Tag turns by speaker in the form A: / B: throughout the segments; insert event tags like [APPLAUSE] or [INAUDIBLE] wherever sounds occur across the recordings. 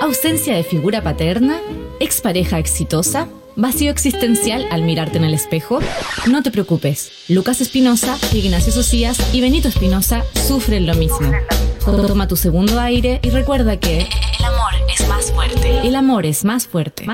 A: Ausencia de figura paterna, expareja exitosa, vacío existencial al mirarte en el espejo. No te preocupes, Lucas Espinosa, Ignacio Socias y Benito Espinosa sufren lo mismo. Toma tu segundo aire y recuerda que
B: El amor es más fuerte.
A: el amor es más fuerte.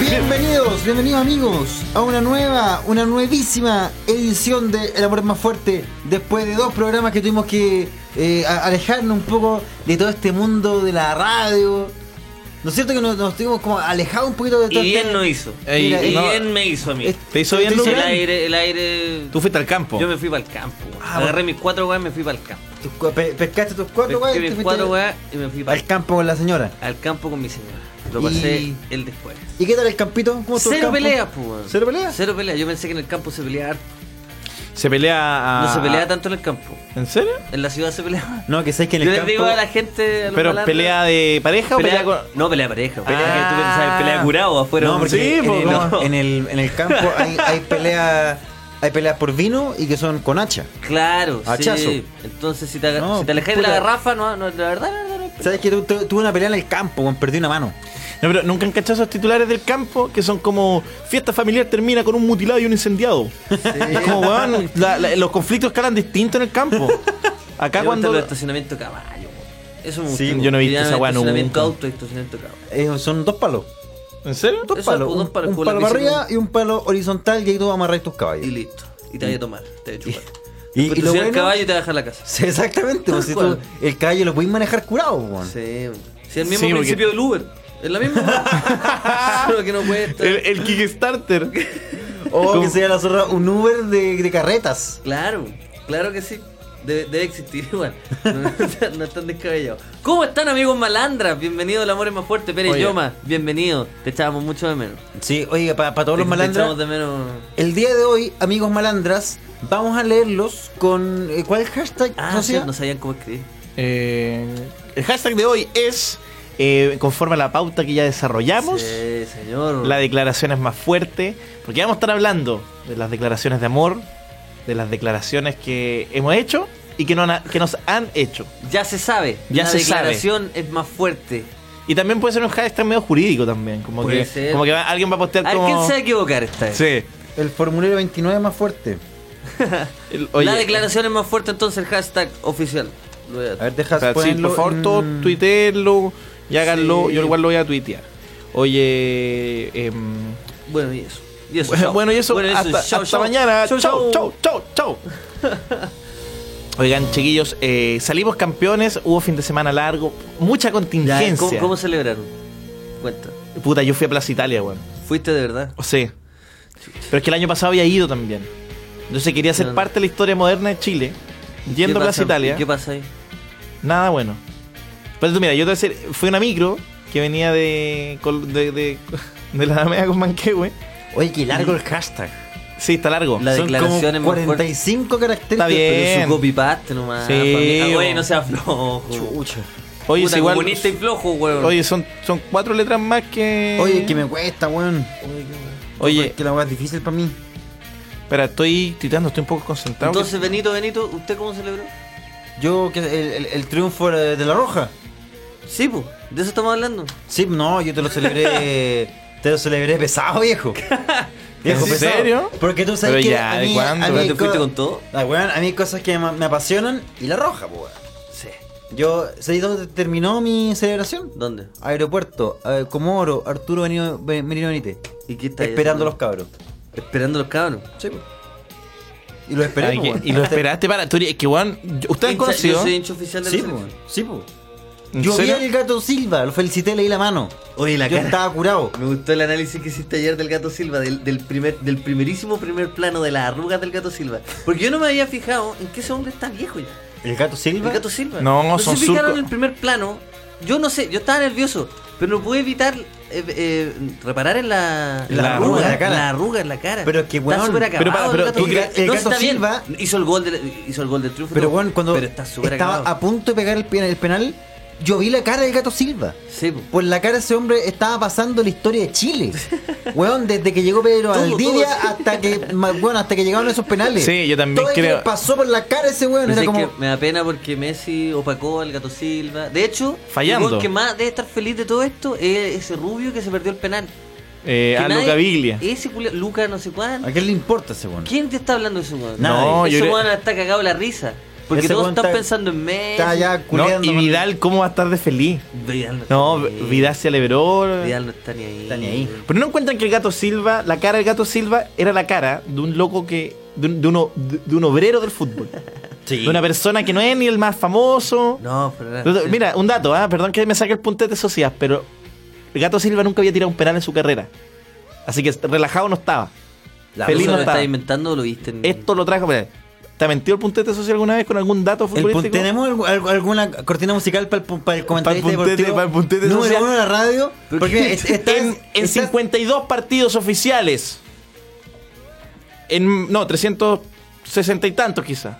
C: Bienvenidos, bienvenidos amigos a una nueva, una nuevísima edición de El Amor es Más Fuerte. Después de dos programas que tuvimos que eh, a- alejarnos un poco de todo este mundo de la radio. ¿No es cierto que nos, nos tuvimos como alejado un poquito de todo
D: Y bien
C: este-
D: no hizo.
E: Ey,
C: Mira,
D: y
C: no,
D: bien me hizo a mí.
C: es-
E: ¿Te hizo bien,
C: te
E: Lucas?
D: el aire, el aire.
E: Tú fuiste al campo.
D: Yo me fui para el campo. weón.
C: Ah,
D: Agarré
C: bueno.
D: mis cuatro weas y me fui para el campo.
C: Tus cua- pe- pescaste tus cuatro weas y
D: Pesqué
C: te fuiste
D: mis cuatro weas y me fui para
C: Al campo con la señora.
D: al campo con mi señora. Lo
C: Y-
D: pasé el después.
C: ¿Y qué tal el campito? ¿Cómo estuvo el
D: Cero
C: campo?
D: peleas, pues. weón.
C: ¿Cero peleas?
D: Cero peleas. Yo pensé que en el campo se peleaba. harto.
E: Se pelea a...
C: Ah.
D: No se pelea tanto en el campo.
E: ¿En serio?
D: En la ciudad se pelea.
C: No, que sabes que en el
D: Yo les
C: campo.
D: digo a la gente. A los
E: Pero
D: malandros,
E: pelea de pareja
D: pelea-
E: o pelea con...
D: No, pelea de pareja. Pelea que tú
E: Ah.
D: pensabas, pelea de curado afuera.
C: No, porque
E: Sí,
C: en,
E: po,
C: el,
E: ¿cómo?
C: no, en el, en el campo hay, hay peleas hay peleas por vino y que son con hacha.
D: [LAUGHS] Claro,
C: Hachazo.
D: sí. Entonces, si te, aga-
C: No,
D: si te alejáis de la
C: puta.
D: garrafa, no, no, la verdad, la verdad, no hay pelea.
C: ¿Sabes que tu- tu- tuve una pelea en el campo, weón, perdí una mano?
E: No, pero nunca han cachado esos titulares del campo que son como fiesta familiar termina con un mutilado y un incendiado. Es como, weón, la- la- los conflictos calan distinto en el
C: [LAUGHS]
E: campo. Acá
D: Me
E: cuando...
D: gustan los estacionamientos de caballo. po. Eso me gusta.
E: Sí, yo no he visto esa weá
D: Estacionamiento
E: nunca.
D: auto y estacionamiento caballo.
C: Eh, son dos palos.
E: ¿En serio?
C: Dos
D: Eso,
C: palos.
D: pues, dos
C: un-
D: palos,
C: un,
D: con la
C: palo para
D: piscina.
C: arriba y un palo horizontal y ahí tú amarras tus caballos.
D: Y listo. Y te vas a tomar, te vas a chupar.
C: Y-
D: Después
C: y
D: te
C: lo
D: subes al
C: bueno-
D: caballo y te vas a dejar la casa.
C: Sí, exactamente, pues, si tú-
D: Tal cual.
C: el caballo lo podéis manejar curado, pues, weón.
D: Sí. Si el mismo
E: Sí, porque-
D: principio del Uber. Es la misma.
E: [LAUGHS]
D: weá. Solo que no cuesta.
E: El, el Kickstarter.
C: O
E: Como-
C: que sea la zorra un Uber de, de carretas.
D: Claro, [LAUGHS] claro que sí. Debe, debe existir igual. No, [LAUGHS] no- no están descabellados. ¿Cómo están, amigos malandras? Bienvenido, el amor es más fuerte. Pérez
E: Oye.
D: Yoma, bienvenido. Te echábamos mucho de menos.
C: Sí, oiga, para todos
D: Te-
C: los
D: Te echábamos
C: malandros.
D: de menos.
C: El día de hoy, amigos malandras, vamos a leerlos con. eh, ¿Cuál hashtag?
D: Ah, sí,
C: socia?
D: no sabían cómo escribir.
E: Eh, el hashtag de hoy es, eh, conforme a la pauta que ya desarrollamos,
D: Sí, señor.
E: la declaración es más fuerte, porque vamos a estar hablando de las declaraciones de amor, de las declaraciones que hemos hecho y que, no han- que nos han hecho.
D: Ya se sabe.
E: Ya
D: la
E: se
D: declaración es más fuerte.
E: Y también puede ser un hashtag medio jurídico también, como
D: Puede
E: que,
D: ser.
E: como que va- alguien va a postear
D: ¿A
E: como...
D: quién se va a equivocar esta vez?
E: Sí.
C: El formulario 29 más fuerte.
E: El- oye,
D: la declaración es más fuerte, entonces el hashtag oficial. Lo voy a-
C: A ver,
E: o
C: deja
E: sea, sí,
C: ponerlo
E: por favor,
C: en-
E: todos tuiteenlo y háganlo,
D: Sí.
E: yo igual lo voy a tuitear. Oye, em,
D: Bueno, y eso. Y eso,
E: Bueno,
D: chao.
E: bueno, y eso, hasta,
D: chao,
E: hasta
D: chao.
E: mañana.
D: Chao,
E: Chau,
D: chao.
E: chau, chau, chau. Oigan, chiquillos, eh, salimos campeones, hubo fin de semana largo, mucha
D: Ya,
E: contingencia.
D: ¿Cómo, cómo celebraron? Cuenta.
E: Puta, yo fui a Plaza Italia, weón.
D: ¿Fuiste de verdad?
E: Sí. Pero es que el año pasado había ido también. Entonces quería ser
D: No, no.
E: parte de la historia moderna de Chile, yendo
D: ¿Qué
E: a Plaza
D: pasa?
E: Italia.
D: ¿Qué pasa ahí?
E: Nada bueno. Pero tú, mira, yo te voy a decir, fue una micro que venía de, Col- de, de, [LAUGHS] de la Alameda con Manquehue.
C: Oye, qué largo el hashtag.
E: Sí, está largo.
D: La declaración es
C: Son
D: más
C: como
D: fuerte.
C: 45 caracteres.
E: Está bien.
D: Pero su copy-paste nomás.
E: Sí,
D: familia. Oye,
E: weón.
D: no seas flojo.
C: Chucha.
E: Oye,
D: Puta,
E: es igual.
D: comunista y flojo, weón.
E: Oye, son, son cuatro letras más que.
C: Oye, que me cuesta, weón.
E: Oye,
C: Es que la weá es difícil para mí.
E: espera, estoy titando, estoy un poco concentrado.
D: Entonces, Benito, Benito, ¿usted cómo celebró?
C: Yo, que el, el- el triunfo de de la roja.
D: Sí, pues, de eso estamos hablando.
C: Sí, no, yo te lo
D: [LAUGHS]
C: celebré. te lo celebré pesado, viejo.
E: ¿En serio?
C: Porque tú sabes
E: Pero
C: que.
E: ya,
C: a
E: ¿de
C: mí,
E: cuándo?
C: a mí
E: ¿Pero
D: te
C: co-
D: fuiste con todo?
C: Ah, weón, a mí hay cosas que me, me apasionan y la roja, pues, weón.
D: Sí.
C: Yo, ¿sabes dónde terminó mi celebración?
D: ¿Dónde?
C: Aeropuerto, eh, Comoro, Arturo Benito Benito Benítez.
D: ¿Y qué está ahí
C: Esperando a los
D: haciendo?
C: cabros.
D: Esperando los cabros.
C: Sí, pues. Y lo esperé,
E: Ay,
C: pues,
E: que-
C: weón.
E: y lo esperaste para. tú- es que, weón, yo- ¿ustedes han
D: Hincha-
E: conocido?
D: Yo soy hincha oficial de
C: Sí,
D: la
C: po.
D: selección.
C: Sí, po.
E: ¿En
C: Yo vi
E: serio?
C: al gato Silva, lo felicité, le di la mano.
D: Oye, la
C: Yo
D: cara.
C: estaba curado.
D: Me gustó el análisis que hiciste ayer del gato Silva, del, del primer, del primerísimo primer plano de las arrugas del gato Silva. Porque yo no me había fijado en que ese hombre está viejo ya.
C: ¿El gato Silva?
D: El gato Silva.
E: No, son
D: se fijaron
E: surcos.
D: en el primer plano. Yo no sé, yo estaba nervioso, pero no pude evitar eh, eh, reparar en la,
C: La
D: la
C: arruga en la cara.
D: La arruga en la cara.
C: Pero es que,
D: está
C: weón,
D: súper acabado.
E: pero para- pero
D: el gato,
E: tú
D: Silva.
C: crees- el
D: No,
C: gato
D: está bien.
C: Silva-
D: hizo el gol del hizo el gol del triunfo.
C: Pero
D: todo,
C: bueno, cuando
D: pero está súper
C: estaba
D: acabado.
C: a punto de pegar el, pen- el penal, yo vi la cara del gato Silva.
D: Sí, po.
C: Por la cara de ese hombre estaba pasando la historia de
D: [LAUGHS]
C: Chile. Weón, desde que llegó Pedro
D: Todo,
C: Valdivia
D: todo, sí.
C: hasta que ma- bueno, hasta que llegaron esos penales.
E: Sí, yo también
C: Todo lo que
E: creo-
C: le pasó por la cara de ese weón.
D: Pero
C: Era
D: sé
C: como,
D: que me da pena porque Messi opacó al Gato Silva. De hecho,
E: Fallando.
D: el gol que más debe estar feliz de todo esto es ese rubio que se perdió el penal.
E: Eh,
D: Que
E: a
D: nadie-
E: Luca Biglia.
D: Ese culia- Luca no sé cuánto.
C: ¿A quién le importa ese weón?
D: ¿Quién te está hablando de ese weón?
C: Nadie.
E: No, yo
D: ese
E: creo-
D: weón está cagado de la risa. Porque
C: Ese
D: todos
C: weón
D: están
C: está-
D: pensando en Messi.
C: Está ya
E: No,
C: culeando.
E: y
C: con-
E: Vidal, ¿cómo va a estar de feliz?
D: Vidal
E: No,
D: está ni ahí.
E: Vidal celebró.
D: Vidal no está ni ahí.
C: Está ni ahí.
E: Pero no encuentran que el gato Silva, la cara del gato Silva, era la cara de un loco que. de un, de uno- de- de un obrero del fútbol.
C: Sí.
E: De una persona que no es ni el más famoso.
D: No, pero era-
E: Entonces, Mira, un dato, ah, perdón que me saque el puntete de sociedad, pero el gato Silva nunca había tirado un penal en su carrera. Así que relajado no estaba.
D: La
E: feliz
D: cosa
E: no
D: lo
E: estaba.
D: está inventando, lo viste en...
E: Esto lo trajo. mira, ¿Te ha mentido el puntete social alguna vez con algún dato
C: El pun-
E: futbolístico?
C: ¿Tenemos algu- algu- alguna cortina musical para el, pu- para el comentarista
E: puntete,
C: deportivo?
E: para el puntete
C: Número
E: social.
C: uno de la radio.
D: Pero
C: Porque
D: que-
C: es- está-
E: en, en
C: está-
E: 52 partidos oficiales. En, no, 360 y tantos quizás.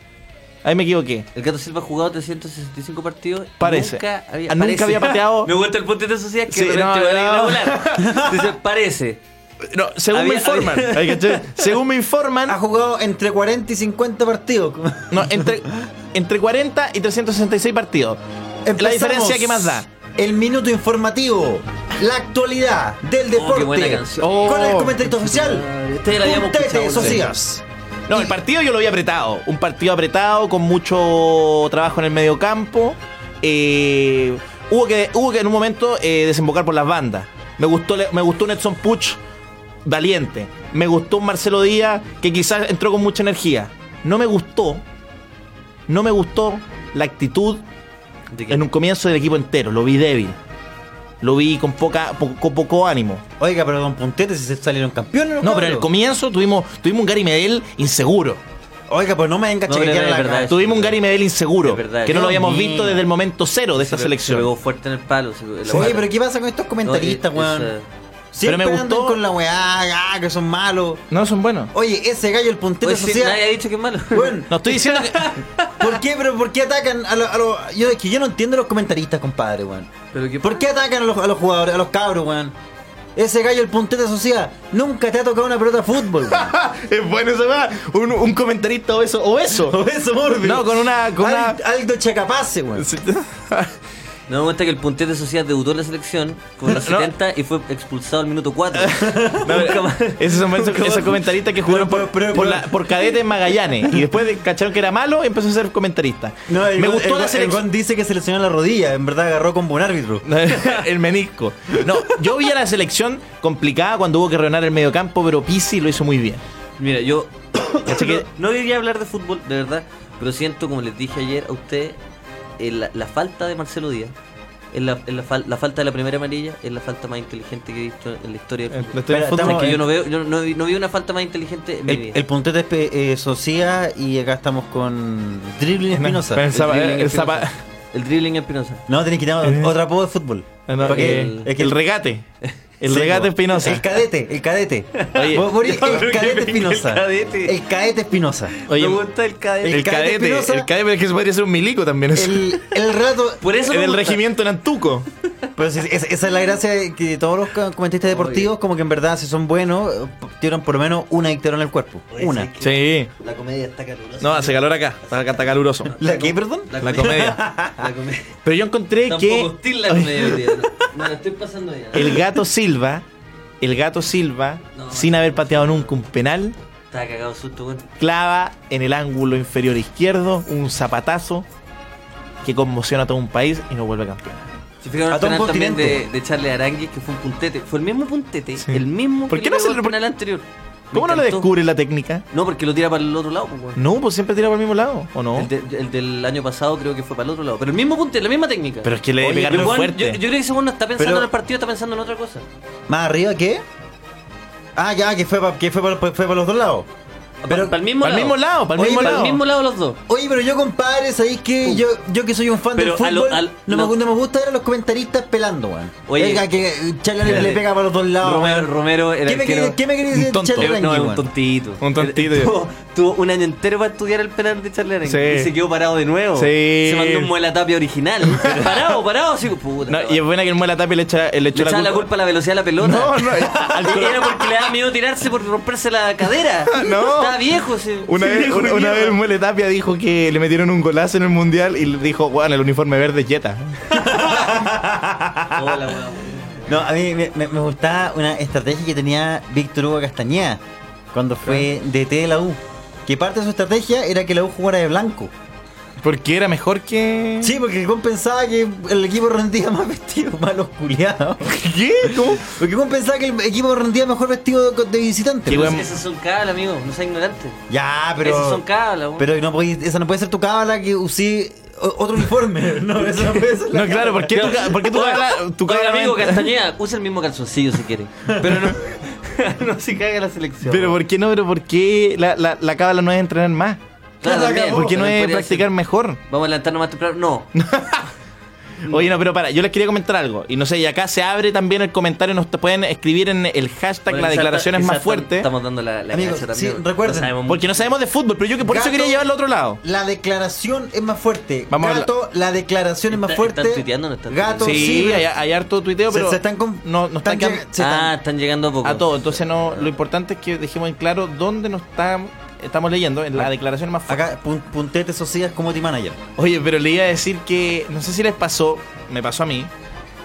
E: Ahí me equivoqué.
D: El Gato Silva ha jugado 365 partidos. y
E: Parece.
D: Nunca había,
E: Ah, nunca había pateado.
D: [LAUGHS] Me gusta el punto de sociedad que
E: Sí,
D: de repente
E: no,
D: va a ir a
E: no.
D: volar. Dice, parece.
E: No, según
D: Había-
E: me informan.
D: había-
E: Ay, ¿cachai? según me
C: [LAUGHS] Ha
E: informan.
C: jugado entre 40 y 50 partidos.
E: no, entre, entre 40 y 366 partidos. La
C: Empezamos
E: diferencia que más da.
C: El minuto informativo, la actualidad del
D: Oh, qué
C: deporte.
D: buena canción.
C: Con el
E: Oh.
C: comentarista oficial.
D: Ustedes la habíamos
C: Puntete,
D: escuchado.
C: Socias.
E: No, el partido yo lo vi apretado. Un partido apretado con mucho trabajo en el medio campo. Eh, hubo, que, hubo que en un momento eh, desembocar por las bandas. Me gustó, le- me gustó un Edson Puch valiente. Me gustó un Marcelo Díaz que quizás entró con mucha energía. No me gustó. No me gustó la actitud
D: ¿De qué?
E: en un comienzo del equipo entero. Lo vi débil. Lo vi con poca, po- con poco ánimo.
C: Oiga, pero con Puntete si se salieron campeones. los
E: No, pero en el
C: cabros.
E: comienzo tuvimos, tuvimos un Gary Medel inseguro.
C: Oiga, pero no me venga a
D: No,
C: chequear
D: pero es
C: la
D: verdad,
C: cara.
D: es-
E: Tuvimos un Gary Medel inseguro,
D: Es verdad,
E: que no
D: Dios
E: lo habíamos
C: mío.
E: visto desde el
C: [LAUGHS]
E: momento cero de esta
D: Se pe-
E: selección.
D: Se pegó fuerte en el palo. se- la
C: Oye,
D: guata.
C: pero ¿qué pasa con estos comentaristas,
D: No, es-
C: weón?
D: es, eh,
C: Siempre
E: Pero me
C: andan
E: gustó-
C: con la weá, ah, que son malos.
E: No, son buenos.
C: Oye, ese gallo, el puntete
D: Oye, sí,
C: social.
D: nadie ha dicho que
C: [LAUGHS]
D: es malo.
C: Weón,
E: No estoy diciendo que...
C: ¿Por qué? ¿Pero por qué atacan a los... Yo, es que yo no entiendo a los comentaristas, compadre, weón.
D: Pero que-
C: ¿Por qué atacan a los, a los jugadores, a los cabros, weón? Ese gallo, el puntete sociedad, nunca te ha tocado una pelota de fútbol, weón.
E: [LAUGHS] es bueno se va un, un comentarista obeso. Obeso.
C: [LAUGHS] Obeso mórbido.
E: No, con una... Con una...
C: Al- Aldo Chacapace, weón.
D: No me gusta que el puntete social debutó en la selección con los
E: [LAUGHS] No.
D: 70 y fue expulsado al
E: [LAUGHS]
D: minuto 4. Nunca más.
E: esos, son esos- esos comentaristas que jugaron por,
C: Pero, pero, pero,
E: por
C: pero-
E: la- por cadete en Magallanes y después de- cacharon que era malo y empezó a ser comentarista.
C: No, el
E: Me
C: Gon-
E: gustó
C: el,
E: la
C: Gon-
E: selección.
C: El Gon dice que se lesionó la rodilla, en verdad agarró con buen árbitro.
E: [LAUGHS] el menisco. No, yo vi a la selección complicada cuando hubo que reunir el mediocampo, pero Pisi lo hizo muy bien.
D: Mira, [COUGHS] yo
E: Así que-
D: no, no quería hablar de fútbol, de verdad, pero siento, como les dije ayer a ustedes, eh, la, la falta de Marcelo Díaz, en la, en la fal- la falta de la primera amarilla, es la falta más inteligente que he visto en la historia del fútbol.
E: Eh, Estoy en
C: Espera,
E: fútbol.
C: estamos-
D: Que yo no veo, yo no, vi- no vi una falta más inteligente en mi
C: El,
D: vida.
C: el puntete es pe- eh, Socia y acá estamos con Dribbling Espinosa.
E: Espera. El zapa-
D: dribbling
E: el
D: Espinosa.
E: zapa-
D: El dribbling Espinosa.
C: No, tenés que tener otro apodo de fútbol.
E: Eh. Ah, no,
C: Porque-
E: el,
C: es que
E: el regate. El
C: Sí,
E: regate
C: po.
E: espinosa.
C: El cadete, el cadete.
E: [LAUGHS] Oye,
C: Vos, Boris,
D: yo creo
C: el
D: que
C: cadete
D: venga el
C: espinosa.
D: cadete.
C: El cadete espinosa.
E: Oye,
D: me gusta el cadete.
E: el,
C: el cadete
E: cadete.
C: Espinosa.
E: el cadete es que podría ser un milico también. Es,
C: El, el rato.
D: Por eso me
E: del
D: gusta.
E: regimiento en Antuco.
C: Pero si- es- esa es la gracia de que todos los co- comentaristas deportivos, como que en verdad, si son buenos, eh, tienen por lo menos una dictadura en el cuerpo.
D: Oye,
C: una.
D: ¿sabes qué?
E: Sí.
D: La comedia está calurosa.
E: No, hace calor acá. Está, acá está caluroso.
C: [LAUGHS] ¿La qué, perdón?
E: La
C: [LAUGHS]
E: comedia.
D: La comedia.
E: Pero yo encontré
D: Tampoco
E: que
D: hostil la comedia hoy día, no. No, la estoy pasando bien.
E: el gato Silva, el gato Silva,
D: No,
E: sin haber pateado nunca un penal,
D: Estaba cagado de susto, güey.
E: clava en el ángulo inferior izquierdo un zapatazo que conmociona a todo un país y no vuelve campeón.
D: Se fijaron
C: A
D: el
C: todo un
D: penal también de,
C: continente.
D: de Charles Aranguis, que fue un puntete. Fue el mismo puntete,
E: Sí.
D: el mismo
E: ¿Por
D: que
E: qué
D: le
E: no se
D: pegó
E: le-
D: al penal anterior.
E: ¿Cómo
D: Me
E: no le
D: encantó.
E: descubre la técnica?
D: No, porque lo tira para el otro lado, pues, güey.
E: No, pues siempre tira por el mismo lado, ¿o no?
D: El, de- el del año pasado creo que fue para el otro lado. Pero el mismo puntete, la misma técnica.
E: Pero es que le
C: Oye,
E: pegaron
D: Pero, güey,
E: fuerte.
D: Yo, yo creo que ese güey no está pensando
C: Pero-
D: en el partido, está pensando en otra cosa.
C: ¿Más arriba qué? Ah, ya, que fue para fue pa- fue pa los dos lados.
D: Pero para el mismo
E: Para el
D: lado.
E: mismo lado, para el
C: Oye,
E: mismo
D: Para el
E: lado.
D: mismo lado los dos.
C: Oye, pero yo, compadre, ¿sabéis qué? Yo, yo que soy un fan
D: Pero
C: del
D: a lo-
C: fútbol,
D: al-
C: no,
D: lo-
C: me, no me gusta ver a los comentaristas pelando, weón.
D: Oye.
C: Oiga, que eh, Charla le, le pega para los dos lados,
D: Romero,
C: weón.
D: Romero era
C: ¿Qué me,
D: arquero.
C: quería- ¿Qué me quería decir
E: Un tonto.
C: Charla
D: Eh,
C: Arangui,
D: No, es un
C: weón?
D: tontito. [LAUGHS]
E: Un tontito.
D: Eh, Tuvo, Estuvo un año entero para estudiar el penal de Charlie Arango.
E: Sí.
D: Y se quedó parado de nuevo.
E: Sí.
D: Se mandó un muela tapia original.
E: [LAUGHS]
D: parado, parado. Así, puta,
E: No,
D: la
E: y es buena que el Muela Tapia le echa, le
D: Le
E: echó
D: echaba la culpa a la velocidad de la pelota.
E: No, eh. no,
D: [LAUGHS]
E: al
D: Y Era porque le daba miedo tirarse por romperse la cadera.
E: [LAUGHS] No.
D: Estaba viejo. ese- [LAUGHS]
E: Una
D: ese
E: vez,
D: viejo
E: una,
D: de
E: una
D: mierda.
E: vez el Muele Tapia dijo que le metieron un golazo en el mundial y le dijo, bueno, el uniforme verde es Jetta.
D: [LAUGHS] Hola, weón.
C: No, a mí me, me- me gustaba una estrategia que tenía Víctor Hugo Castañeda cuando fue DT de la U. Que parte de su estrategia era que la U jugara de blanco.
E: Porque era mejor que.
C: Sí, porque el Gon pensaba que el equipo rendía más vestido, [LAUGHS] más los culiados.
E: ¿Qué? ¿Cómo?
C: Porque el Gon pensaba que el equipo rendía mejor vestido de, de visitante.
E: Qué
C: Pues,
E: buen-
D: Esas son cablas, amigo. No seas ignorante.
C: Ya, Ah, pero.
D: Esas son cablas, weón.
C: Pero no podí- esa no puede ser tu cábala que usé o- otro uniforme. [LAUGHS] No, [LAUGHS] eso no puede ser. la
E: No, claro, ¿por qué tú, por qué tú, hablas- tú
D: Oiga, amigo
E: claramente-
D: Castañeda, usa el mismo calzoncillo si
C: [LAUGHS]
D: quiere. Pero no, [LAUGHS] no se cague la selección.
E: Pero ¿por qué no? ¿Pero por qué la, la, la cábala no es entrenar más?
D: Claro, también.
E: ¿Por qué no
D: También
E: es
D: podría
E: practicar
D: ser.
E: mejor?
D: Vamos a adelantarnos más temprano. No. Mm.
E: Oye, no, pero para, yo les quería comentar algo. Y no sé, y acá se abre también el comentario, nos te pueden escribir en el hashtag
D: Bueno,
E: la
D: quizás
E: declaración es
D: ta-
E: más
D: quizás
E: fuerte.
D: Estamos dando la, la
C: Amigo,
D: cancha
C: sí,
D: también.
C: recuerden,
D: No sabemos
E: Porque
D: mucho.
E: no sabemos de fútbol, pero yo que por eso
C: Gato-
E: quería llevarlo a otro lado.
C: La declaración es más fuerte.
E: Vamos a
C: Gato, la declaración es más
D: ¿Está-
C: fuerte.
D: están tuiteando o no están
C: Gato,
E: Sí,
D: tuiteando?
C: sí.
E: hay, hay harto tuiteo,
C: se,
E: pero
C: se están con-
E: no, no están
C: están
E: quedando-
C: lleg- se
D: ah,
C: están-
D: están llegando poco.
E: a todo. Entonces no, lo importante es que dejemos en claro dónde nos está- estamos leyendo en la declaración más fuerte.
C: Acá, pun- puntete socias como team manager.
E: Oye, pero le iba a decir que no sé si les pasó, me pasó a mí,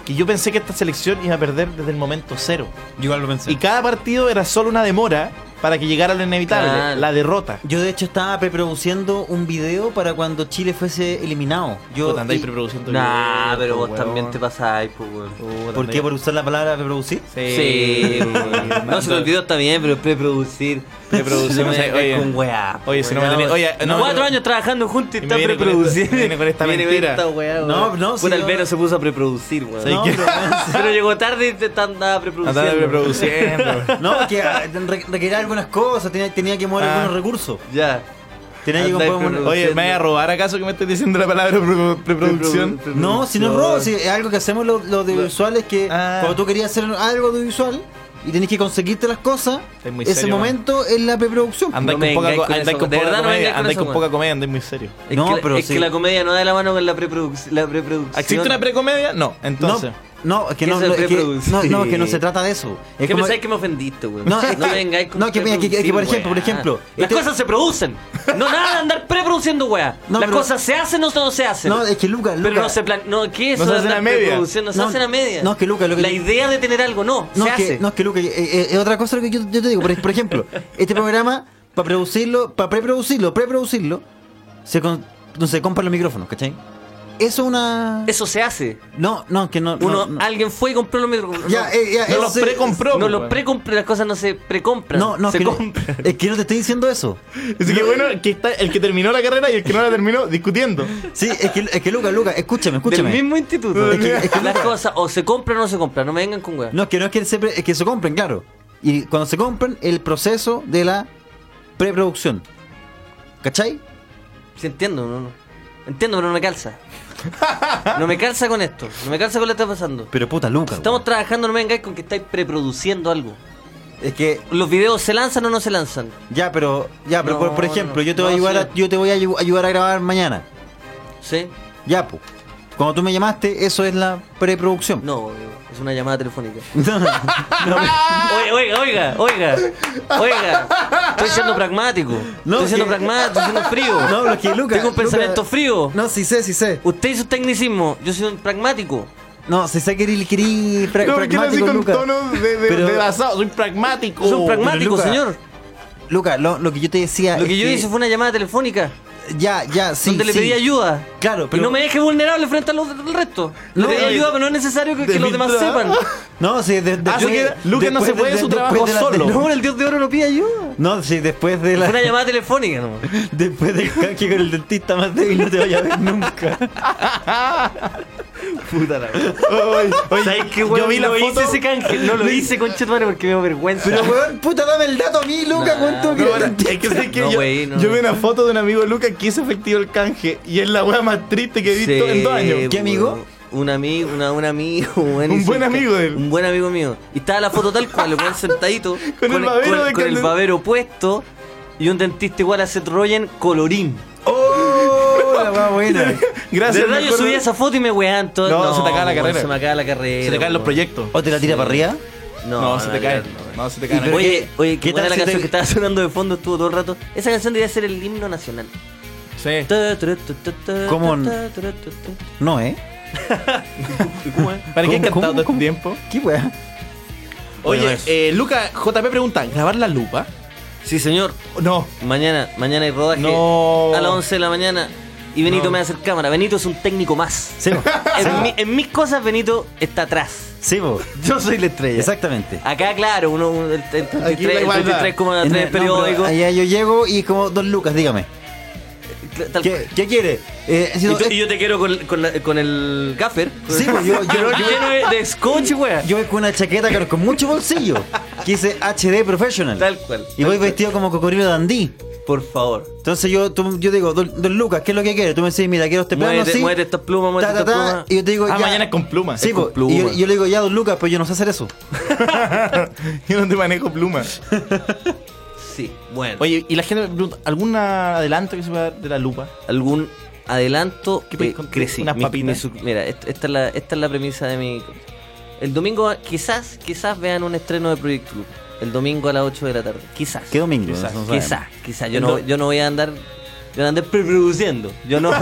E: que yo pensé que esta selección iba a perder desde el momento cero.
C: Yo igual lo pensé.
E: Y cada partido era solo una demora para que llegara lo inevitable,
D: Claro.
E: la derrota.
C: Yo de hecho estaba preproduciendo un video para cuando Chile fuese eliminado. Yo,
E: Puta, andáis
C: y-
E: preproduciendo
D: Nah,
E: videos,
D: pero
E: pues,
D: vos también
E: weón.
D: te pasáis, pues, weón.
E: Puta,
C: ¿Por qué?
E: andáis-
C: ¿Por usar la palabra preproducir?
E: Sí. [LAUGHS]
D: Sí,
E: weón.
D: weón. No, se lo olvidó está bien, pero preproducir.
E: Preproducir,
D: No
E: o
D: me
E: sea, oye.
D: vengas con weá.
E: Oye, si no me tenés- oye, no,
D: cuatro
E: pero-
D: años trabajando juntos y
E: Y
D: está
E: me viene con
D: preproducir.
E: esta- me viene con esta
D: Viene
E: mentira.
D: esta weá, weón.
C: No, no,
D: Bueno,
C: sí,
D: Albero
C: no.
D: se puso a preproducir, weón.
E: ¿Sabes
C: No,
E: qué?
C: pero-
D: Pero llegó tarde y te te andaba preproduciendo.
E: Andaba reproduciendo.
C: [LAUGHS] No, que ah, re- requería algunas cosas, tenía, tenía que mover
E: Ah.
C: algunos recursos.
D: Ya.
C: Tenía que
D: Andai
C: mover
D: preproduciendo.
E: Oye, ¿me vas a robar acaso que me estés diciendo la palabra pre- preproducción?
C: No, si no es robo,
E: eh,
C: si es algo que hacemos los, los audiovisuales que
E: Ah.
C: cuando tú querías hacer algo audiovisual y tenés que conseguirte las cosas,
E: Estás muy
C: ese
E: serio,
C: momento es la preproducción.
E: Andáis con
D: No me
E: poca
D: vengáis
E: co-
D: con
E: andáis
D: eso,
E: con
D: de
E: poca
D: verdad no me
E: comedia,
D: vengáis con
E: andáis
D: eso,
E: con
D: weón.
E: poca comedia, andáis muy serio.
D: Es,
C: No,
D: que, la-
C: pero
D: es
C: sí.
D: que la comedia no da la mano con la, preproduc- la preproducción.
E: ¿Existe una precomedia? No,
C: No,
E: entonces.
C: no, es que no,
D: Eso es
C: no, es que,
D: preproducir.
C: no, no, es que no se trata de eso. Es
D: Es que
C: como-
D: pensáis que me ofendiste, weón.
C: No, es que-
D: me vengáis con
C: no, que mira, que- que- que por ejemplo, por
D: weá.
C: ejemplo,
D: Las
C: este-
D: cosas se producen. No nada de andar preproduciendo, weá.
C: [LAUGHS] No,
D: Las
C: pero-
D: cosas se hacen o no se hacen.
C: No, es que Lucas,
D: Pero no
C: Lucas-
D: se plan... No, ¿qué es
E: No se
D: eso de
E: hacen a
D: andar
E: media.
D: preproduciendo? No se
C: No,
D: hacen a media.
C: no, es que, Luca, lo que-
D: La idea de tener algo, no.
C: No,
D: se
C: es que,
D: hace.
C: no, es que Luca, eh, eh, es otra cosa lo que yo yo te digo. Por, por ejemplo, este programa, para producirlo, para preproducirlo, preproducirlo, se, con- no se compran los micrófonos, ¿cachai? Eso es una.
D: Eso se hace.
C: No, no, que no. no,
D: Uno,
C: no.
D: Alguien fue y compró los micrófonos.
C: Ya,
D: no,
C: eh, ya,
E: No
C: eso
E: los
C: se-
E: precompró.
D: no los
E: weón.
D: precompran, las cosas no se precompran.
C: No, no,
D: se
C: que-
D: compran.
C: es que no te estoy diciendo eso.
E: Así que bueno, que está el que terminó la carrera y el que no la terminó discutiendo.
C: Sí, es que, es que Luca, Luca, escúchame, escúchame.
D: Del mismo instituto.
C: Es que- es que-
D: las cosas o se compran o no se compran. No me vengan con weá.
C: No, es que no es que se, pre- es que se compren, claro. Y cuando se compren, el proceso de la preproducción. ¿Cachai?
D: Sí, entiendo, no, no. Entiendo, pero no me calza. No me calza con esto. No me calza con lo que está pasando.
C: Pero puta, Luca.
D: Estamos
C: weón.
D: trabajando, no me vengáis con que estáis preproduciendo algo.
C: es que
D: Los videos se lanzan o no se lanzan.
C: Ya, pero, ya, pero
D: No,
C: por, por
D: no,
C: ejemplo,
D: no.
C: yo te voy a
D: No,
C: ayudar,
D: sí.
C: a, yo te voy a ayu- ayudar a grabar mañana.
D: ¿Sí?
C: Ya, pues. Cuando tú me llamaste, eso es la preproducción.
D: No, amigo, es una llamada telefónica.
C: [LAUGHS] No, no,
D: Oiga, oiga, oiga, oiga. Oiga. Estoy siendo pragmático.
C: No,
D: estoy siendo
C: que-
D: pragmático, estoy siendo frío.
C: [LAUGHS] no, lo que Lucas.
D: Tengo un pensamiento
C: Lucas-
D: frío.
C: No, sí sé, sí sé.
D: Usted hizo tecnicismo, yo soy un pragmático.
C: No, sí sé que eres querí pra-
E: No, porque lo así
C: pragmático,
E: con
C: Lucas.
E: tono de, de,
C: Pero-
E: de basado. Soy pragmático.
D: Soy un Oh, pragmático,
C: Luca,
D: señor.
C: Lucas, lo, lo que yo te decía.
D: Lo
C: es
D: que yo hice fue una llamada telefónica.
C: Ya, ya, Ah, este sí.
D: donde le
C: sí.
D: pedí ayuda.
C: Claro, pero-
D: Y no me deje vulnerable frente a los del resto.
C: No, eh,
D: le pedí
C: no,
D: ayuda,
C: no.
D: pero no es necesario que, que
E: De
D: los demás
E: mientras-
D: sepan.
C: [LAUGHS] No, sí, de, de-
E: Ah, sí
C: después-
E: que Lucas no
C: después
E: se puede
C: de-
E: su
C: de-
E: trabajo
C: después de la-
E: solo.
C: de-
D: No, el dios de oro no pide ayuda.
C: no, sí, después de
D: Fue una
C: la.
D: llamada telefónica nomás.
C: Después de que con el dentista más débil no te vaya a ver nunca.
E: [LAUGHS]
D: Puta la
E: Ay, oye,
D: ¿Sabes qué,
E: yo
D: weón?
E: vi la
D: no
E: foto.
D: hice ese canje. No lo hice, conchetumare, porque me dio vergüenza.
C: Pero, weón, puta, dame el dato a mí, Lucas,
D: Nah,
C: cuánto
E: No,
C: que.
E: ahora, es que sé que
D: No,
E: yo,
D: güey, no.
E: yo vi una foto de un amigo de Lucas que hizo efectivo el canje y es la wea más triste que he visto en dos años.
C: ¿Qué amigo?
D: pues, Un amigo, una- un amigo, [LAUGHS] weón,
E: Un
D: hizo
E: buen
D: ca-
E: amigo de él.
D: Un
C: [LAUGHS]
D: buen amigo mío. Y estaba la foto tal cual, el weón sentadito.
E: Con el babero de
D: con el
E: Calderón.
D: babero puesto. y un dentista igual a Seth Rogen colorín.
F: ¡Oh! La más buena.
D: De
E: [LAUGHS] Gracias.
D: verdad, yo
E: mejor-
D: subí esa foto y me wean todo.
E: No, se te acaba la
D: weón,
E: carrera.
D: Se me acaba la carrera.
E: Se te caen los
D: weón.
E: proyectos.
C: ¿O te la tira para arriba?
E: No,
D: [LAUGHS] No,
E: se te caen.
D: no,
E: No, se te caen.
D: Oye, oye, oye,
C: ¿Qué
D: qué buena
C: tal
D: la
C: si
D: canción
C: te-
D: que estaba sonando de fondo, estuvo todo el rato. Esa canción debería ser el himno nacional.
E: Sí.
C: ¿Cómo
D: ¿Cómo?
C: n-
E: [LAUGHS]
C: No, ¿eh?
E: ¿Para qué he [LAUGHS]
C: ¿Cómo,
E: cantado
C: cómo,
E: todo este
C: cómo?
E: tiempo?
F: ¿Qué weá?
C: Bueno,
E: Oye,
C: eso.
E: eh, Luca JP pregunta, ¿grabar la lupa?
D: Sí, señor.
E: No.
D: Mañana, mañana hay rodaje
E: No.
D: a las 11 de la mañana. Y Benito
E: No.
D: me va a hacer cámara. Benito es un técnico más.
C: Sí, po.
D: [LAUGHS] En, mi- en mis cosas, Benito está atrás.
C: sí, po.
D: Yo soy la estrella.
C: Exactamente.
D: Acá, claro, uno, uno- el, el
E: Aquí la
D: 33, el
E: igualdad.
D: 33,3
C: En el- no,
D: periódico.
C: pero Allá yo llego y como Don Lucas, dígame.
D: cl- tal-
C: ¿Qué, qué quiere? Eh, ha
D: y,
C: sido-
D: tú- y yo te quiero con, con, la- con el gaffer.
C: Sí, pues, yo- yo-
D: [LAUGHS] Pero
C: yo-
D: lleno
C: [LAUGHS]
D: de, de scotch, wea.
C: Yo voy con una chaqueta pero con mucho bolsillo. Que dice HD Professional.
D: Tal cual.
C: Y voy vestido como cocodrilo dandí.
D: Por favor.
C: Entonces yo, tú- yo digo, don, don Lucas, ¿qué es lo que quiere? Tú me decís, mira, quiero este plano
D: Muévete,
C: así.
D: muévete estas plumas,
C: ta,
D: muévete
C: ta,
D: estas
C: ta,
D: plumas.
C: y yo te digo,
E: Ah,
C: ya.
E: mañana es con plumas.
C: Sí,
E: Es
C: po,
E: con plumas.
C: y yo,
D: plumas.
C: yo le digo, ya, don Lucas, pero yo no sé hacer eso.
E: [LAUGHS] Yo no te manejo plumas.
D: [LAUGHS] Sí, bueno.
E: Oye, y la gente me pregunta, ¿algún adelanto que se pueda dar de la lupa?
D: algún adelanto
E: ¿Qué
D: que
E: podéis contar?
D: crecí.
E: Unas
D: Mi-
E: papitas.
D: mi su- mira, est- esta es, la, esta es la premisa de mi... El domingo quizás, quizás vean un estreno de Project Club. El domingo a las 8 de la tarde. Quizás.
C: ¿Qué domingo?
E: Quizás,
C: No sabemos.
D: Quizás, quizás. Yo
E: El
D: no,
E: do-
D: yo no voy a andar... Yo no andar preproduciendo.
E: [LAUGHS]
D: Yo no,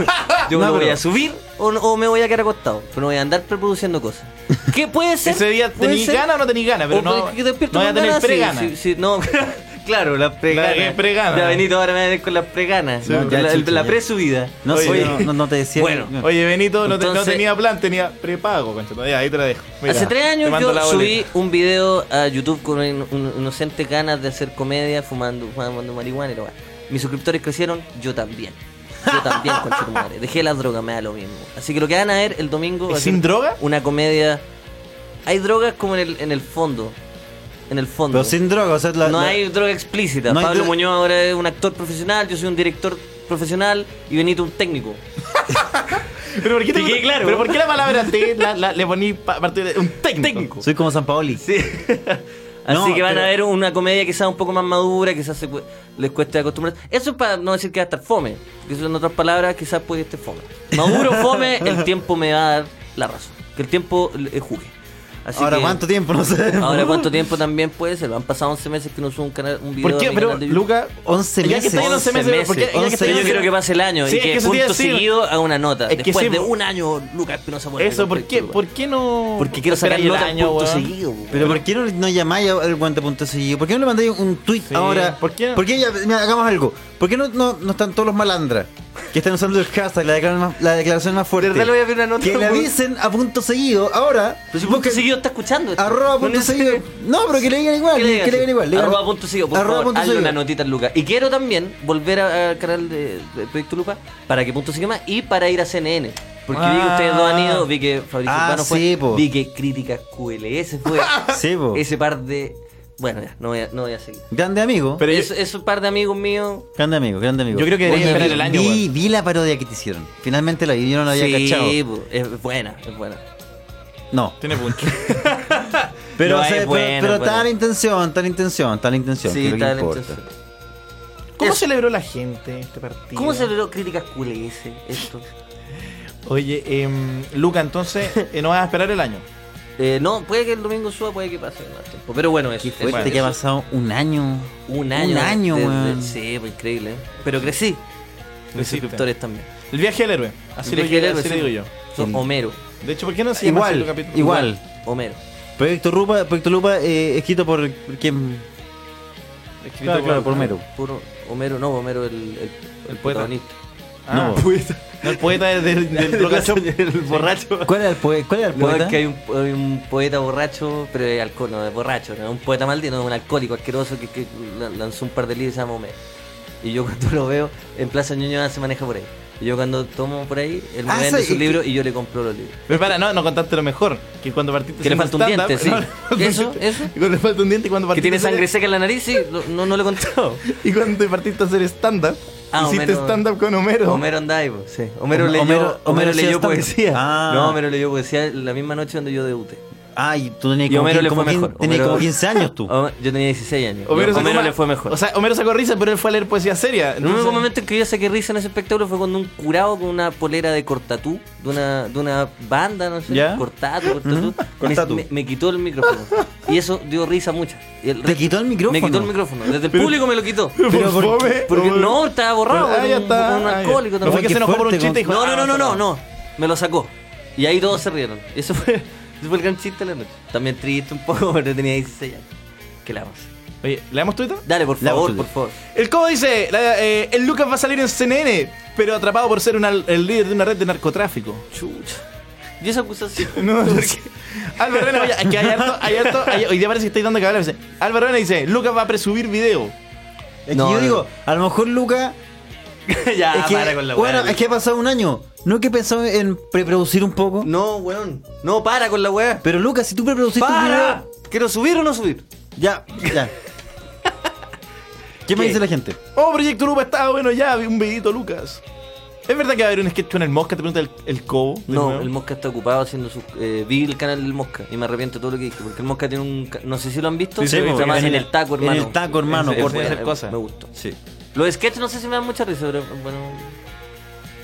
D: yo
C: No,
D: no voy
C: pero-
D: a subir o, no- o me voy a quedar acostado. Pero no voy a andar preproduciendo cosas. ¿Qué puede ser?
E: Ese día
D: Puede
E: tenéis
D: ser.
E: ganas o no tenéis ganas, pero
D: O
E: no,
D: que te
E: no
D: despiertes
E: voy a
D: con
E: tener
D: ganas, sí,
E: preganas.
D: sí, sí, no, [LAUGHS] claro, las preganas.
E: que es pregana.
D: Ya Benito ahora me va a venir con las preganas.
E: Sí,
D: la,
C: ya,
D: la-
C: chucha,
D: la
C: ya.
D: presubida.
C: No
E: Oye.
C: sé, no, no- no te decía.
D: Bueno,
C: No.
E: Oye, Benito, no, te- no
D: Entonces-
E: tenía plan, tenía prepago, conchetumare. Ya, Ahí te la dejo. Mira,
D: Hace tres
E: te
D: años
E: mando
D: yo
E: la
D: subí
E: boleta.
D: un video a YouTube con un, un- inocente ganas de hacer comedia, fumando, fumando marihuana y lo va. Mis suscriptores crecieron, yo también. Yo
E: [LAUGHS]
D: también, con su madre. Dejé la droga, me da lo mismo. Así que lo que van a ver el domingo. va a
E: ¿Es sin
D: ser
E: droga?
D: Una comedia. Hay drogas como en el, en el fondo. En el fondo.
C: Pero sin droga, o sea, la-
D: no
C: la-
D: hay droga explícita.
C: No hay
D: Pablo
C: dro-
D: Muñoz ahora es un actor profesional, yo soy un director profesional y Benito un técnico.
E: [LAUGHS] Pero ¿por qué, te-
D: Sí, claro.
E: pero ¿por qué la palabra te la, la- le poní pa- partido de un técnico?
D: Técnico.
C: Soy como San Paoli.
D: Sí. Así
C: No,
D: que van
C: pero-
D: a ver una comedia quizás un poco más madura, quizás se cu- les cueste acostumbrarse. Eso es para no decir que va a estar fome, porque eso en otras palabras quizás puede estar fome. Maduro,
C: [LAUGHS]
D: fome, el tiempo me va a dar la razón. Que el tiempo eh, jugue. Así
C: Ahora,
D: que-
C: ¿cuánto tiempo? No sé. [LAUGHS]
D: Ahora cuánto tiempo también puede ser. Han pasado 11 meses que no subo un, canal, un video.
E: ¿Por qué?
D: a mi
E: Pero,
D: canal de YouTube.
E: Luca,
C: 11
E: ya que
C: meses.
E: estoy en 11 meses, ¿por qué? ya que
C: 11
E: estoy en
D: yo
C: meses.
D: quiero que pase el año
E: Sí,
D: y
E: es que
D: que,
E: eso te iba a
D: punto
E: decir.
D: seguido haga una nota.
E: Es que
D: Después
E: sí,
D: de
E: po.
D: un año, Lucas Espinosa vuelve
E: Eso,
D: con
E: ¿por qué,
D: Proyecto Club.
E: ¿por qué no?
D: Porque quiero
E: esperar
D: sacar
E: el
D: nota
E: año,
D: punto
E: weón?
D: seguido. po.
C: Pero ¿por qué no, no llamáis al guante.cl? ¿Por qué no le mandáis un tweet
E: Sí,
C: ahora?
E: ¿por qué?
C: ya, mira, hagamos algo. ¿Por qué no, no, no están todos los malandras que están usando el hashtag, la declaración más, la declaración más fuerte?
D: De verdad le voy a pedir una nota,
C: Que le
D: weón.
C: avisen a punto seguido ahora.
D: Pero si punto
C: busquen
D: seguido está escuchando. esto.
C: Arroba punto
D: No sé.
C: seguido. No, pero que le digan igual.
D: ¿Qué
C: Que
D: le
C: le
D: digas?
C: digan, igual. le digan-
D: Arroba punto seguido, por
C: Arroba
D: favor,
C: punto
D: hazle
C: seguido.
D: una notita al Lucas. Y quiero también volver a- al canal de, de Proyecto Lupa para que punto siga más y para ir a CNN. Porque vi que ustedes dos han ido, vi que Fabricio
C: Ah,
D: Urbano fue,
C: sí, po.
D: vi que Críticas QLS fue
C: [LAUGHS] Sí, po.
D: ese par de... Bueno, ya, no voy a, no voy a seguir.
C: Grande amigo.
E: Pero yo-
D: Es- esos par de amigos míos...
C: Grande amigo, grande amigo.
E: Yo creo que debería
C: Oye,
E: esperar
C: vi-
E: el año,
C: Vi,
E: weón.
C: vi la parodia que te hicieron. Finalmente la vi, yo no la había
D: sí,
C: cachado.
D: po, es buena, es buena.
C: No.
E: Tiene
D: [LAUGHS]
E: punto.
C: Pero,
D: No,
C: o sea,
D: es
C: pero-
D: buena,
C: pero
D: es buena.
C: tal intención, tal intención, tal intención. que es
D: Sí,
C: lo que
D: tal,
C: importa.
D: entonces.
E: ¿Cómo
D: Eso.
E: celebró la gente este partido?
D: ¿Cómo se logró Críticas QLS esto?
E: [LAUGHS] Oye, em, Luca, entonces eh, no vas a esperar el año.
D: Eh, no, puede que el domingo suba, puede que pase más tiempo. Pero bueno, eso.
C: Qué
D: eso,
C: fuerte
D: eso.
C: este que ha pasado un año.
D: Un año.
C: Un año,
D: desde-
C: weón.
D: Sí, fue increíble. ¿eh? Pero crecí. Mis
E: Creciste.
D: suscriptores también.
E: El viaje del héroe. Así, lo,
D: Dejé de
E: así
D: ver,
E: le
D: sí.
E: digo yo.
D: Son Homero.
E: De hecho, ¿por qué no se llama así el
C: Igual,
E: capítulo?
C: igual.
D: Homero.
C: Proyecto Lupa, Proyecto Lupa eh, escrito por, por quien.
E: Escrito
C: Claro, claro, por Mero.
D: Puro Homero, no, Homero el, el,
E: ah, El
D: el
E: poeta.
D: protagonista.
E: Ah,
D: [LAUGHS]
C: No, po.
E: poeta. No, el poeta es del, del Roca Shop.
D: el borracho.
C: ¿Cuál era el, poe- cuál era el
D: No,
C: poeta?
D: es que hay un, hay un poeta borracho, pero es alcohol, no, es borracho, no es un poeta maldito, es un alcohólico asqueroso que, que la- lanzó un par de libros y se llama Homero. Y yo [LAUGHS] cuando lo veo, en Plaza Ñuñoa se maneja por ahí. Y yo cuando tomo por ahí, él me
C: Ah,
D: vende
C: sí,
D: sus
C: y-
D: libros y yo le compro los libros.
E: Pero para, no, no contaste lo mejor. Que cuando partiste.
D: Que le
E: haciendo
D: falta un diente,
E: stand-up,
D: sí.
E: no, le
D: Eso,
E: falta-
D: [LAUGHS] eso.
E: Y cuando le falta un diente y cuando
D: Que
E: partiste.
D: tiene sangre
E: hacer-
D: seca en la nariz, sí, lo- no, no lo he contado.
E: [LAUGHS] Y cuando te partiste a hacer stand-up,
D: Ah,
E: hiciste
D: Homero.
E: stand-up con Homero.
D: Homero andaba, pues, sí. Homero
C: Hom-
D: leyó,
C: Homero-
D: Homero,
C: Homero hacía
D: leyó
C: stand-up.
D: poesía.
C: Ah.
D: No, Homero leyó poesía la misma noche donde yo debuté.
C: Ay, tú tenías
D: Y
C: como,
D: Homero
C: quin-
D: le fue
C: como quin-
D: mejor.
C: tenías
D: Homero-
C: como 15 años
D: [LAUGHS]
C: tú.
D: Hom- Yo tenía 16 años.
E: Homero,
D: Homero,
E: sacó más-
D: le fue mejor.
E: O sea, Homero sacó risa, pero él fue a leer poesía seria.
D: el único
E: entonces-
D: momento en que yo saqué risa en ese espectáculo fue cuando un curado con una polera de cortatú, de una, de una banda, no sé,
E: ¿Ya?
D: cortatú, cortatú, me-
C: Cortatú.
D: Me, me quitó el micrófono. Y eso dio risa mucha. Y el-
C: ¿Te quitó el micrófono?
D: Me quitó el micrófono. Desde el público me lo quitó.
E: [LAUGHS] Pero
C: ¿por
E: fome,
D: Porque
E: fome.
D: no, estaba borrado.
E: Ah, ya
D: un-
E: está.
D: un
E: Ah, ya.
D: alcohólico
E: No fue que
D: también.
E: se enojó por un
C: fuerte,
E: chiste y dijo.
D: No, no, no, no, no,
E: ah,
D: no. Me lo sacó. Y ahí todos se rieron. [LAUGHS] Y eso fue, ese fue el gran chiste de la noche. También triste un poco, [LAUGHS] pero tenía 16 años. ¿Qué le vamos?
E: Oye, ¿le damos Twitter?
D: Dale, por
C: La
D: favor,
C: voz
D: por favor.
E: El cómo dice, la- eh, el Lucas va a salir en CNN, pero atrapado por ser una- el líder de una red de narcotráfico.
D: Chucha. Y esa acusación.
E: [LAUGHS] No, porque Álvaro Rena, oye, que hay harto, hay harto, hay- hoy día parece que estáis dando cagar. dice, Álvaro Rena dice, Lucas va a presubir video.
C: Es que
D: No,
C: yo
D: no.
C: digo, a lo mejor Luca.
D: [LAUGHS] ya,
C: es que-
D: para con la weá.
C: bueno, es que ha pasado un año. ¿No que pensado en preproducir un poco?
D: No, weón. No, para con la weá.
C: Pero Luca, si tú preproduciste un
D: ¡Para!
C: video.
D: ¿Quiero subir o no subir?
C: Ya, ya. ¿Qué me
D: ¿Qué?
C: dice la gente?
E: Oh, Proyecto Lupa está bueno ya, vi un videito, Lucas. ¿Es verdad que va a haber un sketch con el Mosca? Te pregunta el, el Cobo. de
D: No,
E: nuevo.
D: el Mosca está ocupado haciendo su... Eh, vi el canal del Mosca y me arrepiento de todo lo que dije, porque el Mosca tiene un... ca- No sé si lo han visto,
E: Sí, sí,
D: pero
E: lo he visto.
D: está más
C: En
D: en
C: el-
D: el taco,
C: en
D: hermano.
C: el taco,
E: Ese-
C: hermano,
E: ese
D: corta.
E: puede ser cosa.
D: Me gustó, sí. Los sketches no sé si me dan mucha risa, pero bueno...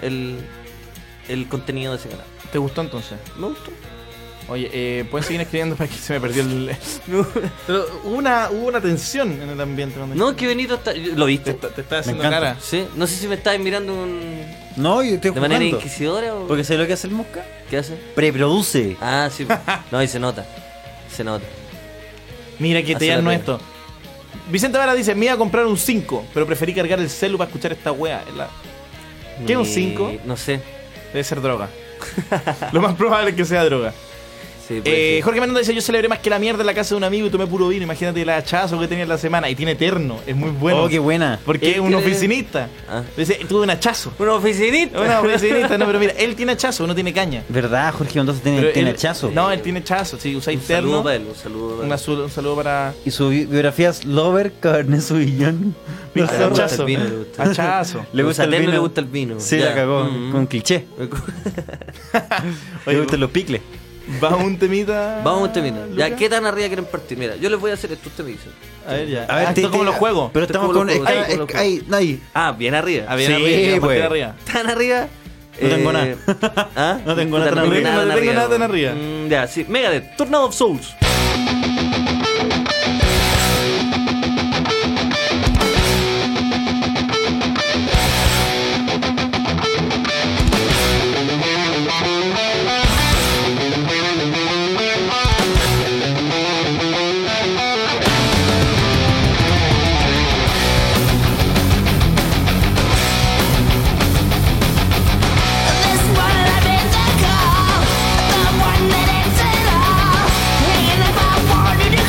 D: El, el contenido de ese canal.
E: ¿Te gustó entonces?
D: Me gustó.
E: Oye, eh, pueden seguir escribiendo [LAUGHS] para que se me perdió el. Pero hubo una, hubo una tensión en el ambiente. cuando-
D: No, que Benito está... ¿Lo
E: Te,
D: viste?
E: está- te está haciendo
C: encanta.
E: cara.
D: Sí. No sé si me estáis mirando un-
C: No, yo estoy
D: de manera
C: jugando.
D: inquisidora o...
C: Porque sé lo que hace el mosca.
D: ¿Qué hace?
C: Preproduce.
D: Ah,
C: [LAUGHS]
D: sí. No, y se nota. Se nota.
E: Mira que te
D: Hace la
E: llano
D: pega.
E: esto. Vicente Vara dice, me iba a comprar un 5, pero preferí cargar el celu para escuchar esta wea. Es la- ¿Qué, un
D: Mi-
E: cinco?
D: Eh, No sé.
E: Debe ser droga. [LAUGHS] Lo más probable es que sea droga.
D: Sí, puede
E: Eh,
D: ser.
E: Jorge Mendoza dice, yo celebré más que la mierda en la casa de un amigo y tomé puro vino. Imagínate el hachazo que tenía en la semana. Y tiene eterno. Es muy bueno.
C: Oh, qué buena.
E: Porque
D: Eh,
E: es un
D: tiene-
E: oficinista.
D: Ah.
E: Dice, tuve un hachazo.
D: Un oficinista.
E: Un oficinista, no, pero mira, él tiene hachazo, no tiene caña.
C: ¿Verdad, Jorge Mendoza tiene,
E: Pero
C: tiene
E: él-
C: hachazo?
E: No, él tiene hachazo. Si usáis
D: Un saludo
E: terno.
D: para él, un saludo para
E: Un,
D: él.
E: azul- un saludo para...
C: Y su bi- biografía es Lover, [LAUGHS] Cabernet Sauvignon.
E: Le
D: gusta el
E: hachazo.
D: vino, le gusta.
E: Hachazo.
D: [LAUGHS] Le gusta el vino, le gusta el vino.
C: Sí,
D: Ya.
C: la cagó.
D: Mm.
C: Con
D: [LAUGHS]
C: cliché.
E: Oye,
C: le gustan los picles.
E: Va un temita.
D: Vamos a un temita. Ya,
E: Lucas.
D: ¿qué tan arriba quieren partir? Mira, yo les voy a hacer esto, usted me dice.
E: A ver, ya.
C: A ver,
E: Ah, esto
C: te-
E: es como
C: te-
E: los juegos.
C: Pero
D: Te
C: estamos
D: coloco-
C: con. Está,
D: ahí,
C: es-
D: coloco.
C: ahí, ahí.
D: Ah, bien arriba.
E: Ah, bien
C: Sí,
E: arriba, ya,
C: pues.
E: partida arriba. [LAUGHS]
D: Tan arriba.
C: No tengo
D: eh,
C: nada.
D: ¿Ah?
C: No tengo
D: Puta,
C: nada tan
D: tengo
E: arriba. No tengo nada tan arriba.
D: Mm, ya, sí. Megadeth, Tornado of Souls.
G: This one I've been the call, the one that ends it all. Hanging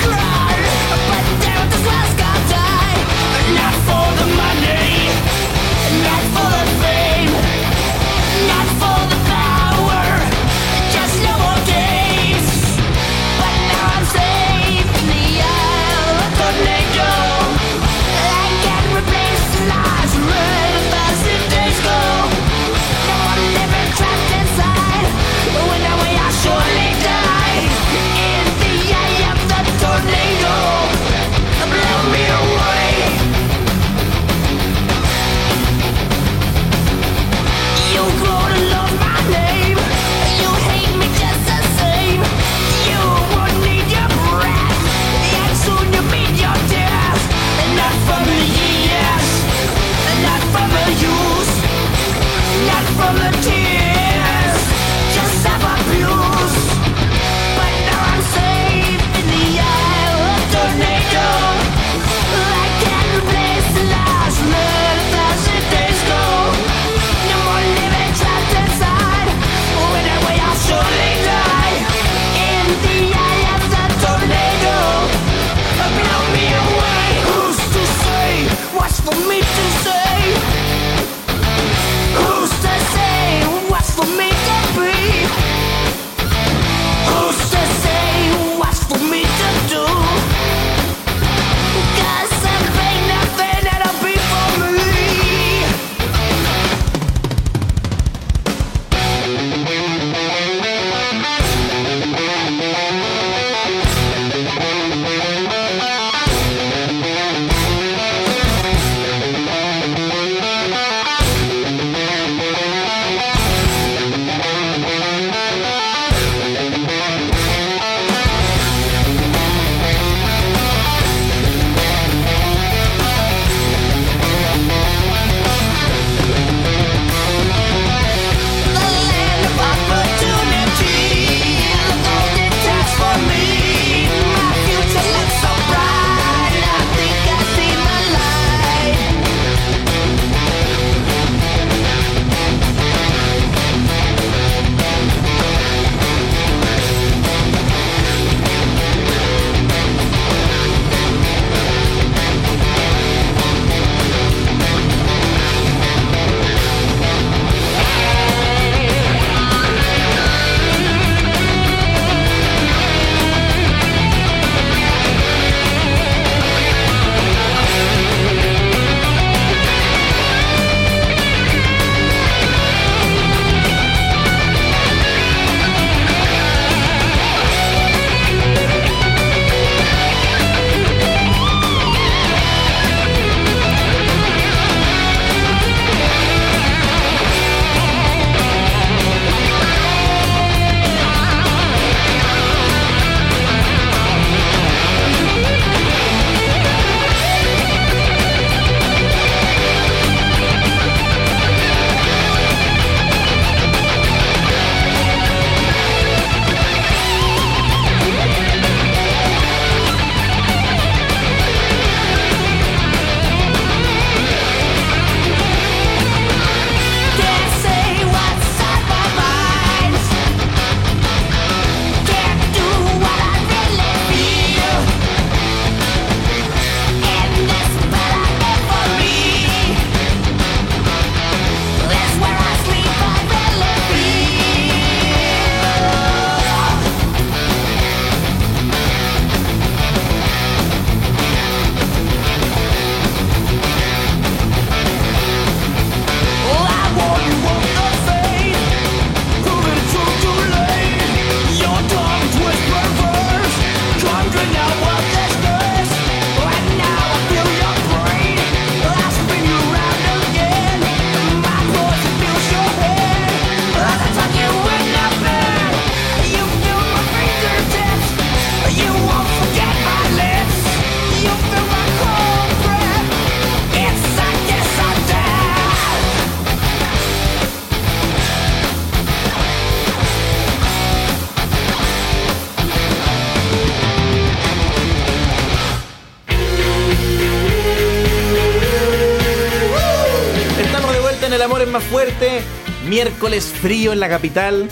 E: es más fuerte. Miércoles frío en la capital.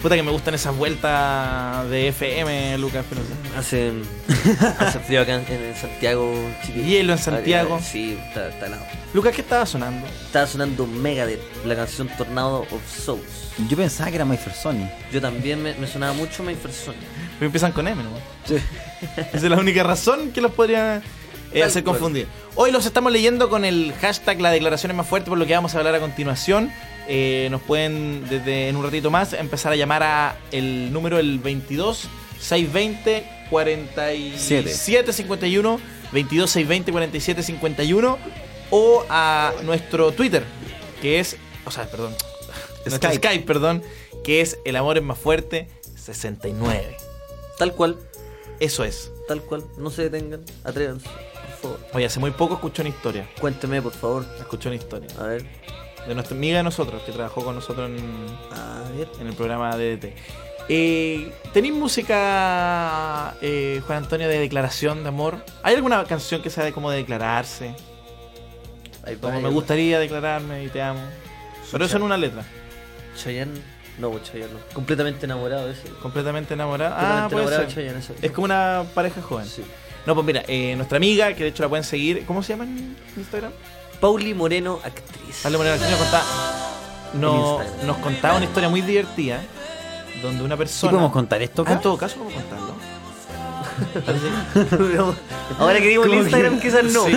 E: Puta que me gustan esas vueltas de FM, Lucas. Pero...
D: Hace, hace frío acá en, en Santiago, chiquillo.
E: Hielo en Santiago.
D: Ah, Sí, está, está helado.
E: Lucas, ¿qué estaba sonando?
D: Estaba sonando Megadeth, la canción Tornado of Souls.
C: Yo pensaba que era My Fair Sony.
D: Yo también me, me sonaba mucho My First [LAUGHS] Song.
E: Pero empiezan con M, ¿no? Esa es la única razón que los podría eh,
D: Tal
E: hacer
D: cual.
E: confundir. Hoy los estamos leyendo con el hashtag La declaración es más fuerte, por lo que vamos a hablar a continuación. Eh, nos pueden, desde en un ratito más, empezar a llamar a el número el 22 620 47 51 22 620 47 51 o a nuestro Twitter, que es, o sea, perdón, nuestro
C: Skype.
E: Skype, perdón, que es El amor es más fuerte 69.
D: Tal cual,
E: Eso es.
D: tal cual. No se detengan, atrévanse, por favor.
E: Oye, hace muy poco escuché una historia.
D: Cuénteme, por favor.
E: Escuché una historia.
D: A ver,
E: De nuestra amiga de nosotros, que trabajó con nosotros en,
D: a ver.
E: en el programa DDT. Eh, ¿Tenéis música, eh, Juan Antonio, de declaración de amor? ¿Hay alguna canción que sea de cómo declararse?
D: Ahí va,
E: Como
D: ahí
E: me
D: va.
E: gustaría declararme y te amo. Pero eso en una letra.
D: Chayanne, no, Chayanne no. Completamente enamorado ese.
E: Completamente enamorada. Ah,
D: Completamente
E: puede
D: enamorado
E: ser.
D: de Chayanne, eso.
E: Es como una pareja joven.
D: Sí.
E: No, pues mira, eh, nuestra amiga, que de hecho la pueden seguir. ¿Cómo se llama en Instagram?
D: Pauli Moreno, actriz.
E: Dale, Moreno, nos contaba, no-
D: En Instagram.
E: nos contaba una historia muy divertida donde una
C: ¿Sí
E: persona.
C: podemos contar esto
E: Ah,
C: acá?
E: en todo caso, podemos
D: [LAUGHS]
E: contarlo.
D: Ahora que digo el
C: Como
D: Instagram, quizás no.
E: Sí.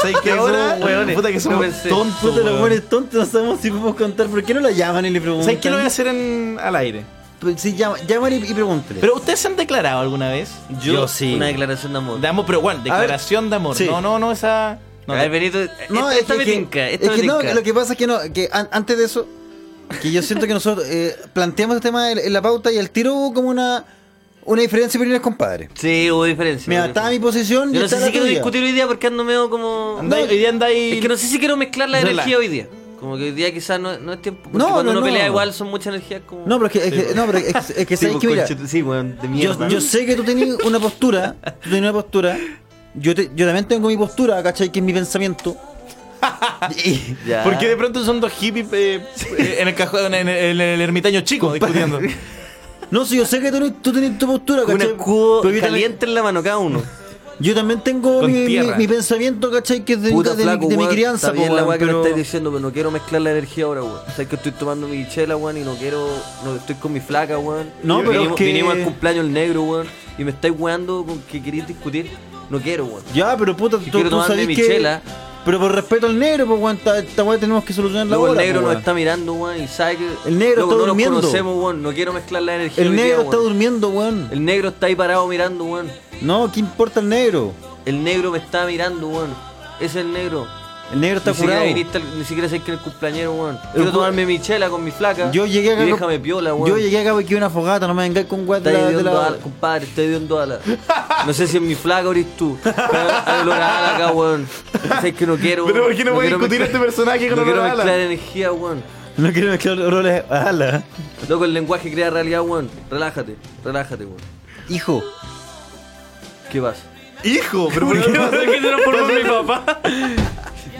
E: ¿Sabes qué?
D: [LAUGHS] Ahora,
E: Somos-
D: hueones,
E: puta que
D: no
E: somos
D: pensé.
E: tontos.
C: Puta, los
E: weón.
C: buenos tontos no sabemos si podemos contar. ¿Por qué no la llaman y le preguntan?
E: ¿Sabes qué lo voy a hacer en, al aire?
C: Pues Sí, llama- llaman y, y pregúntale.
E: Pero ustedes se han declarado alguna vez.
D: Yo,
C: Yo sí.
D: Una declaración de amor.
E: De amor, pero igual, declaración de amor.
C: sí.
E: No, no, no, esa. No,
D: a ver, Benito, esta, esta me tinca, esta
C: es
D: me
C: que no,
D: tinca.
C: lo que pasa es que no, que an- antes de eso, que yo siento que nosotros eh, planteamos el tema en, en la pauta y al tiro hubo como una, una diferencia de opiniones, compadre.
D: Sí, hubo diferencia.
C: Mira,
D: hubo
C: estaba mi
D: diferencia.
C: posición y
D: Yo no
C: está
D: sé si
C: la
D: quiero
C: tuya.
D: discutir hoy día porque ando medio como...
E: Andáis- hoy día andáis.
D: Es que no sé si quiero mezclar la
E: Relax.
D: energía hoy día. Como que hoy día quizás no, no es tiempo. Porque
C: No,
D: cuando
C: no,
D: uno
C: no.
D: pelea igual son muchas energías como...
C: No, pero es que, es que, no, pero es, es que sabes que mira,
D: pues. Sí, weón, de
C: yo, yo sé que tú tenías una postura, tú tenías una postura, yo, te- yo también tengo mi postura, ¿cachai? Que es mi
D: [LAUGHS]
C: pensamiento. Y-
D: Ya.
E: Porque de pronto son dos hippies eh, eh, en el cajón, en el, en el ermitaño chico discutiendo.
D: [LAUGHS]
C: no, si yo sé que tú, tenés- tú tenías tu postura,
D: Con un
C: ¿cachai?
D: escudo
C: Pero yo también-
D: caliente en la mano cada uno.
C: Yo también tengo
E: Con
C: mi, mi-
E: tierra.
C: mi pensamiento, ¿cachai? Que es de, de mi- de mi
D: weón,
C: crianza,
D: Está
C: po,
D: bien la
C: weón,
D: weá que me
C: pero-
D: estáis diciendo, pero no quiero mezclar la energía ahora, weón. O sea, que estoy tomando mi chela, weón, y no quiero. No estoy con mi flaca, weón.
C: No,
D: Y
C: pero
D: vinimos,
C: es que-
D: vinimos al cumpleaños el negro, weón, y me estáis weando con que queréis discutir. No quiero, weón.
C: Ya, pero puta, tú,
D: quiero
C: tú
D: tomarme
C: sabés
D: mi
C: que...
D: chela.
C: Pero por respeto al negro, pues, weón, esta, esta weá tenemos que solucionar la
D: Luego el
C: hora,
D: negro
C: po,
D: nos
C: weón.
D: está mirando, weón, y sabe que.
C: El negro
D: Loco,
C: está
D: no
C: durmiendo.
D: Nos conocemos, weón. No quiero mezclar la energía.
C: El
D: hoy día,
C: negro está
D: weón.
C: durmiendo, weón.
D: El negro está ahí parado mirando, weón.
C: No, ¿qué importa el negro?
D: El negro me está mirando, weón. Ese es el negro.
C: El negro está
D: Ni siquiera,
C: curado.
D: viniste al- ni siquiera sé que el cumpleañero, weón. Quiero
C: cu-
D: tomarme mi chela con mi flaca.
C: Yo llegué acá...
D: Y déjame piola, weón.
C: Yo llegué acá porque una fogata, no me vengáis con weá de
D: Está
C: la... de
D: hediondo
C: la-
D: ala, compadre, está hediondo ala. No sé si es mi flaca o eres tú. Pero hay olor a ala acá, weón. Sé que no quiero,
E: Pero ¿por qué no voy a
D: quiero
E: discutir a este personaje con
D: no
E: olor
D: quiero
E: a ala?
D: mezclar energía, weón.
C: No quiero mezclar roles a ala.
D: Loco, el lenguaje crea realidad, weón. Relájate, relájate, weón.
C: Hijo,
D: ¿Qué pasa?
E: Hijo, pero ¿por qué no sé que se transformó en mi
D: [LAUGHS]
E: papá?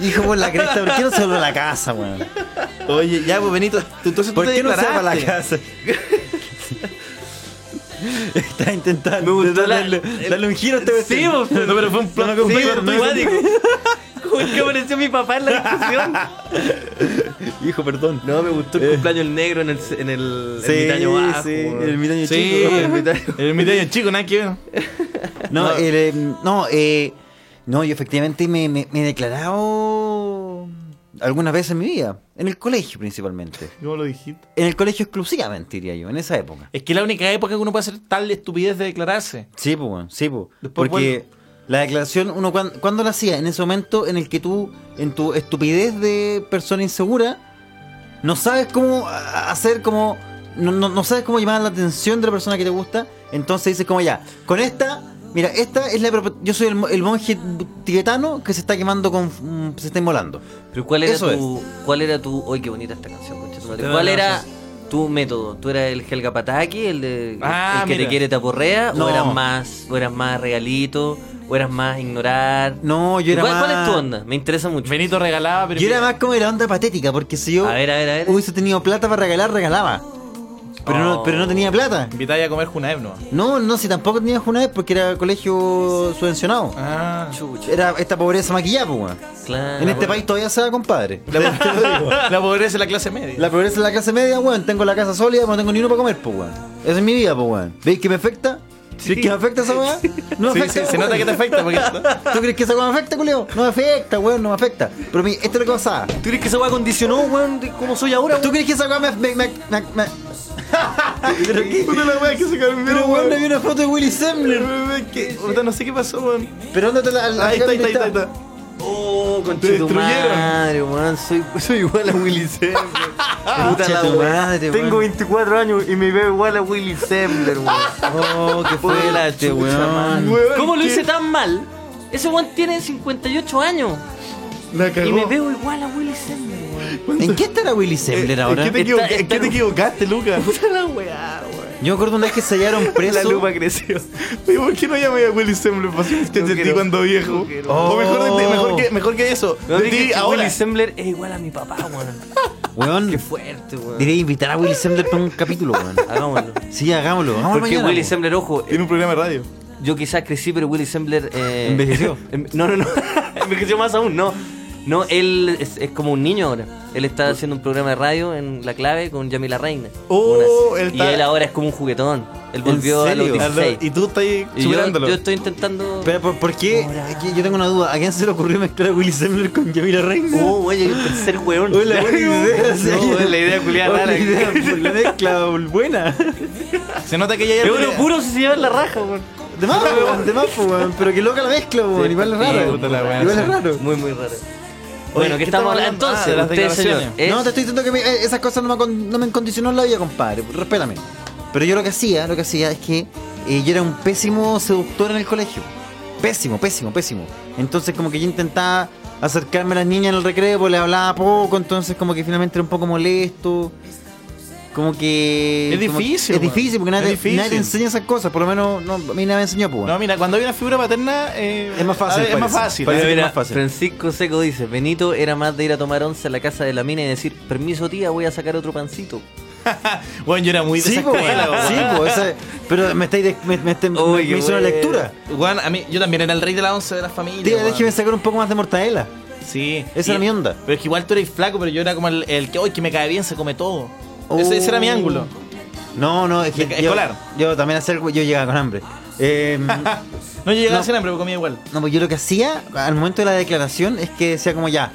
C: hijo por la cresta, ¿por qué no se va a la casa, weón?
E: Oye, ya, pues Benito, tú- entonces tú
C: ¿Por
E: te
C: qué no se va a la
E: declaraste.
G: [LAUGHS]
C: casa? Está intentando
D: Me gustó la-
C: darle, darle un giro a este
D: Sí,
C: vestido.
D: vos-
E: No, pero fue un plot
C: No, no,
E: twist,
C: no,
E: no,
C: no,
E: no,
C: no. [LAUGHS]
D: ¿Cómo es que apareció mi papá en la discusión?
C: Hijo, perdón. Eh.
D: No, me gustó el cumpleaños el negro en el, en el
C: Sí,
D: ermitaño bajo,
C: sí,
D: weón.
C: el ermitaño
E: Sí,
C: chico.
E: el ermitaño- el ermitaño chico, nada que ver.
C: No,
E: No.
C: el, eh, no, eh, no, yo efectivamente me, me- me he declarado algunas veces en mi vida. En el colegio principalmente.
E: ¿Cómo lo dijiste?
C: En el colegio exclusivamente, diría yo, en esa época.
E: Es que es la única época que uno puede hacer tal estupidez de declararse.
C: Sí, pues, weón, sí, pues.
E: Después
C: Porque la declaración, uno cuan- ¿cuándo la hacía? En ese momento en el que tú, en tu estupidez de persona insegura, no sabes cómo a- hacer como... No, no- no sabes cómo llamar la atención de la persona que te gusta, entonces dices como ya, con esta, mira, esta es la... prop- Yo soy el, mo- el monje tibetano que se está quemando con... mm, se está inmolando.
D: Pero ¿cuál era
C: Eso
D: tu. ¿Cuál era tu. Uy, qué bonita esta canción, concha tu madre.
E: Te doy
D: ¿Cuál
E: la
D: era
E: razón.
D: tu método? ¿Tú eras el Helga Pataki, el, de,
E: Ah,
D: el que
E: mira.
D: te quiere taporrea?
C: No.
D: ¿O eras más, o eras más realito? ¿O eras más ignorar?
C: No, yo era
D: ¿Cuál,
C: más.
D: cuál es tu onda? Me interesa mucho.
E: Benito regalaba, pero.
C: Yo era más como de la onda patética, porque si yo
D: Ah, A ver, a ver, a ver.
C: hubiese tenido plata para regalar, regalaba. Pero, no,
D: Oh.
C: pero no tenía plata.
E: Invitáis a comer Junaev, ¿no?
C: No, no, si tampoco tenía una vez porque era colegio subvencionado.
E: Ah.
D: Chucha,
C: Era esta pobreza maquillada, pues, weón.
D: claro.
C: En este
E: [LAUGHS]
C: país todavía se da, compadre.
E: La, la pobreza de la clase media.
C: [LAUGHS] La pobreza de la clase media, weón. Tengo la casa sólida, pero no tengo ni uno para comer, pues, weón. Esa es mi vida, pues, weón. ¿Veis que me afecta? ¿Veis que me afecta esa weá? No me
E: sí,
C: afecta.
E: sí, se
C: weón.
E: nota que te afecta
C: [LAUGHS]
E: porque. ¿Tú
C: ¿Tú crees que esa weá me afecta, culeo? No me afecta, weón, no me afecta. Pero mi, esto es lo que pasaba.
D: ¿Tú crees que esa weá condicionó, weón, de cómo soy ahora?
C: ¿Tú crees que esa weá me. me, me, me, me...
E: ¿Pero qué? Puta la wea que se cambió.
C: Pero weón, me vi una foto de Willy Sembler.
E: Puta, no sé qué pasó, weón.
C: Pero ándate la. la-
E: Ahí está, ahí está, ahí está, ahí está.
D: Oh, con
E: Te destruyeron.
D: madre, weón. Soy, soy igual a
E: [LAUGHS]
D: Willy Sembler. Puta
C: Concha
D: la
C: tu
D: weá.
C: madre,
D: Tengo
C: weón.
D: 24 años y me veo igual a Willy Sembler, weón.
C: Oh, qué fuerte, weón.
E: Weón,
D: ¿Cómo lo
E: ¿qué?
D: hice tan mal? Ese weón tiene 58 años
E: La cagó.
D: y me veo igual a Willy Sembler, weón.
C: ¿En qué estará Willy Sembler ahora?
E: Eh, ¿En qué te,
D: Está-
E: equivoca- en
D: está-
E: qué te equivocaste, Lucas?
D: [LAUGHS] Puta la weá, weón.
C: Yo me acuerdo una vez que se
E: [LAUGHS]
C: hallaron
E: La
C: preso.
E: lupa creció. Oye, ¿Por qué no llamé a Willy Sembler para hacer un sketch de ti
D: quiero.
E: cuando viejo?
D: No quiero.
E: O mejor, de- mejor, que, mejor que eso.
D: No,
E: De ti
D: que
E: ahora.
D: Willy Sembler es igual a mi papá, weón.
C: Weón,
D: Qué fuerte, weón.
C: diría invitar a Willy Sembler para un capítulo, weón.
D: Hagámoslo.
C: Sí, hagámoslo. Vamos
D: Porque
C: mañana,
D: Willy
C: po.
D: Sembler, ojo,
E: Tiene un programa de radio.
D: yo quizás crecí, pero Willy Sembler. eh,
C: Envejeció.
D: [LAUGHS] em- No, no, no. Envejeció más aún, no. No, él es, es como un niño ahora. Él está haciendo un programa de radio en La Clave con Yamila Reina.
E: Oh, él
D: y
E: está-
D: él ahora es como un juguetón. Él volvió a los
C: serio?
D: 16.
E: Y tú estás ahí
D: Y yo,
E: superándolo.
D: yo estoy intentando.
C: Pero, ¿por, por qué? Aquí Yo tengo una duda. ¿A quién se le ocurrió mezclar a Willy Sembler con Yamila Reina?
D: Oh, oye, el tercer
E: [LAUGHS]
D: weón.
C: Uy, la buena idea, sí.
D: No, la idea culiada
C: Oh,
D: rara.
C: la idea, pues, la mezcla buena.
E: Se nota que ya
D: Es oro puro si se lleva en la raja, weón.
C: De más, po, weón, de más, po, weón. Pero que loca la mezcla, weón. Igual es raro.
E: puta la weá,
C: Igual es
E: sí.
C: raro.
D: Muy, muy raro. bueno, ¿qué
E: ¿qué
D: estamos
E: estamos hablando?
D: hablando?
E: Ah,
D: Entonces,
E: de las
D: usted, señor.
E: declaraciones.
D: es-
C: No, te estoy diciendo que me- eh, esas cosas no me, acon- no me condicionó la vida, compadre. Respétame. Pero yo lo que hacía, lo que hacía es que eh, yo era un pésimo seductor en el colegio. Pésimo, pésimo, pésimo. Entonces como que yo intentaba acercarme a las niñas en el recreo, pues les hablaba poco, entonces como que finalmente era un poco molesto. Como que...
E: Es
C: como-
E: difícil,
C: Es
E: weón.
C: difícil porque nadie,
E: Es difícil.
C: nadie te enseña esas cosas. Por lo menos no, a mí nadie me enseñó, pues.
E: No, mira, cuando hay una figura paterna. eh,
C: Es más fácil,
E: a ver, Es más
C: parece.
E: fácil.
C: Parece
E: eh.
C: que es
D: Mira,
C: más fácil.
D: Francisco Seco dice, Benito era más de ir a tomar once a la casa de la mina y decir, permiso tía, voy a sacar otro pancito.
E: Bueno, yo era muy de
C: Sí,
E: esa
C: pues,
E: escuela, weón.
C: sí, pues, esa- pero me estáis, de- me, me- me-
D: Uy, qué
C: me hizo una
D: bueno.
C: lectura.
E: Weón, a mí, yo también era el rey de la once de la familia.
C: Tía,
E: weón.
C: déjeme sacar un poco más de mortadela.
E: Sí.
C: Esa era mi onda.
E: Pero es que igual tú eres flaco, pero yo era como el, el que, hoy que me cae bien, se come todo. Ese, ese era mi
C: Oh.
E: ángulo.
C: No, no, es que
E: De-
C: yo,
E: escolar.
C: yo también hacía algo, yo llegaba con hambre. Eh,
E: [LAUGHS] No, yo llegaba
C: No.
E: a cenar, pero comía igual.
C: no, pues yo lo que hacía al momento de la declaración es que decía como ya,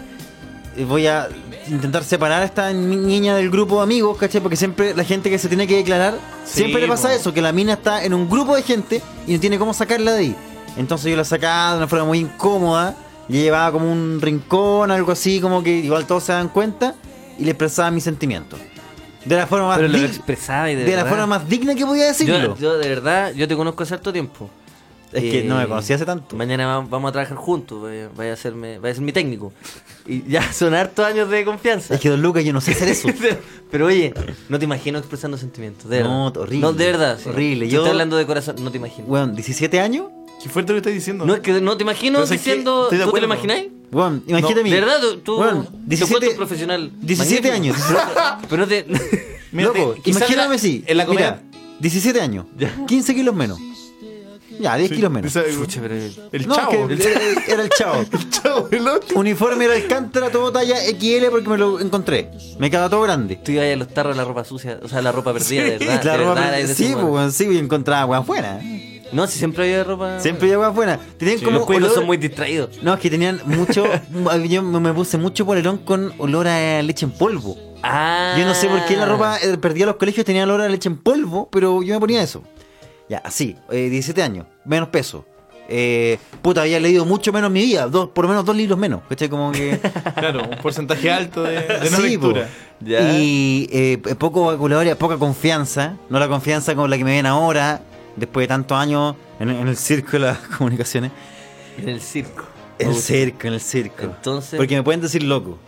C: eh, voy a intentar separar a esta ni- niña del grupo de amigos, ¿cachai? Porque siempre la gente que se tiene que declarar,
E: Sí,
C: siempre le pasa
E: po.
C: eso, que la mina está en un grupo de gente y no tiene cómo sacarla de ahí. Entonces yo la sacaba de una forma muy incómoda, yo llevaba como un rincón, algo así, como que igual todos se dan cuenta y le expresaba mis sentimientos. De la forma más
D: Pero lo
C: dig-
D: expresaba y de,
C: de, la
D: verdad.
C: forma más digna que podía decirlo.
D: yo, yo, de verdad, yo te conozco hace harto tiempo.
C: Es que no me conocí
D: conocías
C: hace tanto.
D: Mañana va- vamos a trabajar juntos, vaya, vaya a, serme, vaya a ser mi técnico. Y ya [LAUGHS] son hartos años de confianza.
C: Es que Don Lucas, yo no sé [LAUGHS] hacer
D: [LAUGHS]
C: eso.
D: Pero- Pero oye, no te imagino expresando sentimientos, de verdad.
C: No, horrible.
D: No, de verdad. sí.
C: Horrible.
D: Si
C: Yo-
D: estoy hablando de corazón, no te imagino.
C: Weón, 17 años.
E: ¿Qué fuerte lo que estás diciendo?
D: No, es que no te imagino
E: Pero sé que
D: diciendo.
E: estoy de
D: ¿Tú te
E: acuerdo.
D: lo imagináis?
C: Weón, imagínate
E: No,
C: mi.
D: De verdad, tú, tú
C: Weón,
D: te
C: 17
D: encuentro un profesional.
C: 17
D: magnífico. [LAUGHS] Pero no te.
C: Loco,
E: te- quizás
C: imagíname
E: la-
C: si.
E: En la
C: mira,
E: comida.
C: 17 años.
D: Ya.
C: 15 kilos menos. Ya, 10 kilos menos.
E: Esa-
D: Pucha, pero-
E: El
C: no,
E: chavo.
C: que era, era el chavo.
E: chavo, [LAUGHS] el otro.
C: Uniforme era alcántara, todo talla XL porque me lo encontré. Me quedaba todo grande.
D: Tú ibas a los tarros de la ropa sucia, o sea, la ropa perdida, de verdad.
C: la
D: de
C: ropa-
D: verdad, eres
C: sí,
D: un
C: pues,
D: bueno.
C: weón, sí, y encontraba weón buena.
D: No, si siempre había ropa.
C: Siempre llevaba buena. Tenían
D: Sí,
C: como.
D: los cuidos
C: olor-
D: son muy distraídos.
C: No, es que tenían
D: [LAUGHS]
C: mucho. yo me me puse mucho polerón con olor a leche en polvo.
D: Ah.
C: Yo no sé por qué la ropa eh, perdida en los colegios tenía olor a leche en polvo, pero yo me ponía eso. Ya, así, eh, 17 años, menos peso. Eh, puta, había leído mucho menos mi vida, dos, por lo menos dos libros menos. ¿Cachai? Como
D: [LAUGHS]
C: que.
E: Claro, un porcentaje alto de, [LAUGHS] de no
C: Sí, po.
E: lectura.
D: Ya.
C: Y eh, poco vocabulario, poca confianza. No la confianza con la que me ven ahora, después de tantos años en, en el circo de las [LAUGHS] comunicaciones.
D: En el circo.
C: En el
D: Puta.
C: circo, en el circo.
D: Entonces-
C: Porque me pueden decir loco.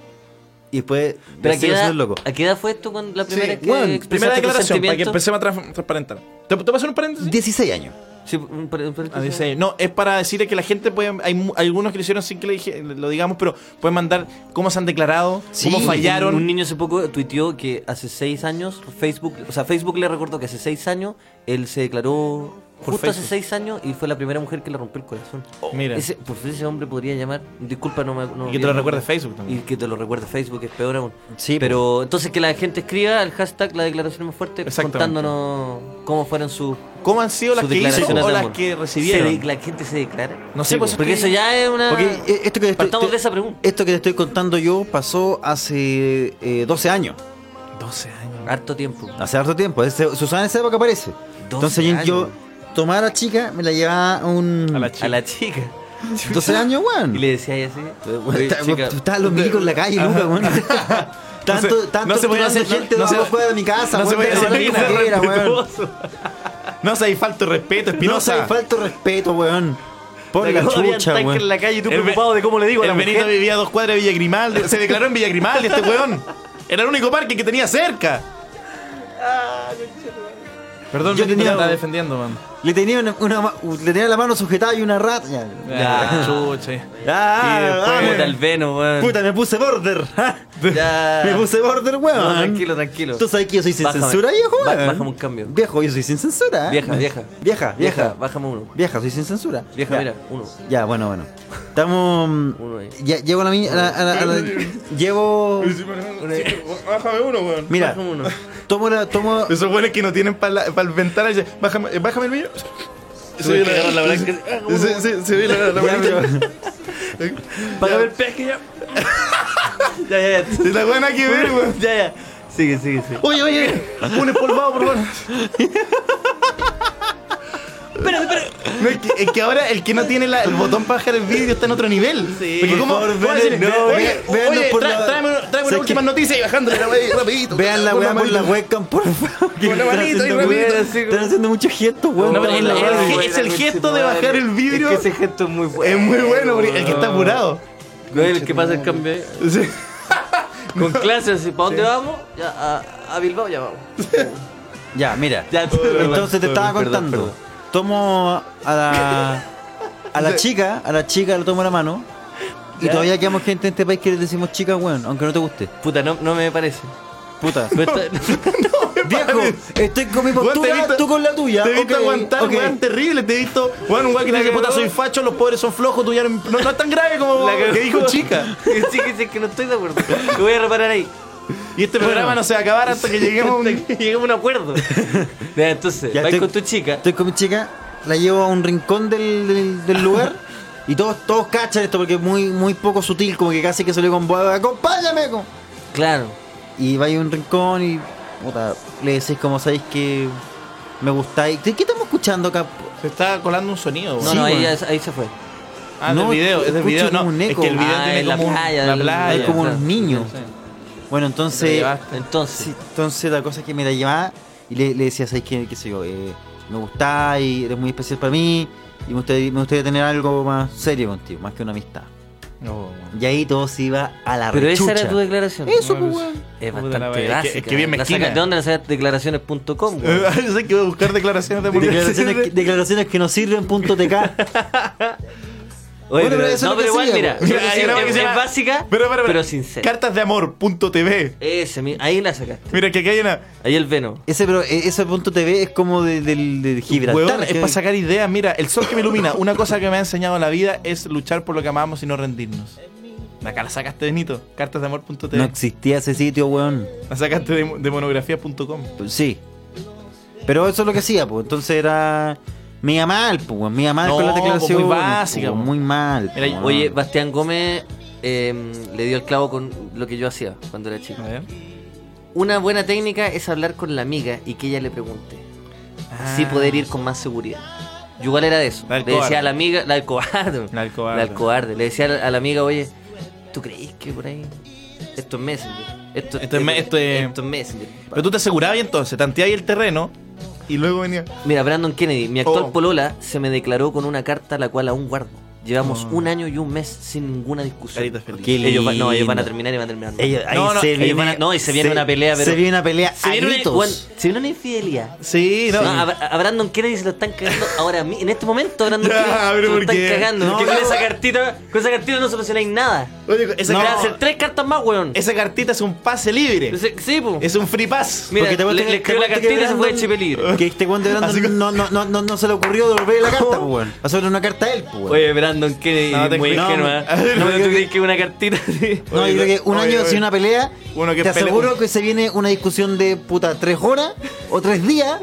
C: y después
D: Pero a qué,
C: decirlo
D: edad,
C: ser loco.
D: ¿a qué edad fue esto cuando la primera vez que
E: Bueno,
D: expresaste
E: primera
D: tus
E: declaración, para que
D: sentimientos?
E: empecemos a tra- transparentar. ¿Te, te paso un paréntesis?
C: 16 años.
D: Sí, un par- un par-
E: Ah, dice, No, es para decirle que la gente puede. Hay mu- algunos que lo hicieron sin que le dije- lo digamos, pero pueden mandar cómo se han declarado, cómo fallaron.
D: Un niño hace poco tuiteó que hace seis años Facebook, o sea, Facebook le recordó que hace seis años él se declaró
E: Por
D: justo hace
E: Facebook.
D: seis años y fue la primera mujer que le rompió el corazón.
E: Mira.
D: Ese, por favor, ese hombre podría llamar, disculpa, no me. no
E: Y que te lo
D: olvidé.
E: recuerde Facebook también.
D: Y que te lo recuerde Facebook, es peor aún.
C: Sí,
D: Pero entonces que la gente escriba al hashtag la declaración más fuerte
E: Exactamente.
D: contándonos cómo fueron sus
E: ¿Cómo han sido
D: sus
E: las que hizo
D: declaraciones
E: o
D: de
E: las
D: amor.
E: que
D: Se de-
E: recibieron?
D: la gente se declara.
E: No sé, pues,
D: porque
E: es que-
D: eso ya es una.
C: Porque eh, esto que te estoy,
D: Partamos
C: te-
D: de esa pregunta.
C: esto que te estoy contando yo pasó hace eh, 12 años.
E: 12 años.
D: Harto tiempo.
C: Hace harto tiempo.
E: ¿eh?
D: [LAUGHS]
C: Ese- Susana en esa época aparece.
D: 12
C: Entonces yo- yo
D: años.
C: tomaba a la chica, me la llevaba a un...
E: A la
D: A la chica.
C: 12 años, weón.
D: Y le decía ahí así. "Oye, chica,
C: Estaban los milicos en la calle, Luca, weón. Tanto,
E: No se-
C: tanto
E: no se podía
C: tirando
E: hacer-
C: gente
E: no- no
C: no,
E: se-
C: fuera de mi casa,
E: no se
C: weón,
E: podía hacer
C: hablando
E: nada
C: como quiera, weón.
E: respetuoso. No se hay falta de respeto,
C: No se
E: Espinosa.
C: falta respeto, weón. Por la
D: todavía en
C: chucha,
D: tanque
C: weón.
D: en la calle y tú
E: El
D: preocupado
E: Be-
D: de cómo le digo a
E: el
D: la
E: Benito
D: mujer.
E: vivía a dos cuadras de Villa Grimaldi. Se declaró en Villa Grimaldi este weón. Era el único parque que tenía cerca. Perdón,
C: Yo
E: Benito,
C: tenía-
E: te estaba defendiendo, man.
C: Le tenía, una, una ma- le tenía la mano sujetada y una rata. Ya.
E: Ya, chucha.
C: Ah,
E: Y después,
C: ah,
D: Puta, el Veno, weón.
C: Puta, me puse border.
D: Ya.
C: Me puse border, weón.
D: No, tranquilo, tranquilo.
C: ¿Tú sabes que yo soy sin
D: Bájame.
C: censura, viejo?
D: Ba-
C: weón?
D: bájame un cambio.
C: Viejo, yo soy sin censura. ¿eh?
D: Vieja, vieja.
C: Vieja,
D: Vieja,
C: vieja.
D: bájame uno.
C: Vieja, soy sin censura.
D: Vieja,
C: Ya.
D: mira, uno.
C: Ya, bueno, bueno. Estamos. mm,
D: Uno ahí.
C: Ya, llevo a la, mi- a la- a la- a
D: [LAUGHS]
C: la- Llevo.
E: Bájame uno, weón.
C: Mira,
D: Bájame uno.
C: tomo la. Tomo.
E: Esos buenos que no tienen para el ventana y dicen, bájame, eh, bájame el mío. Se ve la, la, la, sí, sí, se ve la, la
C: Ya,
E: manita.
D: Págame el
E: [LAUGHS]
D: peaje ya. ya, ya, ya.
E: Y la buena que ver, weón.
D: Ya, ya. Sigue, sigue, sigue.
E: Oye, oye, un espolvado, por favor.
D: Espera, espera.
E: No, es, que, es que ahora el que no tiene la- el botón para bajar el vídeo está en otro nivel.
D: Sí.
E: Porque ¿cómo,
C: Por favor,
E: cómo
C: vean-
E: decirle,
C: no,
E: oye,
C: vean-
E: oye,
C: veanlo por
E: tra-
C: la-
E: tráeme, una- tráeme una
C: ¿sabes
E: última noticia y bajándole la wey, rapidito.
C: Vean la
E: Con
C: weá por la
E: manito.
C: webcam, por favor. que
E: Con la
C: están
E: manito ahí,
C: haciendo-
E: rapidito.
C: Están haciendo muchos gestos, weón.
E: No, pero
C: Están
E: el-
C: en la-
E: el- es el gesto de bajar el vidrio.
D: Es que ese gesto es muy
E: Es
D: bueno.
E: muy bueno, porque el que está apurado.
D: Güey, el que pasa el cambio ahí.
E: Sí.
D: [LAUGHS] Con clases, ¿para dónde vamos? Ya, a, a Bilbao ya vamos.
C: Ya, mira.
D: Ya,
C: Entonces te estaba
D: perdón,
C: contando.
D: perdón.
C: Tomo a la,
E: [LAUGHS]
C: a la chica, a la chica le tomo la mano. Y todavía quedamos gente en este país que le decimos chica, weón, aunque no te guste.
D: Puta, no, no me parece.
C: Puta.
D: Pero
E: [LAUGHS]
D: está-
C: Viejo, estoy con mi
E: Weón,
C: postura,
E: he visto-
C: tú con la tuya.
E: Te he visto
C: Ok,
E: aguantar,
C: ok.
E: weón, terrible. Te he visto, weón, un weón que te dice, puta, soy facho, los pobres son flojos, tú ya no, no- no es tan grave como
D: La
E: que
D: cagó.
E: dijo chica.
D: [LAUGHS] sí, que sí, que no estoy
C: [LAUGHS]
D: de acuerdo. Lo voy a reparar ahí.
E: Y este programa no se va a acabar hasta que lleguemos a
D: [LAUGHS]
E: un...
D: Llegamos a un acuerdo. Ya, entonces,
C: Ya,
D: vais
C: estoy-
D: con tu chica.
C: Estoy con mi chica, la llevo a un rincón del, del- del lugar. Y todos, todos cachan esto porque es muy, muy poco sutil, como que casi que salió con voz, acompáñame. como-
D: Claro.
C: Y vais a un rincón y puta, le decís como sabéis que me gustáis. ¿Qué qué estamos escuchando acá?
E: Se está colando un sonido,
D: No,
E: weón.
D: no, ahí,
C: bueno.
D: ya- ahí se fue.
E: Ah, del
C: No,
E: video, es del
C: escucho
E: video,
C: como
E: no.
C: un
E: Es
C: eco.
E: que el video
D: Ah,
E: tiene
D: en la
E: como un-
D: playa,
E: la
D: del-
E: playa.
C: Hay como
D: claro.
C: unos niños. Bueno, entonces,
D: Entonces,
C: sí, entonces la cosa es que me la llevaba y le, le decía, ¿sabes qué? ¿Qué sé yo? eh, me gustáis, eres muy especial para mí y me gustaría, me gustaría tener algo más serio contigo, más que una amistad.
E: No,
C: Y ahí todo se iba a la
D: pero esa
C: rechucha.
D: era tu declaración.
C: Eso,
E: Bueno,
C: pues, weón.
D: Es
E: Puta la wea,
D: bastante
E: es que-
D: básica.
E: es que bien
D: La saca-
E: mezquina.
D: ¿De dónde la sacas? Declaraciones.com. güey.
E: [LAUGHS] Yo sé que voy a buscar declaraciones de
C: Declaraciones, que- declaraciones que no sirven,
E: [LAUGHS]
C: punto TK.
D: Oye,
C: Bueno, pero
D: pero-
C: eso es
D: no,
C: lo
D: pero
C: que
D: igual,
C: sigue,
D: mira.
C: pues.
D: yo
E: Mira, [LAUGHS] hay
D: creo
E: una
D: que
E: que
D: es
E: se llama-
D: es básica,
E: Pero, pero, pero,
D: sincera.
E: Cartasdeamor.tv.
D: Ese, mi- ahí la sacaste.
E: Mira, que acá hay una.
D: Ahí el Veno.
C: Ese, pero, eh, ese punto TV es como de- del del Gibraltar.
E: Weón, es
C: que-
E: para sacar ideas. Mira, el sol que me ilumina. Una cosa que me ha enseñado la vida es luchar por lo que amamos y no rendirnos. Acá la sacaste de Nito. Cartasdeamor.tv.
C: No existía ese sitio, weón.
E: La sacaste de, de monografía.com.
C: Pues Sí. Pero eso es lo que hacía, pues. Entonces era. Mía mal, pues, weón. Mía mal
E: No,
C: con la
E: pues,
C: declaración.
E: muy básica, pues.
C: muy mal.
E: Mira,
C: pues,
D: Oye,
C: weón.
D: Bastián Gómez eh, le dio el clavo con lo que yo hacía cuando era chico.
E: A ver.
D: Una buena técnica es hablar con la amiga y que ella le pregunte. Así
E: Ah.
D: poder ir con más seguridad. Yo igual era de eso.
E: La del
D: Le decía a la
E: cobarde.
D: amiga, la del cobarde.
E: La del cobarde.
D: La del cobarde. Le decía a la, a la amiga, oye, ¿tú crees que por ahí? Esto es Messenger. Esto,
E: Esto es me- esto es-
D: esto es Messenger.
E: Pero tú te asegurabas y entonces, tanteabas el terreno y luego venía.
D: Mira, Brandon Kennedy, mi actual
E: Oh.
D: polola, se me declaró con una carta la cual aún guardo. Llevamos
E: Oh.
D: un año y un mes sin ninguna discusión.
E: Caritas felices.
C: Qué
D: Ellos van- no, ellos van a
C: lindo.
D: terminar y van a terminar.
C: Ellos- ahí
E: No, no,
C: se
E: ellos
C: viene,
D: van a- no, y se viene una pelea, pero-
C: Se viene una pelea
D: se,
C: a
D: viene una,
C: gritos.
D: bueno, se viene una infidelidad.
E: Sí,
D: No,
E: no.
D: a, a Brandon Kennedy se lo están cagando ahora mi- En este momento, Brandon
E: [LAUGHS] Ya,
D: Kennedy se
E: Ah, pero
D: lo
E: ¿por
D: están
E: qué?
D: cagando.
E: No.
D: porque con esa cartita, con esa cartita no solucionáis nada.
E: Oye, esa,
D: Te van a
E: car-
D: hacer tres cartas más, weón.
E: esa cartita es un pase libre.
D: Ese- sí, po.
E: Es un free pass.
D: Mira,
C: porque te
D: le,
C: cuento que-
D: le
C: te
D: escribió
C: cuento
D: la
C: que
D: cartita y se fue de
C: Brandon-
D: Chipelín.
C: Que este weón de Brandon
E: Así que-
C: no, no, no, no, no se le ocurrió devolver la carta, pues,
E: [LAUGHS]
C: weón. Hacerle una carta a él, pues, weón.
D: Oye, Brandon Kennedy,
E: No, te
D: muy
E: creo.
D: ingenua.
E: No,
D: No,
E: no,
D: pero
E: yo
D: tú
E: que-
D: crees que una cartita. así?
E: [LAUGHS]
C: No,
E: Oye,
C: yo creo que un
E: oye,
C: año
E: oye.
C: sin una pelea,
E: Uno que
C: te
E: pelea-
C: aseguro que se viene una discusión de puta tres horas o tres días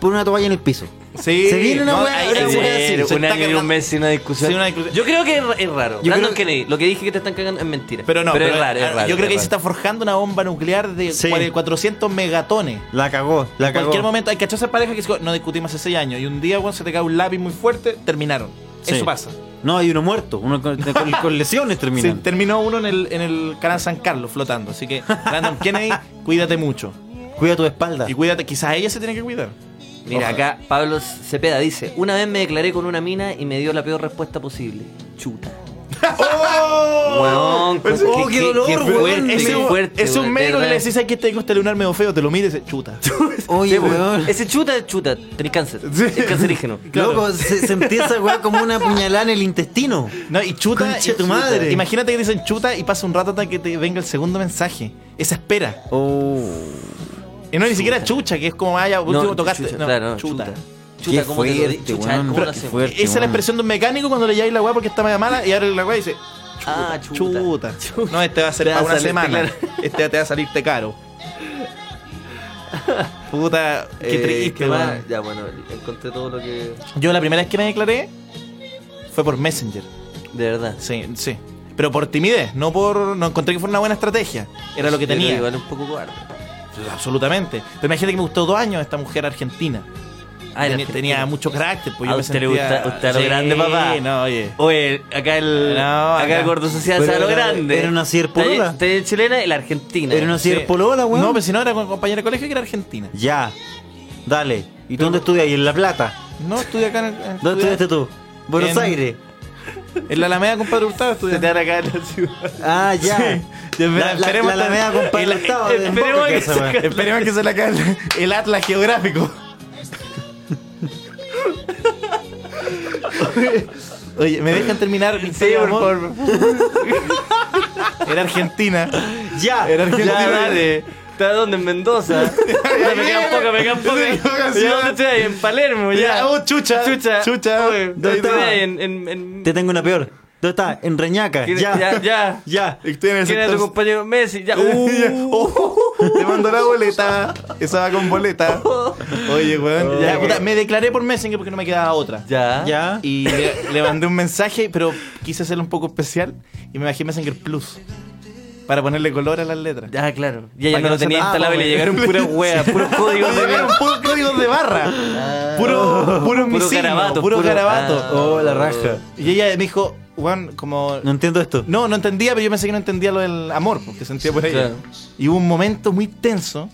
C: por una toalla en el piso.
E: Sí.
C: Se viene una wea-
E: ahí
C: una
E: se-
C: wea así.
E: se
D: Pero
E: está
D: un año y
E: cagando.
D: un mes sin una discusión.
E: Sin una discusión.
D: Yo creo que es, ra- es raro.
C: Yo creo-
D: Brandon Kennedy, lo que dije que te están cagando es mentira.
E: Pero no,
D: es
E: pero-
D: raro, es
E: ah,
D: raro,
E: Yo creo
D: es
E: que ahí
D: raro.
E: se está forjando una bomba nuclear de
C: Sí.
E: 4- 400 megatones.
C: La cagó, la
E: En
C: cagó.
E: cualquier momento hay cachazas de pareja que se- no discutimos hace 6 años y un día, weón, se te cae un lápiz muy fuerte, terminaron.
C: Sí.
E: Eso pasa.
C: No, hay uno muerto, uno con, con-
E: [LAUGHS]
C: con lesiones
E: Sí,
C: terminando.
E: terminó uno en el, en el canal San Carlos flotando. Así que,
C: [LAUGHS]
E: Brandon Kennedy, cuídate mucho.
C: Cuida tu espalda.
E: Y cuídate, quizás ella se tiene que cuidar.
D: Mira, acá Pablo Cepeda dice: Una vez me declaré con una mina y me dio la peor respuesta posible. Chuta. Weón,
E: Oh, Ese-
D: qué-
E: oh,
D: qué-
E: dolor,
D: qué
E: weón.
D: fuerte,
E: Ese-
D: qué fuerte,
E: Es un
D: weón,
E: médico que
D: verdad.
E: le decís, "Ay, que tengo este lunar medio feo? Te lo mires, chuta.
C: Oye, weón.
D: pues, Ese chuta, chuta, tenés cáncer. Es cancerígeno.
E: [LAUGHS] claro.
C: Loco, se, se
D: [LAUGHS]
C: empieza, weón, como una puñalada en el intestino.
E: No, y chuta.
C: Conche
E: y-
C: tu madre.
E: Imagínate que dicen chuta y pasa un rato hasta que te venga el segundo mensaje. Esa espera.
C: Oh.
E: Y no ni siquiera chucha, que es como vaya, último tocaste.
D: chucha,
E: no,
D: claro, no,
E: chuta.
D: Chuta,
C: Qué
D: ¿cómo te lo di-
C: fuerte,
D: chucha,
C: weón,
D: ¿cómo
C: pero
D: lo
C: qué
D: hacemos?
C: fuerte.
E: Esa es la
C: weón.
E: expresión de un mecánico cuando le lleváis la weá porque está media mala y abre la weá y dice. Chuta,
D: Ah, chuta.
E: chuta. No, este va a ser
D: Te va
E: para
D: a
E: una
D: salirte
E: semana.
D: caro.
E: Este te va a salirte
C: [LAUGHS]
E: caro. Puta, qué
D: Eh,
E: triste,
D: ¿qué más?
E: weón.
D: Ya, bueno, encontré todo lo que.
E: Yo la primera vez que me declaré fue por Messenger.
D: De verdad.
E: Sí, sí. Pero por timidez, no por. No encontré que fuera una buena estrategia. Era lo que
D: Yo creo
E: tenía.
D: Igual un poco cobarde.
E: Absolutamente. Pero imagínate que me gustó dos años esta mujer argentina.
D: Ah,
E: Tenía-
D: era argentino.
E: tenía mucho carácter. Pues
D: A
E: yo me
D: usted le
E: sentía-
D: gusta- usted a lo
E: Sí,
D: grande, papá.
E: No, oye.
D: Oye, acá el.
E: No,
D: acá,
E: acá.
D: el gordo social
E: Pero
D: se a lo
E: era-
D: grande.
C: era una ciberpolola.
D: Tenía tenía chilena y la argentina.
C: Era una ciberpolola, weón.
E: No, pero si no era con compañera de colegio que era argentina.
C: Ya. Dale. ¿Y tú dónde estudias? ¿Y en La Plata?
E: No, estudié acá en, en-
C: ¿Dónde estudiaste tú? Buenos
E: En-
C: Aires.
E: en la Alameda, compadre Hurtado. Estudié.
D: Se te van acá en la ciudad.
C: Ah, ya.
E: Ya, espera,
C: La, la,
E: esperemos
C: la Alameda,
E: hasta-
C: compadre,
E: el-
C: estaba de
D: esperemos
C: Boca,
D: que
C: esa
D: se
C: weá.
E: Esperemos que se le caiga el, el atlas geográfico. Oye, ¿me dejan terminar mi historia de
D: por
E: amor? Era argentina.
C: Ya.
E: Era argentina.
D: Ya, dale. ¿Estás dónde?
E: [LAUGHS]
D: En Mendoza. Ya, me quedan poca, me quedan poca.
E: Sí,
D: ¿Ya
E: poca, sí,
D: dónde estoy? Ahí, En Palermo,
E: Ya,
D: ya.
E: oh, chucha.
D: Chucha.
E: Chucha.
D: Oye,
E: ¿Dónde
D: estoy
E: estaba?
D: ahí En, en, en-
C: Te tengo una peor. ¿Dónde está? En Reñaca.
D: ¿Quién-
C: Ya. [LAUGHS]
D: ya, ya.
C: Ya.
E: Estoy en el
D: ¿Quién era tu
E: sector-
D: compañero Messi?
E: [LAUGHS]
D: Ya.
E: Ya. Oh, Te mando la boleta. Esa va con boleta. Oye,
D: Oh.
E: weón. Ya, puta, me declaré por Messenger porque no me quedaba otra.
D: Ya.
C: Ya.
E: Y le, le mandé un mensaje, pero quise hacerlo un poco especial. Y me bajé Messenger Plus. Para ponerle color a las letras.
D: Ya, claro. Y ella
E: Para que
D: no lo
E: no se
D: tenía
E: te-
D: instalado y
E: Ah,
D: le
E: pues,
D: llegaron puras
E: [LAUGHS]
D: weas, puros códigos de Ah.
E: Llegaron puros códigos de barra. Puro, puro,
D: Puro
E: misil,
D: garabato,
E: Puro,
D: puro-
E: garabato.
D: Ah. Oh, la raja.
E: Y ella me dijo, Juan, como
C: No entiendo esto.
E: No, no entendía, pero yo pensé que no entendía lo del amor, porque sentía por ella.
D: Claro.
E: Y hubo un momento muy tenso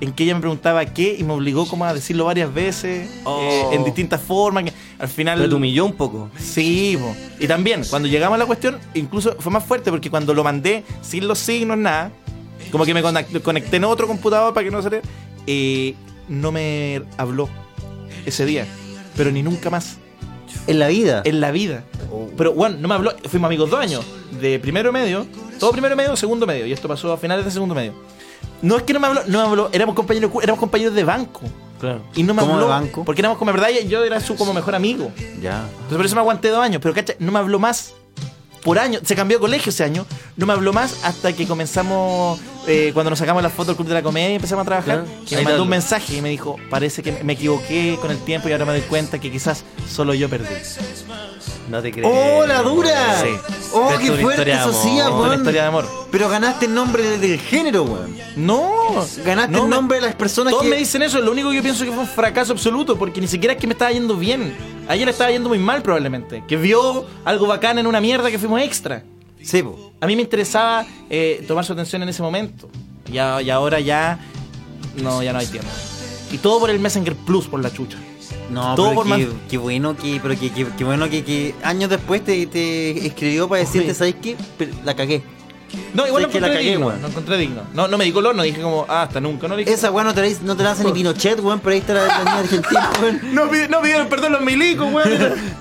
E: en que ella me preguntaba qué y me obligó como a decirlo varias veces, eh, en distintas formas. que al final...
D: Oh. Pero te humilló un poco.
E: Sí, po. y también cuando llegamos a la cuestión, incluso fue más fuerte porque cuando lo mandé sin los signos, nada, como que me conac- conecté en otro computador para que no se le- eh, no me habló ese día, pero ni nunca más
C: En la vida.
E: en la vida. Pero Juan, no me habló, fuimos amigos dos años, de primero medio, todo primero medio, segundo medio, y esto pasó a finales de segundo medio. No es que no me habló, no me habló, éramos compañeros, cu- éramos compañeros de banco.
D: Claro.
E: Y no me
C: ¿Cómo de
E: habló,
C: banco?
E: porque éramos como, en verdad, yo era su como mejor amigo.
C: Ya.
E: Entonces por eso me aguanté dos años, pero cacha, no me habló más. Por año, se cambió de colegio ese año, no me habló más hasta que comenzamos, eh, cuando nos sacamos las fotos del Club de la Comedia y empezamos a trabajar,
D: Claro.
E: que me
D: Ahí te
E: mandó
D: hablo.
E: un mensaje y me dijo, parece que me equivoqué con el tiempo y ahora me doy cuenta que quizás solo yo perdí.
D: No te crees.
C: ¡Oh, la dura!
E: Sí.
C: ¡Oh,
D: Pero
C: qué
D: es [LAUGHS] una
C: fuerte
D: historia de
C: eso
D: amor.
C: sí,
D: Es una
E: Una
C: weón!
E: historia de amor.
C: Pero ganaste el nombre del, del género, weón.
E: No,
C: Ganaste
E: no,
C: el
E: me-
C: nombre de las personas
E: Todos
C: que.
E: me dicen eso, lo único que yo pienso que fue un fracaso absoluto, porque ni siquiera es que me estaba yendo bien. A ella le estaba yendo muy mal probablemente, que vio algo bacán en una mierda que fuimos extra.
C: Sí, po.
E: A mí me interesaba eh, tomar su atención en ese momento. Y, a- y ahora ya. No, ya no hay tiempo. Y todo por el Messenger Plus, por la chucha.
C: No,
E: Todo
C: pero
E: por
C: qué,
E: man-
C: qué bueno que, pero qué, qué- qué bueno que, que años después te, te escribió para decirte,
E: Oye.
C: ¿sabes qué? Pero La cagué.
E: No, igual lo
C: Es que
E: encontré
C: la cagué,
E: digno.
C: weón.
E: Lo encontré digno. No, no me di color, no dije como, ah, hasta nunca, no le dije.
C: Esa weá no te la, hice- no te la hace ni Pinochet, weón, pero ahí está la, la niña [LAUGHS] argentina, weón.
E: No, pide- no pidieron perdón los milicos, weón.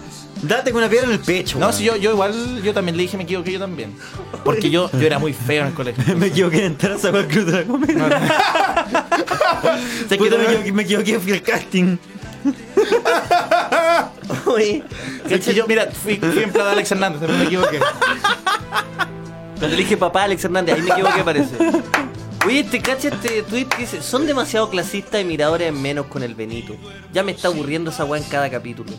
C: [LAUGHS] Date con una piedra en el pecho,
E: No,
C: weón.
E: si yo, yo igual, yo también le dije, me equivoqué yo también. Porque yo, yo era muy feo en el colegio.
C: [LAUGHS] Me equivoqué de entrar a esa weá cruz de la comedia.
E: [LAUGHS]
C: Se quedó, me, equivoqué, me equivoqué, fui al casting.
D: [LAUGHS] Oye,
E: Es que yo, mira, fui, fui empleado de Alex Hernández, también me equivoqué.
D: Cuando le dije papá a Alex Hernández, ahí me
E: [LAUGHS]
D: equivoqué parece. Oye, te cacha este tweet que dice, son demasiado clasistas y miradores en menos con el Benito. Ya me está aburriendo esa weá en cada capítulo.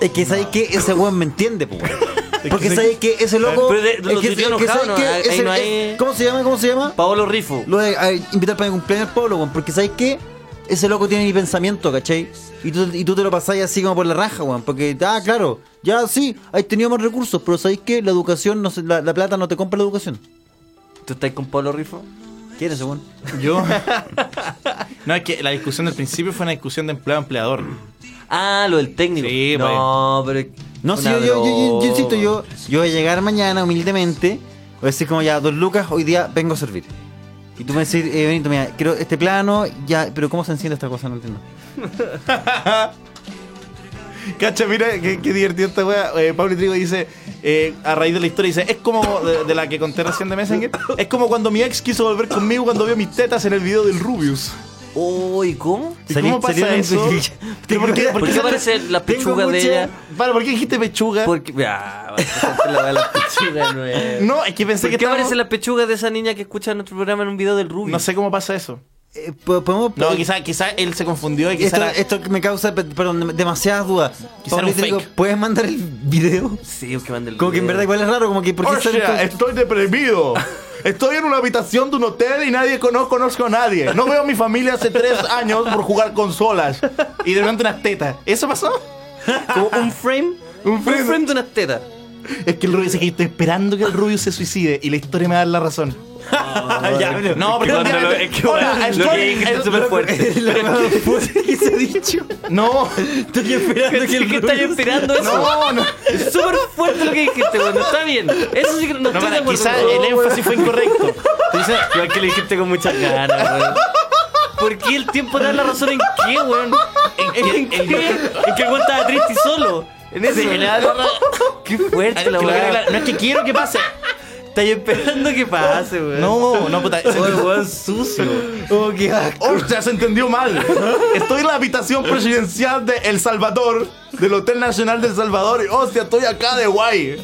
C: Es que sabes que ese weón me entiende, po, weón. Porque
E: que-
C: sabes que ese loco.
D: Pero de- lo
C: que-
D: tuiteó
C: que
D: enojado,
C: sabes
D: ¿no?
C: que
D: Ahí
C: ese-
D: no hay-
C: es- ¿Cómo se llama? ¿Cómo se llama?
D: Paolo Rifo.
C: Lo de a- invitar para mi cumpleaños Pablo, weón, porque sabes que ese loco tiene mi pensamiento, ¿cachai? Y tú, y tú te lo pasás así como por la raja, weón, porque, ah, claro, ya sí, hay tenido más recursos, pero sabéis que la educación, no se- la, la plata no te compra la educación.
D: ¿Tú estás con Paolo Rifo?
C: ¿Quién es ese weón?
E: Yo. No, es que la discusión del principio fue una discusión de empleado-empleador.
D: Ah, lo del técnico.
E: Sí, pues.
D: no, pero...
C: No,
D: una
C: sí, yo, yo, yo- yo- yo insisto,
D: broma.
C: yo, yo voy a llegar mañana humildemente, voy a decir como ya, dos lucas, hoy día vengo a servir. Y tú me decís, eh, Benito, mira, quiero este plano, ya, pero ¿cómo se enciende esta cosa? No entiendo.
E: [LAUGHS] Cacha, mira, qué, qué divertido esta weá. Eh, Pablo Trigo dice, eh, a raíz de la historia, dice, es como, de, de la que conté recién de Messenger, es como cuando mi ex quiso volver conmigo cuando vio mis tetas en el video del Rubius.
D: Uy, ¿cómo?
E: ¿Y
C: Salí-
E: cómo pasa
C: salieron-
D: [LAUGHS]
E: eso? ¿Pero por qué,
D: ¿Por qué
E: se-
D: aparece la
E: tengo
D: pechuga de
E: mucha-
D: ella?
E: Vale, ¿por qué dijiste pechuga?
D: [LAUGHS] Porque... Ah, vas a hacer la weá de las pechugas, no
E: [LAUGHS]
D: es-
E: No, es que pensé
D: ¿Por
E: que
D: qué
E: estábamos-
D: aparece la pechuga de esa niña que escucha nuestro programa en un video del Rubio?
E: No sé cómo pasa eso.
C: Eh, po- podemos...
E: No, quizás quizá él se confundió y quizás...
C: Esto, esto me causa, pe- perdón, demasiadas dudas.
E: Quizá
C: Pablo
E: era un
C: Hidalgo,
E: fake.
C: ¿puedes mandar el video?
D: Sí, es que manda el
C: Como que en
D: video.
C: verdad igual es raro, como que por qué salen con-
E: estoy
D: [LAUGHS]
E: deprimido. Estoy en una habitación de un hotel y nadie conozco, conozco a nadie. No veo a mi familia hace tres años por jugar consolas. Y de repente unas tetas. ¿Eso pasó?
D: Como
E: [LAUGHS]
D: un frame. Un frame, de unas tetas.
E: Es que el Rubio dice que estoy esperando que el Rubio se suicide y la historia me da la razón. Ya, no, porque
D: Cuando lo- es que, bueno,
E: Hola,
D: lo
E: estoy-
D: que dijiste
E: el-
D: es súper fuerte.
C: Es la más fuerte que se ha dicho.
E: [LAUGHS] No, [LAUGHS]
C: Estoy esperando que
D: ¿Qué,
C: el
D: qué estás esperando eso?
E: no, no.
D: Oh, Es súper fuerte lo que dijiste, weón. Está [LAUGHS] bien. Eso sí que no,
E: No,
D: estoy de
E: para,
D: acuerdo. Oh,
E: quizás
D: weón.
E: el énfasis fue incorrecto.
D: Tú dices, igual que lo dijiste con muchas ganas, weón. ¿Por qué el tiempo te da la razón en qué, weón? ¿En qué? ¿En qué? ¿En que el weón estaba triste y solo? En eso.
E: Sí, me da la razón.
D: Qué fuerte la
E: Claro,
D: weón.
E: claro, No es que quiero que pase.
D: Estás esperando que pase, weón.
E: No, no, puta.
D: Oye, weón sucio.
C: Oh, qué asco.
E: ¡Hostia, se entendió mal! Estoy en la habitación presidencial de El Salvador, del Hotel Nacional de El Salvador, y hostia, estoy acá de guay.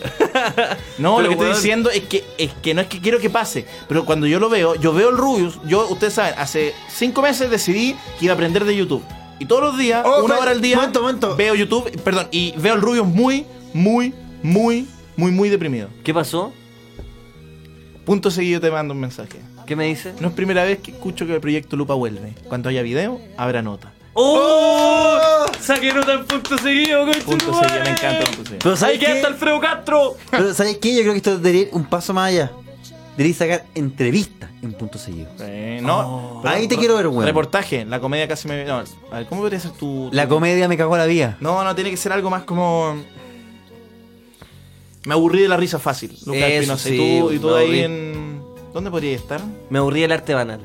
E: No, lo
D: Pero,
E: que estoy
D: weón.
E: diciendo es que, es que no es que quiero que pase, pero cuando yo lo veo, yo veo el Rubius, yo, ustedes saben, hace cinco meses decidí que iba a aprender de YouTube. Y todos los días,
C: Oh,
E: una
C: fe-
E: hora al día,
C: momento, momento.
E: veo YouTube, perdón, y veo el Rubius muy, muy, muy, muy, muy deprimido.
D: ¿Qué pasó?
E: Punto seguido te mando un mensaje.
D: ¿Qué me dice?
E: No es primera vez que escucho que el proyecto Lupa vuelve. Cuando haya video, habrá nota.
D: ¡Oh! Saque nota en punto seguido, coche.
E: Punto seguido, me encanta punto seguido.
C: Pero
D: Ahí
C: ¿sabes
D: queda
C: qué?
D: hasta Alfredo Castro.
C: Pero ¿sabes qué? Yo creo que esto debería ir un paso más allá. Debería sacar entrevistas en punto seguido.
E: Eh, no.
C: Ahí te quiero ver, weón.
E: Reportaje, la comedia casi me. No, a ver, ¿cómo podría ser tu. tu-
C: La comedia me cagó la vida.
E: No, no, tiene que ser algo más como. Me aburrí de la risa fácil. Lucas
D: Eso
E: Espinosa.
D: sí,
E: y tú, y tú
D: me
E: ahí
D: aburrí.
E: en. ¿Dónde podría estar?
D: Me aburrí el arte banal.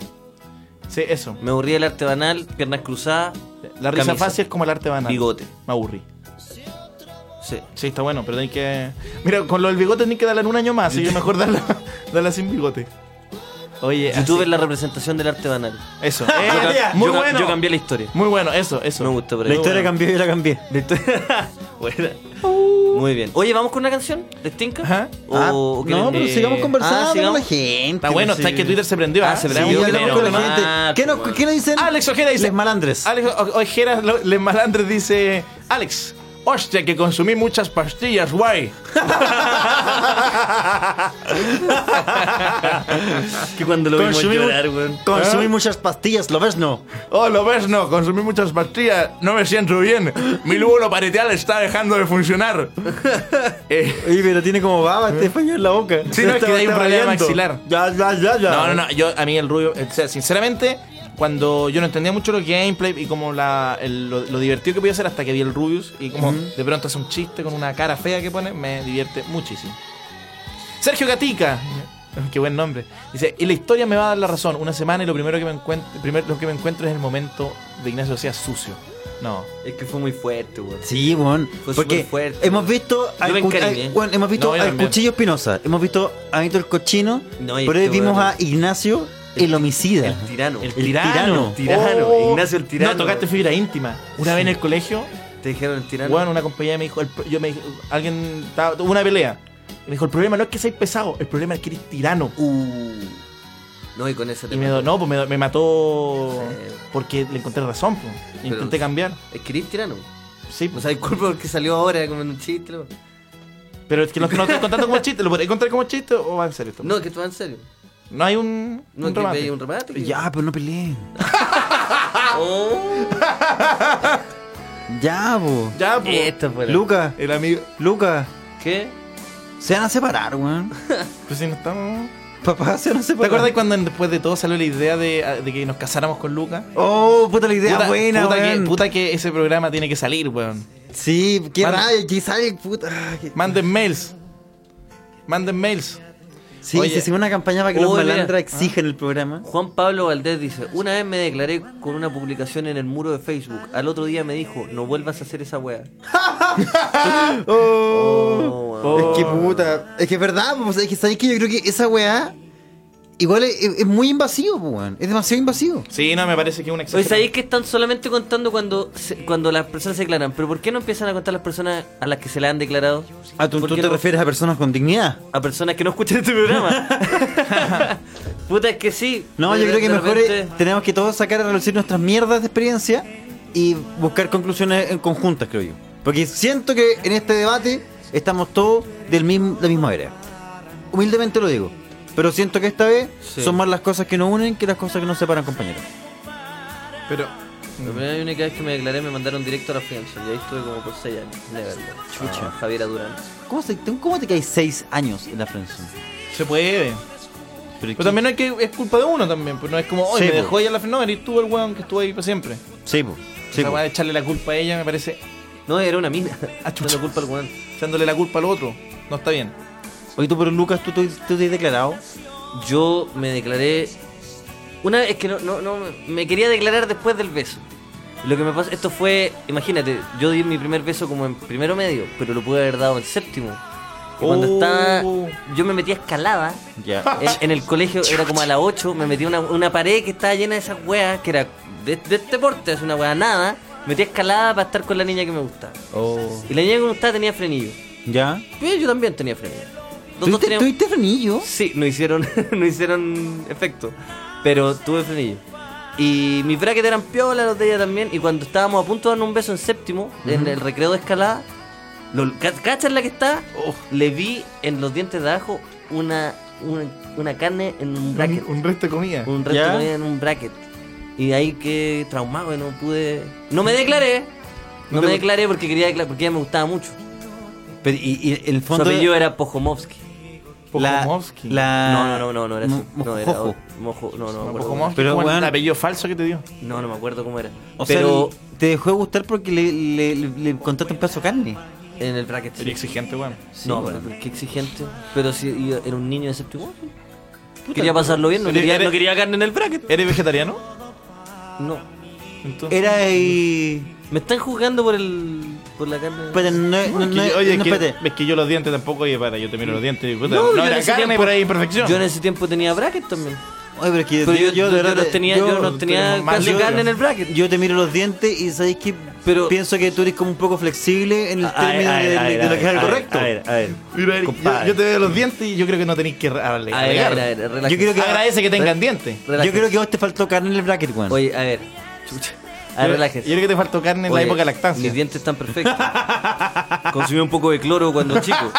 E: Sí, eso.
D: Me aburrí el arte banal, piernas cruzadas.
E: La risa
D: camisa.
E: fácil es como el arte banal.
D: Bigote.
E: Me aburrí.
D: Sí.
E: Sí, está bueno, pero tenés que. Mira, con lo del bigote tenés que darle en un año más, así
D: [LAUGHS]
E: que mejor darla, darla sin bigote. Oye,
D: YouTube es
E: así-
D: la representación del arte banal.
E: Eso. Eh,
D: Yo ca-
E: ya,
D: yo
E: muy
D: ca-
E: bueno.
D: Yo cambié la historia.
E: Muy bueno, eso, eso.
D: Me gustó, pero
C: La historia cambió, yo la cambié.
D: Buena. Muy bien. Oye, ¿vamos con una canción? ¿Les tinca?
E: Ajá.
C: Ah,
D: ¿O qué
C: no,
D: les-
C: pero sigamos
E: eh,
C: conversando
D: ah,
C: con
D: sigamos.
C: la gente.
E: Está bueno, está que Twitter se prendió.
D: Ah,
E: ¿ah?
D: se
C: Sí,
D: prendió,
E: yo
C: hablamos
E: creo.
D: pero-
C: con la gente.
D: Ah,
C: ¿Qué nos,
D: bueno.
C: ¿qué nos dicen?
E: pues. Alex Ojeda dice.
C: Les malandres.
E: Alex O- Ojeda lo- Les Malandres dice. Alex, hostia, que consumí muchas pastillas, [LAUGHS] guay.
D: Que cuando lo vimos
C: Consumimos-
D: llorar, weón.
C: Consumí muchas pastillas, ¿lo ves? No.
E: ¿Ah? Oh, lo ves, no, consumí muchas pastillas, no me siento bien. Mi lúbulo pareteal está dejando de funcionar. Eh,
C: Oye, pero tiene como baba este pañuelo en la boca.
E: Sí, no, es que hay un problema maxilar.
C: Ya, ya, ya, ya.
E: no, no, no, yo, a mí el rubio, o sea, sinceramente, cuando yo no entendía mucho los gameplay y como la, el- lo, lo divertido que podía ser hasta que vi el Rubius y como de pronto hace un chiste con una cara fea que pone, me divierte muchísimo. Sergio Gatica, [LAUGHS] qué buen nombre. Dice, y la historia me va a dar la razón. Una semana y lo primero que me encuentro, lo que me encuentro es el momento de Ignacio Sea sucio. No.
D: Es que fue muy fuerte, weón.
C: Sí, weón.
D: Fue
C: porque
D: súper fuerte.
C: hemos visto al,
D: me
C: cu-
D: encariñé.
C: al- weón, hemos visto
E: ¿eh? No, yo
C: al
E: también.
C: Cuchillo Espinosa, hemos visto a Vito el Cochino,
D: No, y
C: pero hoy
D: este
C: vimos
D: weón-
C: a Ignacio el, homicida.
D: El tirano.
E: El,
D: El-
E: tirano.
D: tirano. Tirano,
C: Oh.
D: Ignacio el tirano.
E: No, tocaste fibra íntima. Una vez en el colegio,
D: Te dijeron el tirano.
E: bueno, una compañera me dijo, el pro- yo me dijo- alguien estaba- tuvo una pelea. Me dijo, el problema no es que seas pesado, el problema es que eres tirano.
D: Uh. No, y con esa
E: Y
D: te
E: me do-
D: mató.
E: no, pues me, do- me mató
D: Sí.
E: porque le encontré razón, pues. Y
D: Pero-
E: Intenté cambiar.
D: Es que eres tirano.
E: Sí,
D: O
E: pues.
D: sea, disculpa porque salió ahora como en un chiste. ¿no?
E: Pero es que lo que no estoy contando como chiste, ¿lo podré contar como chiste o va a ser esto?
D: No, es que tú vas en serio.
E: No hay un,
D: No,
E: un
D: que
E: remate.
D: veis un remate. que-
C: Ya, pero no peleen.
D: [LAUGHS] Oh,
C: Ya, po.
E: Ya, pues.
D: esto fue la-
C: Luca,
E: El amigo.
C: Luca,
D: ¿Qué?
C: se van a separar, weón.
E: Pues si no estamos.
C: Papá, [LAUGHS] se van a
E: ¿Te
C: separar.
E: acuerdas cuando en- después de todo salió la idea de, de que nos casáramos con Lucas?
C: Oh, puta la idea
E: puta,
C: buena,
E: puta que,
C: weón.
E: puta que ese programa tiene que salir, weón.
C: Sí, qué
E: Manda-
C: rabia, que sale, puta. ah, que-
E: Manden mails. Manden mails.
C: Sí,
E: Oye. Ah.
C: se hicimos una campaña para que los
D: Uy, mira.
C: malandras exijan el programa.
D: Juan Pablo Valdés dice, una vez me declaré con una publicación en el muro de Facebook. Al otro día me dijo, no vuelvas a hacer esa weá.
C: [LAUGHS]
D: Oh, weón.
C: Es que puta, es que es verdad, pues, es que sabéis que yo creo que esa weá igual es, es- es muy invasivo, pues, weón. Es demasiado invasivo.
E: Sí, no, me parece que es un
D: Oye,
E: exceso.
D: ¿sabéis que están solamente contando cuando, se- cuando las personas se declaran? ¿Pero por qué no empiezan a contar las personas a las que se le han declarado?
C: Ah, tú,
D: ¿Por
C: tú
D: qué
C: te
D: no-
C: refieres a personas con dignidad.
D: A personas que no escuchan este
E: [LAUGHS]
D: programa. [LAUGHS] Puta, es que sí.
C: No,
D: De-
C: yo creo que
D: de
C: mejor
D: repente-
C: es- tenemos que todos sacar a relucir nuestras mierdas de experiencia y buscar conclusiones en conjuntas, creo yo. Porque siento que en este debate estamos todos del mismo, la misma era. Humildemente lo digo. Pero siento que esta vez
D: Sí.
C: son más las cosas que nos unen que las cosas que nos separan, compañeros.
E: Pero.
D: La primera y única vez que me declaré me mandaron directo a la fianza y ahí estuve como por 6 años. Neverland. Chucha. Javiera Durán.
C: ¿Cómo, se- cómo te caes seis años en la friendzone?
E: Se puede.
C: Pero,
E: Pero también no es que es culpa de uno también. Pues no es como, oye,
C: Sí,
E: me
C: po.
E: dejó ella la fe. No, eres tú el weón que estuvo ahí para siempre.
C: Sí, po. Sí,
E: Esa
C: po.
E: weá de echarle la culpa a ella me parece
D: No, era una mina.
C: [LAUGHS]
E: Ah,
D: no
E: chucha.
D: la culpa al weón.
E: echándole la culpa al otro. No está bien.
C: Oye, tú, pero Lucas, tú, tú- tú te has declarado.
D: Yo me declaré. Una vez es que no, no, no. Me quería declarar después del beso. Lo que me pasó, esto fue, imagínate, yo di mi primer beso como en primero medio, pero lo pude haber dado en séptimo. Y cuando
E: Oh.
D: estaba. Yo me metía escalada.
C: Ya.
D: En, en el colegio era como a las 8, me metí a una, una pared que estaba llena de esas weas, que era de, de este porte, es una wea nada. Metí escalada para estar con la niña que me gustaba.
C: Oh.
D: Y la niña que me gustaba tenía frenillo.
C: Ya.
D: Y yo también tenía frenillo. Los dos
C: ¿Tuviste,
D: teníamos-
C: tuviste frenillo?
D: Sí, no hicieron, [LAUGHS] no hicieron efecto. Pero tuve frenillo. Y mis brackets eran piola, los de ella también. Y cuando estábamos a punto de darnos un beso en séptimo, en el recreo de escalada, lo, ca- ¿cachas la que está?
C: Oh.
D: Le vi en los dientes de abajo una, una, una carne en un bracket.
E: Un, un resto de comida.
D: Un resto
C: ¿Ya?
D: que había en un bracket. Y ahí que traumado, y no pude. No me declaré. No,
E: No te-
D: me declaré porque quería declarar, porque ella me gustaba mucho.
C: Pero, y, y el
D: Su
C: fondo.
D: apellido era Pojomovsky.
C: la,
E: Pojomovsky.
C: la,
D: No, no, no, no, no era así.
C: Mo-
D: No, era
C: mojojo.
D: mojo, no, no, me
E: No,
D: acuerdo
E: Pojomovsky,
C: Pero,
E: como el
C: weón-
E: apellido falso que te dio.
D: cómo era. No, no me acuerdo cómo era.
C: O
D: Pero
C: sea, te dejó de gustar porque le, le, le- le contaste un pedazo de carne.
D: en el bracket.
E: Sería
D: sí.
E: exigente, weón.
D: no,
C: bueno.
D: pero qué exigente. Pero si y era un niño de séptimo. Quería pasarlo bien, no
E: Pero
D: quería,
E: eres-
D: no quería carne en el bracket.
E: ¿Eres vegetariano?
D: No.
E: Entonces.
C: Era y.
D: Me están juzgando por el. por la carne.
C: Espérate, no, no, no,
E: Es que yo- oye, es,
C: no,
E: que,
C: espérate.
E: es que yo los dientes tampoco, oye, para, yo te miro los dientes y puta,
D: No,
E: no,
D: yo en
E: era
D: ese
E: carne,
D: tiempo-
E: pero hay imperfección.
D: Yo en ese tiempo tenía bracket también.
C: Oye, pero es que
D: Pero yo, yo,
C: de
D: yo
C: verdad
D: no
C: te-
D: tenía, yo, no tenía
E: tenemos más
D: casi
E: yo-
D: carne en el bracket.
C: Yo te miro los dientes y sabéis que
D: Pero-
C: pienso que tú eres como un poco flexible en el
E: A ver,
C: término
E: a
C: de,
E: ver, a
C: de-
E: ver,
C: de lo que es
E: a
C: algo
E: ver,
C: recto.
E: a ver, a ver. Mira, yo- yo te veo los dientes y yo creo que no tenéis que darle.
D: A ver, a ver, a ver, relájense.
C: Yo creo que-
E: Agradece que tengan dientes.
C: Yo
D: Relájense.
C: creo que a vos te faltó carne en el bracket, weón.
D: Oye, a ver. Chucha. A ver,
E: Yo-
D: relájense.
E: Yo creo que te faltó carne en la
D: Oye,
E: época de lactancia.
D: Mis dientes están perfectos. Consumí un poco de cloro cuando
C: [LAUGHS]
D: chico.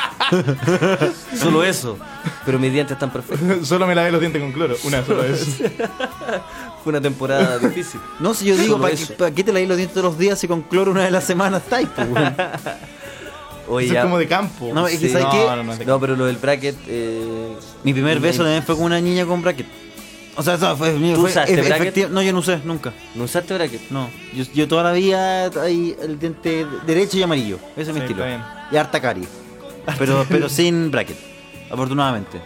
E: [LAUGHS]
D: Solo eso. Pero mis dientes están perfectos.
E: Solo me lavé los dientes con cloro, una sola [LAUGHS] vez.
D: Fue una temporada difícil.
C: No, si yo digo,
D: Solo
C: ¿para
D: eso.
C: qué, pa' qué te laváis los dientes todos los días si con cloro una vez a la semana estáis, pues, weón?
D: Oye,
E: Eso es
D: ya.
E: como de campo.
C: No, es que
E: Sí.
C: ¿sabes
E: no,
C: qué?
E: no, no, es de
D: No, pero lo del bracket. eh,
C: Mi primer beso también fue con una niña con bracket. O sea, eso fue, mío,
D: ¿Tú
C: fue
D: usaste
C: efe-
D: bracket?
C: efectivo- No, yo no usé nunca.
D: ¿No usaste bracket?
C: No. Yo, yo toda la vida ahí el diente derecho y amarillo. Ese es mi
E: Sí,
C: estilo.
E: está bien.
C: Y harta caries.
E: [LAUGHS]
C: Pero, pero sin bracket. Afortunadamente.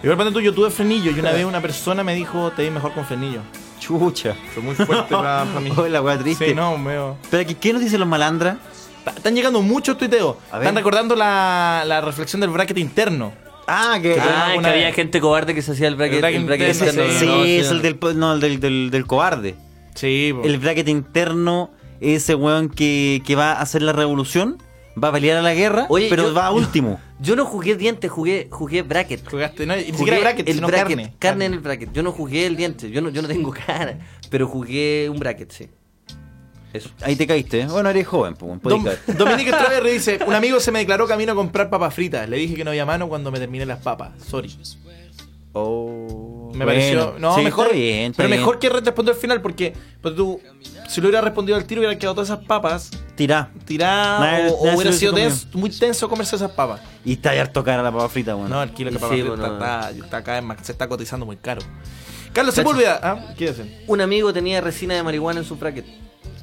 E: Igual, por tanto, yo tuve frenillo y una vez una persona me dijo, te vi mejor con frenillo.
C: Chucha.
E: Fue muy fuerte para, para mí.
C: Oh, la wea triste.
E: Sí, no, medio...
C: Pero ¿qué, qué nos dicen los malandras?
E: Ta- Están llegando muchos tuiteos.
C: A ver.
E: Están recordando la, la reflexión del bracket interno.
C: Ah, que.
D: Ah,
E: alguna
D: que había
E: vez.
D: gente cobarde que se hacía el bracket.
E: El bracket
D: el bracket
E: interno,
D: interno,
E: sí.
C: sí,
D: no,
C: es
D: no.
C: el del, po- no, el del, del, del cobarde.
E: Sí, po.
C: El bracket interno, ese weón que, que va a hacer la revolución, va a pelear a la guerra,
D: Oye,
C: pero
D: yo-
C: va último.
D: Yo no jugué diente, jugué, jugué bracket.
E: Jugaste, no, ni
D: Jugué
E: siquiera bracket,
D: el
E: sino
D: bracket,
E: carne.
D: en el bracket. Yo no jugué el diente, yo no, yo no tengo [LAUGHS] cara, pero jugué un bracket, sí. Eso.
C: Ahí te caíste. ¿eh? Bueno, eres joven, pues, weón, podés
E: Dom-
C: caer. [LAUGHS]
E: Dominique Estraverri dice, un amigo se me declaró camino a comprar papas fritas. Le dije que no había mano cuando me terminé las papas. Sorry.
C: Oh,
E: Me
C: bueno,
E: pareció... No,
C: sí,
E: mejor...
C: está bien, está
E: pero
C: bien.
E: mejor que responder al final porque pues, tú, si lo hubiera respondido al tiro hubiera quedado todas esas papas
C: Tirá.
E: tiradas o-
C: Nadie- nadie
E: o,
C: se
E: hubiera
C: hubiese
E: sido
C: comido.
E: tenso- muy tenso comerse esas papas.
C: Y está ahí harto cara la papa frita, weón.
E: pues, No, el kilo de
D: Sí,
E: papas fritas
D: bueno.
E: está, está cada vez más- se está cotizando muy caro. Carlos Sepúlveda. Ah, ¿qué hacen?
D: Un amigo tenía resina de marihuana en su bracket.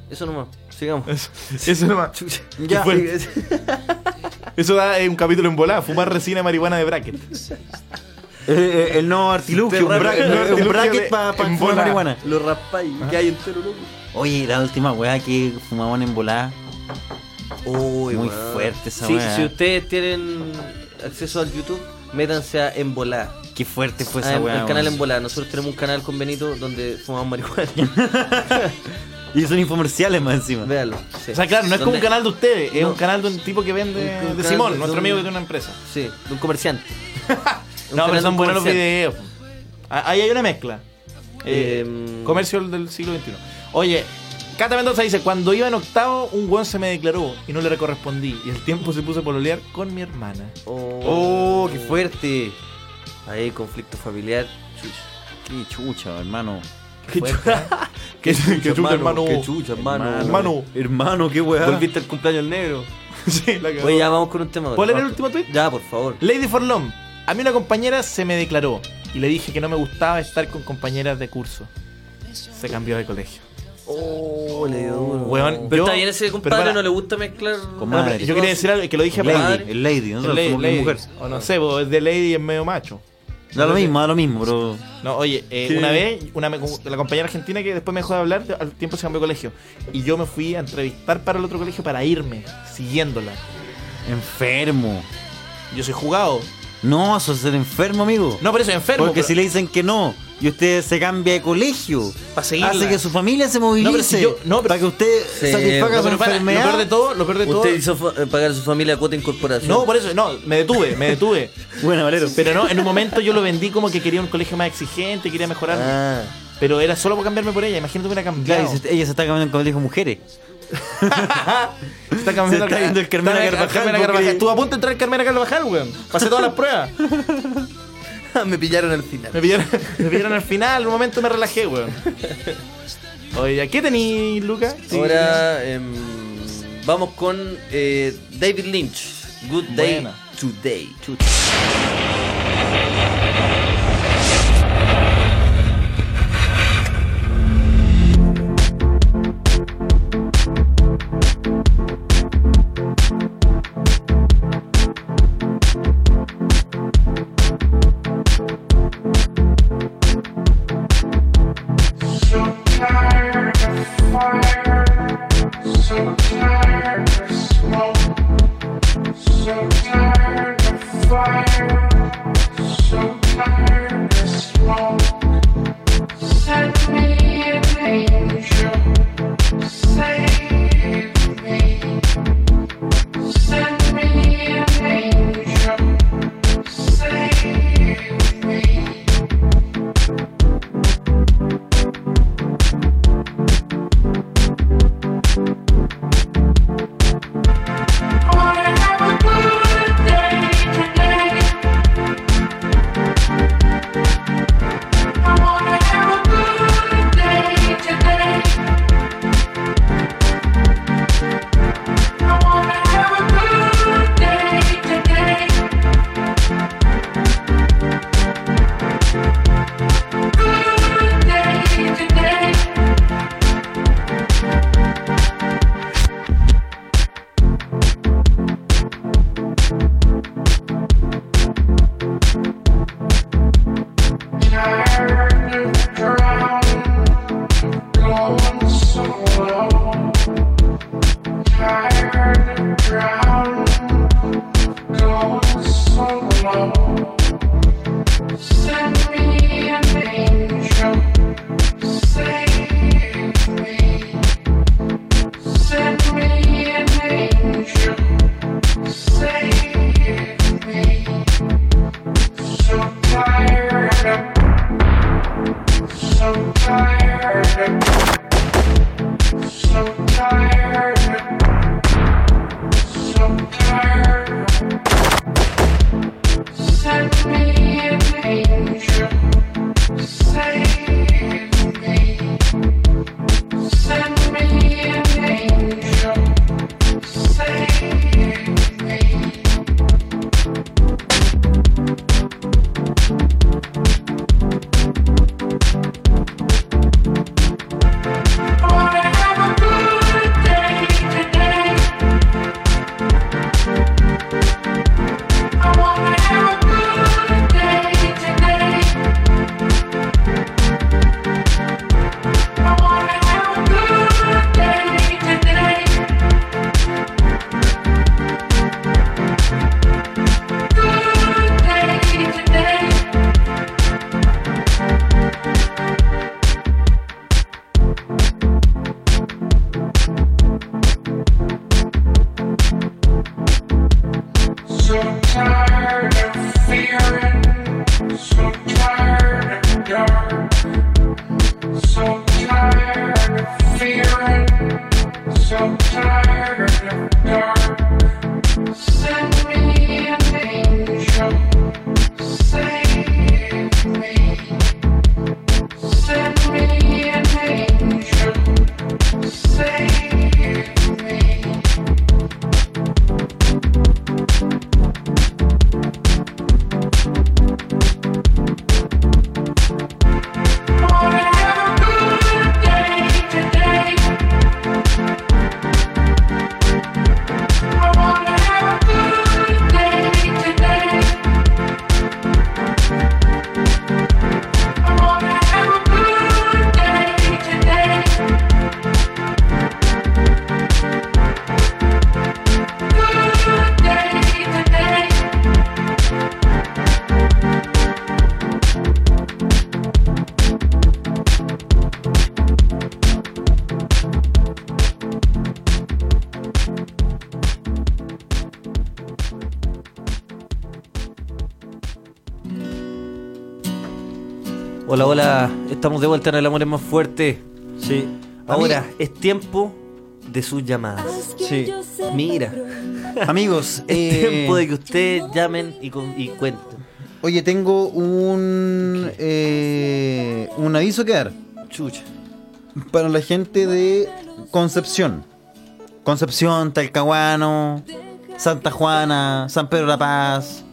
D: Eso nomás, sigamos.
E: Eso, eso nomás. [LAUGHS]
C: Ya.
E: Fue- Eso da eh, un capítulo en volada. Fumar resina de marihuana de bracket.
C: Eh, eh, el no artilugio, un
E: Este
C: bracket,
E: el nuevo
C: un
E: artilugio
C: bracket
E: de-
C: para
E: en
C: fumar
E: bola.
C: marihuana.
D: Lo rapáis, que hay entero loco.
C: Oye, la última weá que fumamos en volada.
D: Uy,
C: Muy
D: weón.
C: fuerte esa
D: Sí,
C: weá.
D: Si ustedes tienen acceso al YouTube, métanse a Embolá.
C: Qué fuerte fue
D: Ah,
C: esa
D: el-
C: weá.
D: el canal
C: weón.
D: Embolá. Nosotros tenemos un canal con Benito donde fumamos [LAUGHS] marihuana.
C: Y son infomerciales más encima.
D: Véanlo. sí.
E: O sea, claro, no es como un
D: Donde-
E: canal de ustedes. Es
D: No.
E: un canal de un tipo que vende.
D: Un- un
E: De
D: canal
E: Simón,
D: de-
E: nuestro
D: de-
E: amigo que tiene una empresa.
D: Sí, de un comerciante. Un
E: No,
D: canal
E: pero
D: de
E: son
D: un
E: buenos los
D: comerciante.
E: videos. Ah, Ahí hay una mezcla. Eh,
D: Eh,
E: comercio del siglo XXI. Oye, Cata Mendoza dice: Cuando iba en octavo, un weón se me declaró y no le correspondí. Y el tiempo se puso a pololear con mi hermana.
C: Oh, qué fuerte.
D: Ahí, conflicto familiar. Chucha.
C: Qué chucha, hermano. ¿eh?
E: Qué chucha. [LAUGHS]
D: [LAUGHS]
E: Qué chucha, hermano.
D: Qué chucha, hermano.
E: Hermano.
C: Hermano, qué weá.
D: Volviste al cumpleaños del negro.
E: Sí, la cagó.
D: Oye, ya vamos con un tema. ahora.
E: ¿Puedo leer el
D: Vamos.
E: último tweet?
D: Ya, por favor.
E: Lady Forlom, a mí una compañera se me declaró y le dije que no me gustaba estar con compañeras de curso. Se cambió de colegio.
D: Oh, le dio duro.
E: Weón, yo-
D: pero está bien ese compadre,
E: pero para-
D: no le gusta mezclar.
C: Comadre.
E: Bueno, pero yo quería decir algo que lo dije a
C: El lady,
E: propósito.
C: el lady,
E: El
C: nosotros
E: lady,
C: somos
E: lady.
C: mujeres.
E: O no sé, vos, es de Lady y es medio macho.
C: Da lo mismo, da lo mismo, bro.
E: No, oye, eh, una vez, una, me- la compañera argentina que después me dejó de hablar, al tiempo se cambió de colegio. Y yo me fui a entrevistar para el otro colegio para irme, siguiéndola.
C: Enfermo.
E: Yo soy jugado.
C: No, sos el enfermo, amigo.
E: No, pero soy enfermo.
C: Porque
E: pero-
C: si le dicen que no y usted se cambia de colegio,
E: Pa' seguirla.
C: hace que su familia se movilice.
E: No, pero si yo- no, pero
C: para que
E: si-
C: usted
D: Sí,
C: satisfaga
E: No,
C: su
E: pero para, lo
C: enfermedad.
E: peor de todo, lo peor de todo.
D: Usted hizo fa- eh, pagar a su familia cuota de incorporación.
E: No, por eso, no, me detuve, me detuve.
C: Bueno, Valero.
E: Pero no, en un momento yo lo vendí como que quería un colegio más exigente, quería mejorar. Pero era solo por cambiarme por ella. Imagínate que hubiera
C: Ah. Claro,
E: cambiado.
C: y se- ella se está cambiando en colegio mujeres.
E: se está
C: se está yendo el Carmela
E: está-
C: Carvajal,
E: Carmela
C: porque-
E: Carvajal. Estuve a punto de entrar en Carmela Carvajal, weón. Pasé todas las [LAUGHS] pruebas.
D: me pillaron al final.
E: Me pidieron, me pillaron al final, en un momento me relajé, weón. Oye, ¿a ¿qué tení, Lucas?
D: Ahora em, vamos con eh, David Lynch. Good day
E: Buena.
D: today.
G: So tired of fire, so tired of smoke, so tired of fire, so
D: Hola, hola, estamos de vuelta en El Amor es Más Fuerte.
C: Sí.
D: Ahora es tiempo de sus llamadas.
C: Sí.
D: Mira,
C: Amigos,
D: [LAUGHS] es
C: eh,
D: tiempo de que ustedes llamen y, con- y cuenten.
C: oye, tengo un eh, un aviso que dar
D: Chucha.
C: para la gente de Concepción. Concepción, Talcahuano, Santa Juana, San Pedro de la Paz,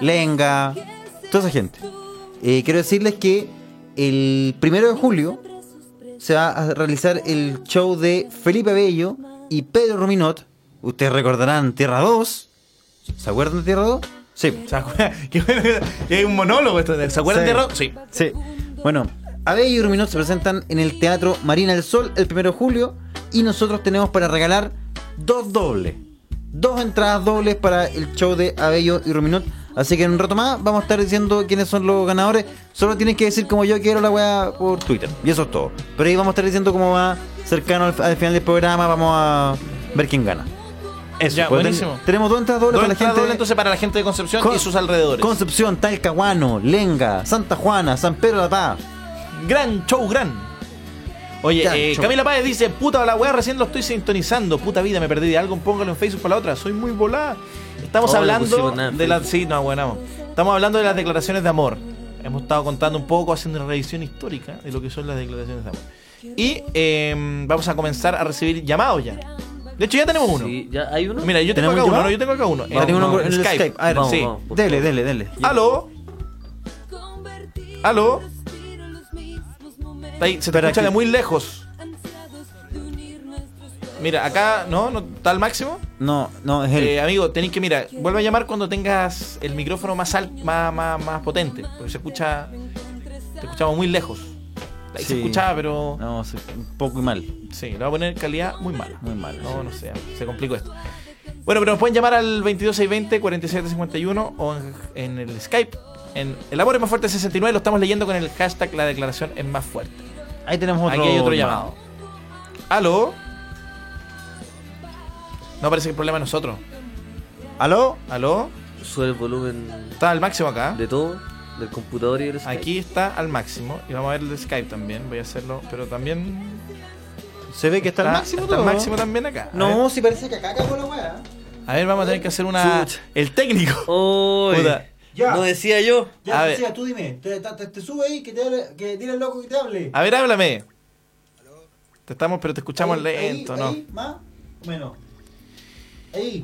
C: Lenga, toda esa gente. Eh, quiero decirles que el primero de julio se va a realizar el show de Felipe Bello y Pedro Ruminot. Ustedes recordarán Tierra 2. ¿Se acuerdan de Tierra 2? Sí.
E: ¿Se acuerdan? [LAUGHS] Qué bueno que- Es un monólogo esto. ¿Se acuerdan
C: Sí.
E: de Rock? Sí.
C: Sí. Bueno, Abello y Ruminot se presentan en el Teatro Marina del Sol el 1 de julio y nosotros tenemos para regalar dos dobles. Dos entradas dobles para el show de Abello y Ruminot. Así que en un rato más vamos a estar diciendo quiénes son los ganadores. Solo tienes que decir como yo quiero la weá por Twitter. Y eso es todo. Pero ahí vamos a estar diciendo cómo va cercano al, al final del programa. Vamos a ver quién gana.
E: Eso, ya,
C: Pero pues, ten-
E: buenísimo.
C: tenemos dos entradas dobles
E: Dos
C: para
E: entradas
C: la gente.
E: dobles, entonces para la gente de Concepción
C: Con-
E: y sus alrededores.
C: Concepción, Talcahuano, Lenga, Santa Juana, San Pedro de la Paz.
E: Gran show, gran. Oye,
C: Gran
E: eh,
C: show.
E: Camila Páez dice, puta la weá, recién lo estoy sintonizando. Puta vida, me perdí de algo, póngalo en Facebook para la otra. Soy muy volada. Estamos
D: Oh, le
E: hablando
D: pusimos nada en
E: de las... Sí, no, bueno, vamos. Estamos hablando de las declaraciones de amor. Hemos estado contando un poco, haciendo una revisión histórica de lo que son las declaraciones de amor. Y eh, vamos a comenzar a recibir llamados ya. De hecho, ya tenemos uno.
D: Sí, ¿ya hay uno?
E: Mira, yo tengo
C: ¿Tenemos
E: acá
C: un
E: uno,
C: llamado?
E: no, yo tengo acá uno.
C: Ya tengo uno por- en el Skype. A ver,
D: Vamos,
E: sí.
D: vamos, por
C: Dele,
D: favor.
C: dele, dele.
E: ¿Aló? ¿Aló? Está ahí, se te
C: Espera
E: escucha
C: que-
E: de muy lejos. Mira, acá, ¿no? ¿No ¿Está al máximo?
C: No, no, es él.
E: Eh, amigo, tenéis que, mira, vuelve a llamar cuando tengas el micrófono más al- más, más, más potente, porque se escucha, te escuchamos muy lejos. Ahí se
C: Sí.
E: escuchaba, pero
C: no, sí, un poco y mal.
E: sí, le voy a poner calidad muy mala.
C: Muy mala,
E: No, no sé, se complicó esto. Bueno, pero nos pueden llamar al 22620-4751 o en, en el Skype. En El Amor es más fuerte 69 lo estamos leyendo con el hashtag La declaración es más fuerte.
C: Ahí tenemos otro.
E: Aquí hay otro llamado. ¿Aló? No parece que el problema es nosotros.
C: ¿Aló?
E: ¿Aló?
D: Sube el volumen
E: Está al máximo acá.
D: de todo, del computador y del Skype.
E: Aquí está al máximo. Y vamos a ver el de Skype también. Voy a hacerlo, pero también.
C: Se ve que está, al máximo
E: está al
C: todo.
E: máximo ¿eh? también acá. A ver-
C: No, si parece que acá acabó la weá.
E: A ver, vamos a tener que hacer una.
D: Chucha.
E: El técnico.
D: ¡Uy!
E: Puta.
C: Ya.
D: No decía yo.
E: A
C: Ya,
E: ver.
C: decía, tú dime. Te, te, te- te sube ahí, que te hable, que dile al loco que te hable.
E: A ver, háblame. Te estamos, pero te escuchamos
C: Ahí,
E: lento,
C: ahí,
E: ¿no?
C: ahí, más o menos. Ahí.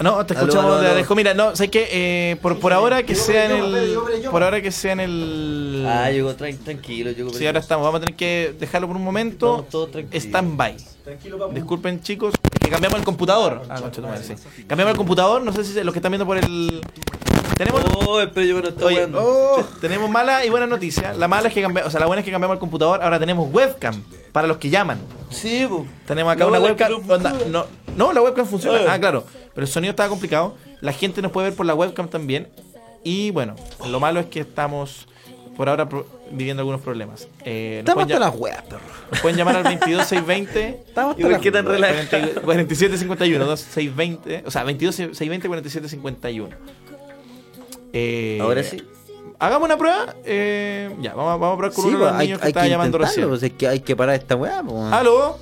E: No, te
D: Aló,
E: escuchamos,
D: aló,
E: te
D: aló.
E: dejo. Mira, no, sé que eh, por, por ahora que
C: Yo,
E: sea en
C: yo,
E: el.
C: yo, yo, yo.
E: Por ahora que sea en el.
D: Ah, llegó tran- tranquilo. Llegó
E: Sí, ahora estamos. Vamos a tener que dejarlo por un momento.
D: Estamos todos tranquilos.
E: Stand-by.
C: Tranquilo, papu.
E: Disculpen, chicos. Que cambiamos el computador. Ah, concha tu madre, sí. Cambiamos el computador. No sé si los que están viendo por el. Tenemos.
D: ¡Oh! El Pedro no está
E: Oye,
D: jugando.
E: oh, tenemos mala y buena noticia. La mala es que cambiamos, o sea, la buena es que cambiamos el computador. Ahora tenemos webcam para los que llaman.
D: Sí, po.
E: Tenemos acá
D: No,
E: una
D: la
E: webcam.
D: webcam no
E: onda, no,
D: funciona.
E: no, la webcam funciona.
D: Eh.
E: Ah, claro. Pero el sonido estaba complicado. La gente nos puede ver por la webcam también. Y bueno, lo malo es que estamos por ahora pro- viviendo algunos problemas. Eh, nos
C: Estamos
E: pueden,
C: hasta
E: llam-
C: las weas, perro.
E: nos pueden llamar al 22620.
C: Estamos hasta
D: ¿Y por
C: las
D: qué tan
C: weas.
D: relajado?
E: 4751, 2620, o sea, 22620, 4751. Eh,
D: Ahora sí.
E: Hagamos una prueba. eh, ya, vamos, a- vamos a probar con
C: Sí,
E: uno de
C: pues,
E: los
C: hay,
E: niños que
C: hay
E: estaba
C: que
E: llamando
C: intentarlo.
E: recién.
C: Pues, es que hay que parar esta weá. pues. po.
E: ¿Aló?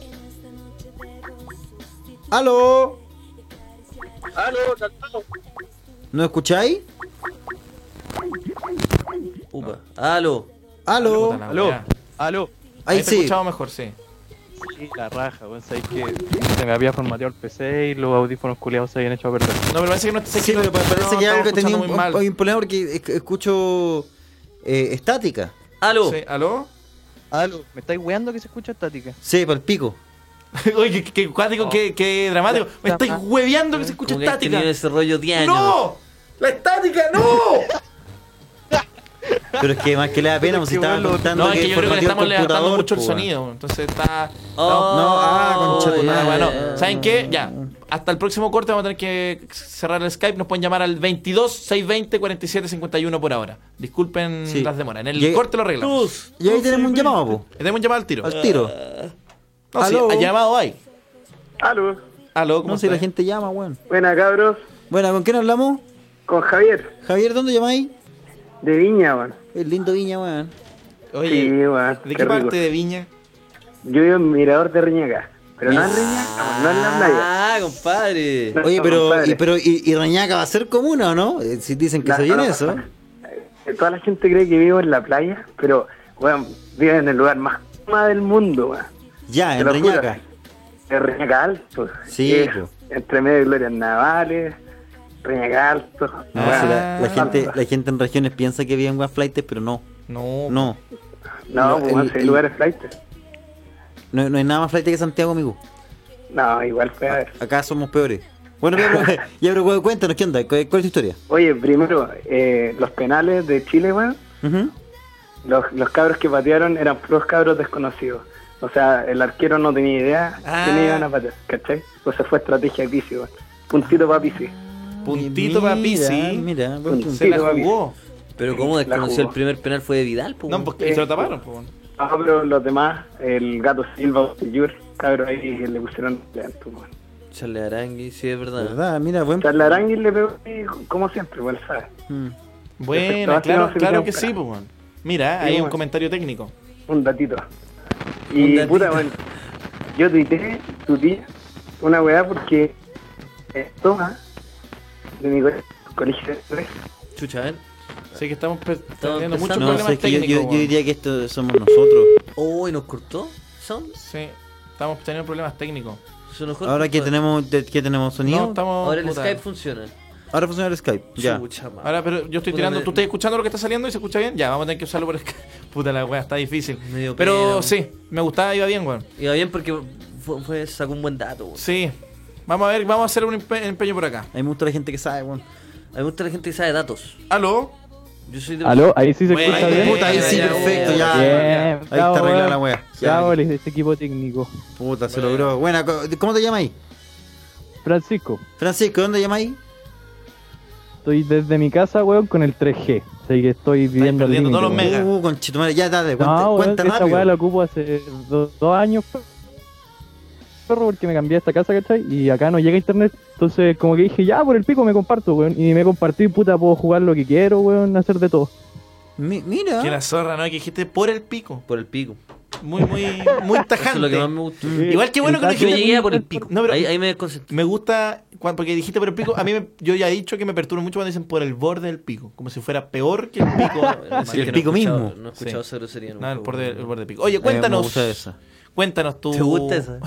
C: ¿Aló? ¿No escucháis?
D: Upa. ¡Aló!
C: ¿Aló?
E: ¿Aló?
H: Aló.
E: Ahí,
C: Ahí
E: te
C: sí.
E: escuchamos mejor, sí.
H: Sí, la raja, weón. Sabéis que se me había formateado el PC y los audífonos culiados se habían hecho a perder.
E: No, pero parece que no sé
C: Sí,
E: que-
C: pero pa- parece
E: no,
C: que hay
E: estamos
C: algo que tenía
E: escuchando
C: un,
E: muy mal.
C: hay un problema porque esc- escucho eh, estática.
D: ¡Aló!
E: Sí, ¿Aló?
H: Aló. ¿Me estáis weando que se escucha estática?
C: Sí, para el pico.
E: [LAUGHS] Oye, qué, qué cuático, qué, qué
C: [LAUGHS]
E: dramático. Me estáis hueveando que se escucha
D: Como que has
E: estática.
D: tenido ese rollo 10 años.
E: ¡No! ¡La estática, no!
C: Pero es que más que le
E: [LAUGHS]
C: da pena, pues, si
H: Qué
C: estaba
H: bueno.
E: [LAUGHS]
C: contando
E: No, es que yo creo que le
C: formateó el
E: estamos levantando
C: computador, pues,
E: mucho el
C: po,
E: sonido. Entonces está.
D: Oh,
C: No, ah, concha tu
D: ya,
C: madre.
E: bueno,
D: ya.
E: ¿saben qué? Ya. Hasta el próximo corte vamos a tener que cerrar el Skype. Nos pueden llamar al 22 620 47 51 por ahora. Disculpen
C: Sí.
E: las demoras. En el
C: Llega-
E: corte lo arreglamos.
D: Cruz.
C: Y ahí tenemos un llamado, po,
E: Le damos un llamado al tiro.
C: al tiro.
E: No, sí,
C: aló.
E: ha llamado ahí.
I: Aló.
E: Aló, ¿cómo
C: No sé si la
E: está?
C: gente llama, weón.
I: Buena, cabros.
C: Bueno, ¿con quién hablamos?
I: Con Javier,
C: Javier, ¿dónde llamáis?
I: de Viña, weón.
C: El lindo Viña, weón.
E: Oye,
I: Sí, weón,
E: ¿de
I: qué
E: qué parte
I: rico.
E: de Viña?
I: Yo vivo en Mirador de Reñaca, pero no en Reñaca, no en las playas.
D: Ah, compadre.
I: No,
C: Oye,
I: no,
C: pero,
I: compadre.
C: y, pero y, y Reñaca va a ser comuna o no? Eh, Si dicen que
I: La-
C: se viene
I: no, no,
C: eso.
I: eh, Toda la gente cree que vivo en la playa, pero, weón, vivo en el lugar más cómodo del mundo, weón.
C: Ya,
I: Te
C: en
I: lo juro.
C: Reñaca.
I: En Reñaca Alto.
C: Sí,
I: Eh,
C: po.
I: Entre medio de Glorias Navales, Reñaca Alto.
C: No,
I: weón,
C: si la, la
I: alto.
C: gente, la gente en regiones piensa que viven flightes, pero no.
E: No.
C: No.
I: No,
C: no,
I: weón,
C: el-
I: si hay
C: el-
I: lugares flight.
C: No, no hay nada más flight que Santiago, amigo.
I: No, igual fue a ver.
C: Acá somos peores. Bueno, pero, [LAUGHS] ya, pero cu- cuéntanos, ¿qué onda? ¿Cuál, cuál es tu historia?
I: Oye, primero, eh, los penales de Chile, weón,
C: Ujú.
I: los, los cabros que patearon eran puros cabros desconocidos. O sea, el arquero no tenía idea
E: Ah.
I: que le iban a patear, ¿cachai? Pues se fue estrategia de Pisi, weón. Puntito para Pisi.
E: Puntito para
C: Mira,
E: Pisi.
C: Mira, buen punto.
E: Se la
I: Puntito para Pisi.
E: jugó.
D: Pero cómo
I: La
D: desconoció el
I: jugó.
D: primer penal fue de Vidal, po,
E: No,
D: weón.
E: porque se lo taparon. pues, po.
I: Eh, Ah, pero los demás, el gato Silva, el Yur, cabros ahí que le pusieron lento, weón.
D: Charle Arangui, sí, es verdad.
C: ¿Verdad? Mira, buen
I: Charla Aránguiz le pegó ahí, como siempre, igual, ¿sabes?
C: Mm.
E: Bueno,
I: Perfecto,
E: claro,
I: así no se
E: claro
I: quedan
E: que sí,
I: parados.
E: pues. weón. Mira,
I: Sí,
E: hay un
I: weón.
E: comentario técnico.
I: Un datito.
D: Un
I: Y
D: datito.
I: puta, bueno, yo tuiteé, tuiteé una weá porque eh, toma de mi co- colegio de tres.
D: Chucha, a ver.
E: Sé que estamos per- teniendo
D: empezando.
E: muchos
D: No,
C: No,
E: problemas
C: sé, es que yo,
E: técnicos.
C: yo- yo
E: weón.
C: diría que esto somos nosotros.
D: Oh, ¿y nos cortó? ¿Son?
E: Sí, estamos teniendo problemas técnicos.
D: ¿Son mejor?
C: Ahora que tenemos, de- que tenemos
E: No,
C: sonido,
E: estamos.
D: Ahora el
E: puta.
D: Skype funciona.
C: ahora funciona el Skype. Ya.
D: Chucha, madre.
E: Ahora, pero yo estoy
D: Puta,
E: tirando.
D: me-
E: ¿Tú estás escuchando lo que está saliendo y se escucha bien? Ya, vamos a tener que usarlo por
D: [LAUGHS]
E: Skype. Puta la weá, está difícil.
D: Me dio
E: pero
D: pena, weón.
E: sí, me gustaba, iba bien, weón.
D: Iba bien porque fue, fue- sacó un buen dato, weón.
E: Sí. Vamos a ver, vamos a hacer un empe- empeño por acá.
C: A mí me gusta la gente que sabe, weón.
D: A mí me gusta la gente que sabe datos.
E: ¿Aló?
D: Yo soy de...
H: ¿Aló? Ahí sí se
E: Bueno,
H: escucha
E: ahí,
H: bien.
E: puta,
C: Ahí sí,
E: Ya, ya,
C: perfecto, ya.
H: Bien,
C: Ahí está
H: bravo,
C: arreglada
H: weón.
C: la wea. Ya.
H: Bravo, les de este equipo técnico.
C: Puta, se logró. Bueno, co- ¿cómo te llamas ahí?
H: Francisco,
C: Francisco, ¿dónde llamas ahí?
H: estoy desde mi casa, weón, con el 3G. Así que estoy viviendo el
E: perdiendo todos los
H: límite,
E: Mega.
C: Uh, conchetumare, ya dale,
H: weón.
C: cuenta,
H: No, weón,
C: cuenta
H: esta weá
C: rápido.
H: la ocupo hace do- dos años, per- perro, porque me cambié a esta casa, ¿cachai? Y acá no llega internet. Entonces, como que dije, ya, por el pico me comparto, weón. Y me compartí, puta, puedo jugar lo que quiero, weón, hacer de todo.
C: Mi-
E: Que
C: mira.
E: la zorra, ¿no? Que dijiste por el pico.
D: Por el pico.
E: Muy, muy, muy
D: [LAUGHS] Eso es
E: tajante.
D: lo que más me gustó.
E: Igual que bueno que no
D: Yo
E: dijiste-
D: llegué a por el pico.
E: No, pero-
D: ahí, ahí me desconcentré.
E: Me gusta, cuan- porque dijiste por el pico, a mí me- yo ya he dicho que me perturba mucho cuando dicen por el borde del pico, como si fuera peor que el
D: [LAUGHS]
E: pico.
D: Bueno,
C: Sí, el
D: que no he
C: pico
D: escuchado-
C: mismo.
D: No he escuchado esa grosería.
E: no, el
D: nunca,
E: borde,
D: weón.
E: el borde del pico. Oye,
C: Eh, me
E: cuéntanos,
C: gusta esa.
E: cuéntanos tú.
D: ¿Te
E: [LAUGHS]
D: gusta esa?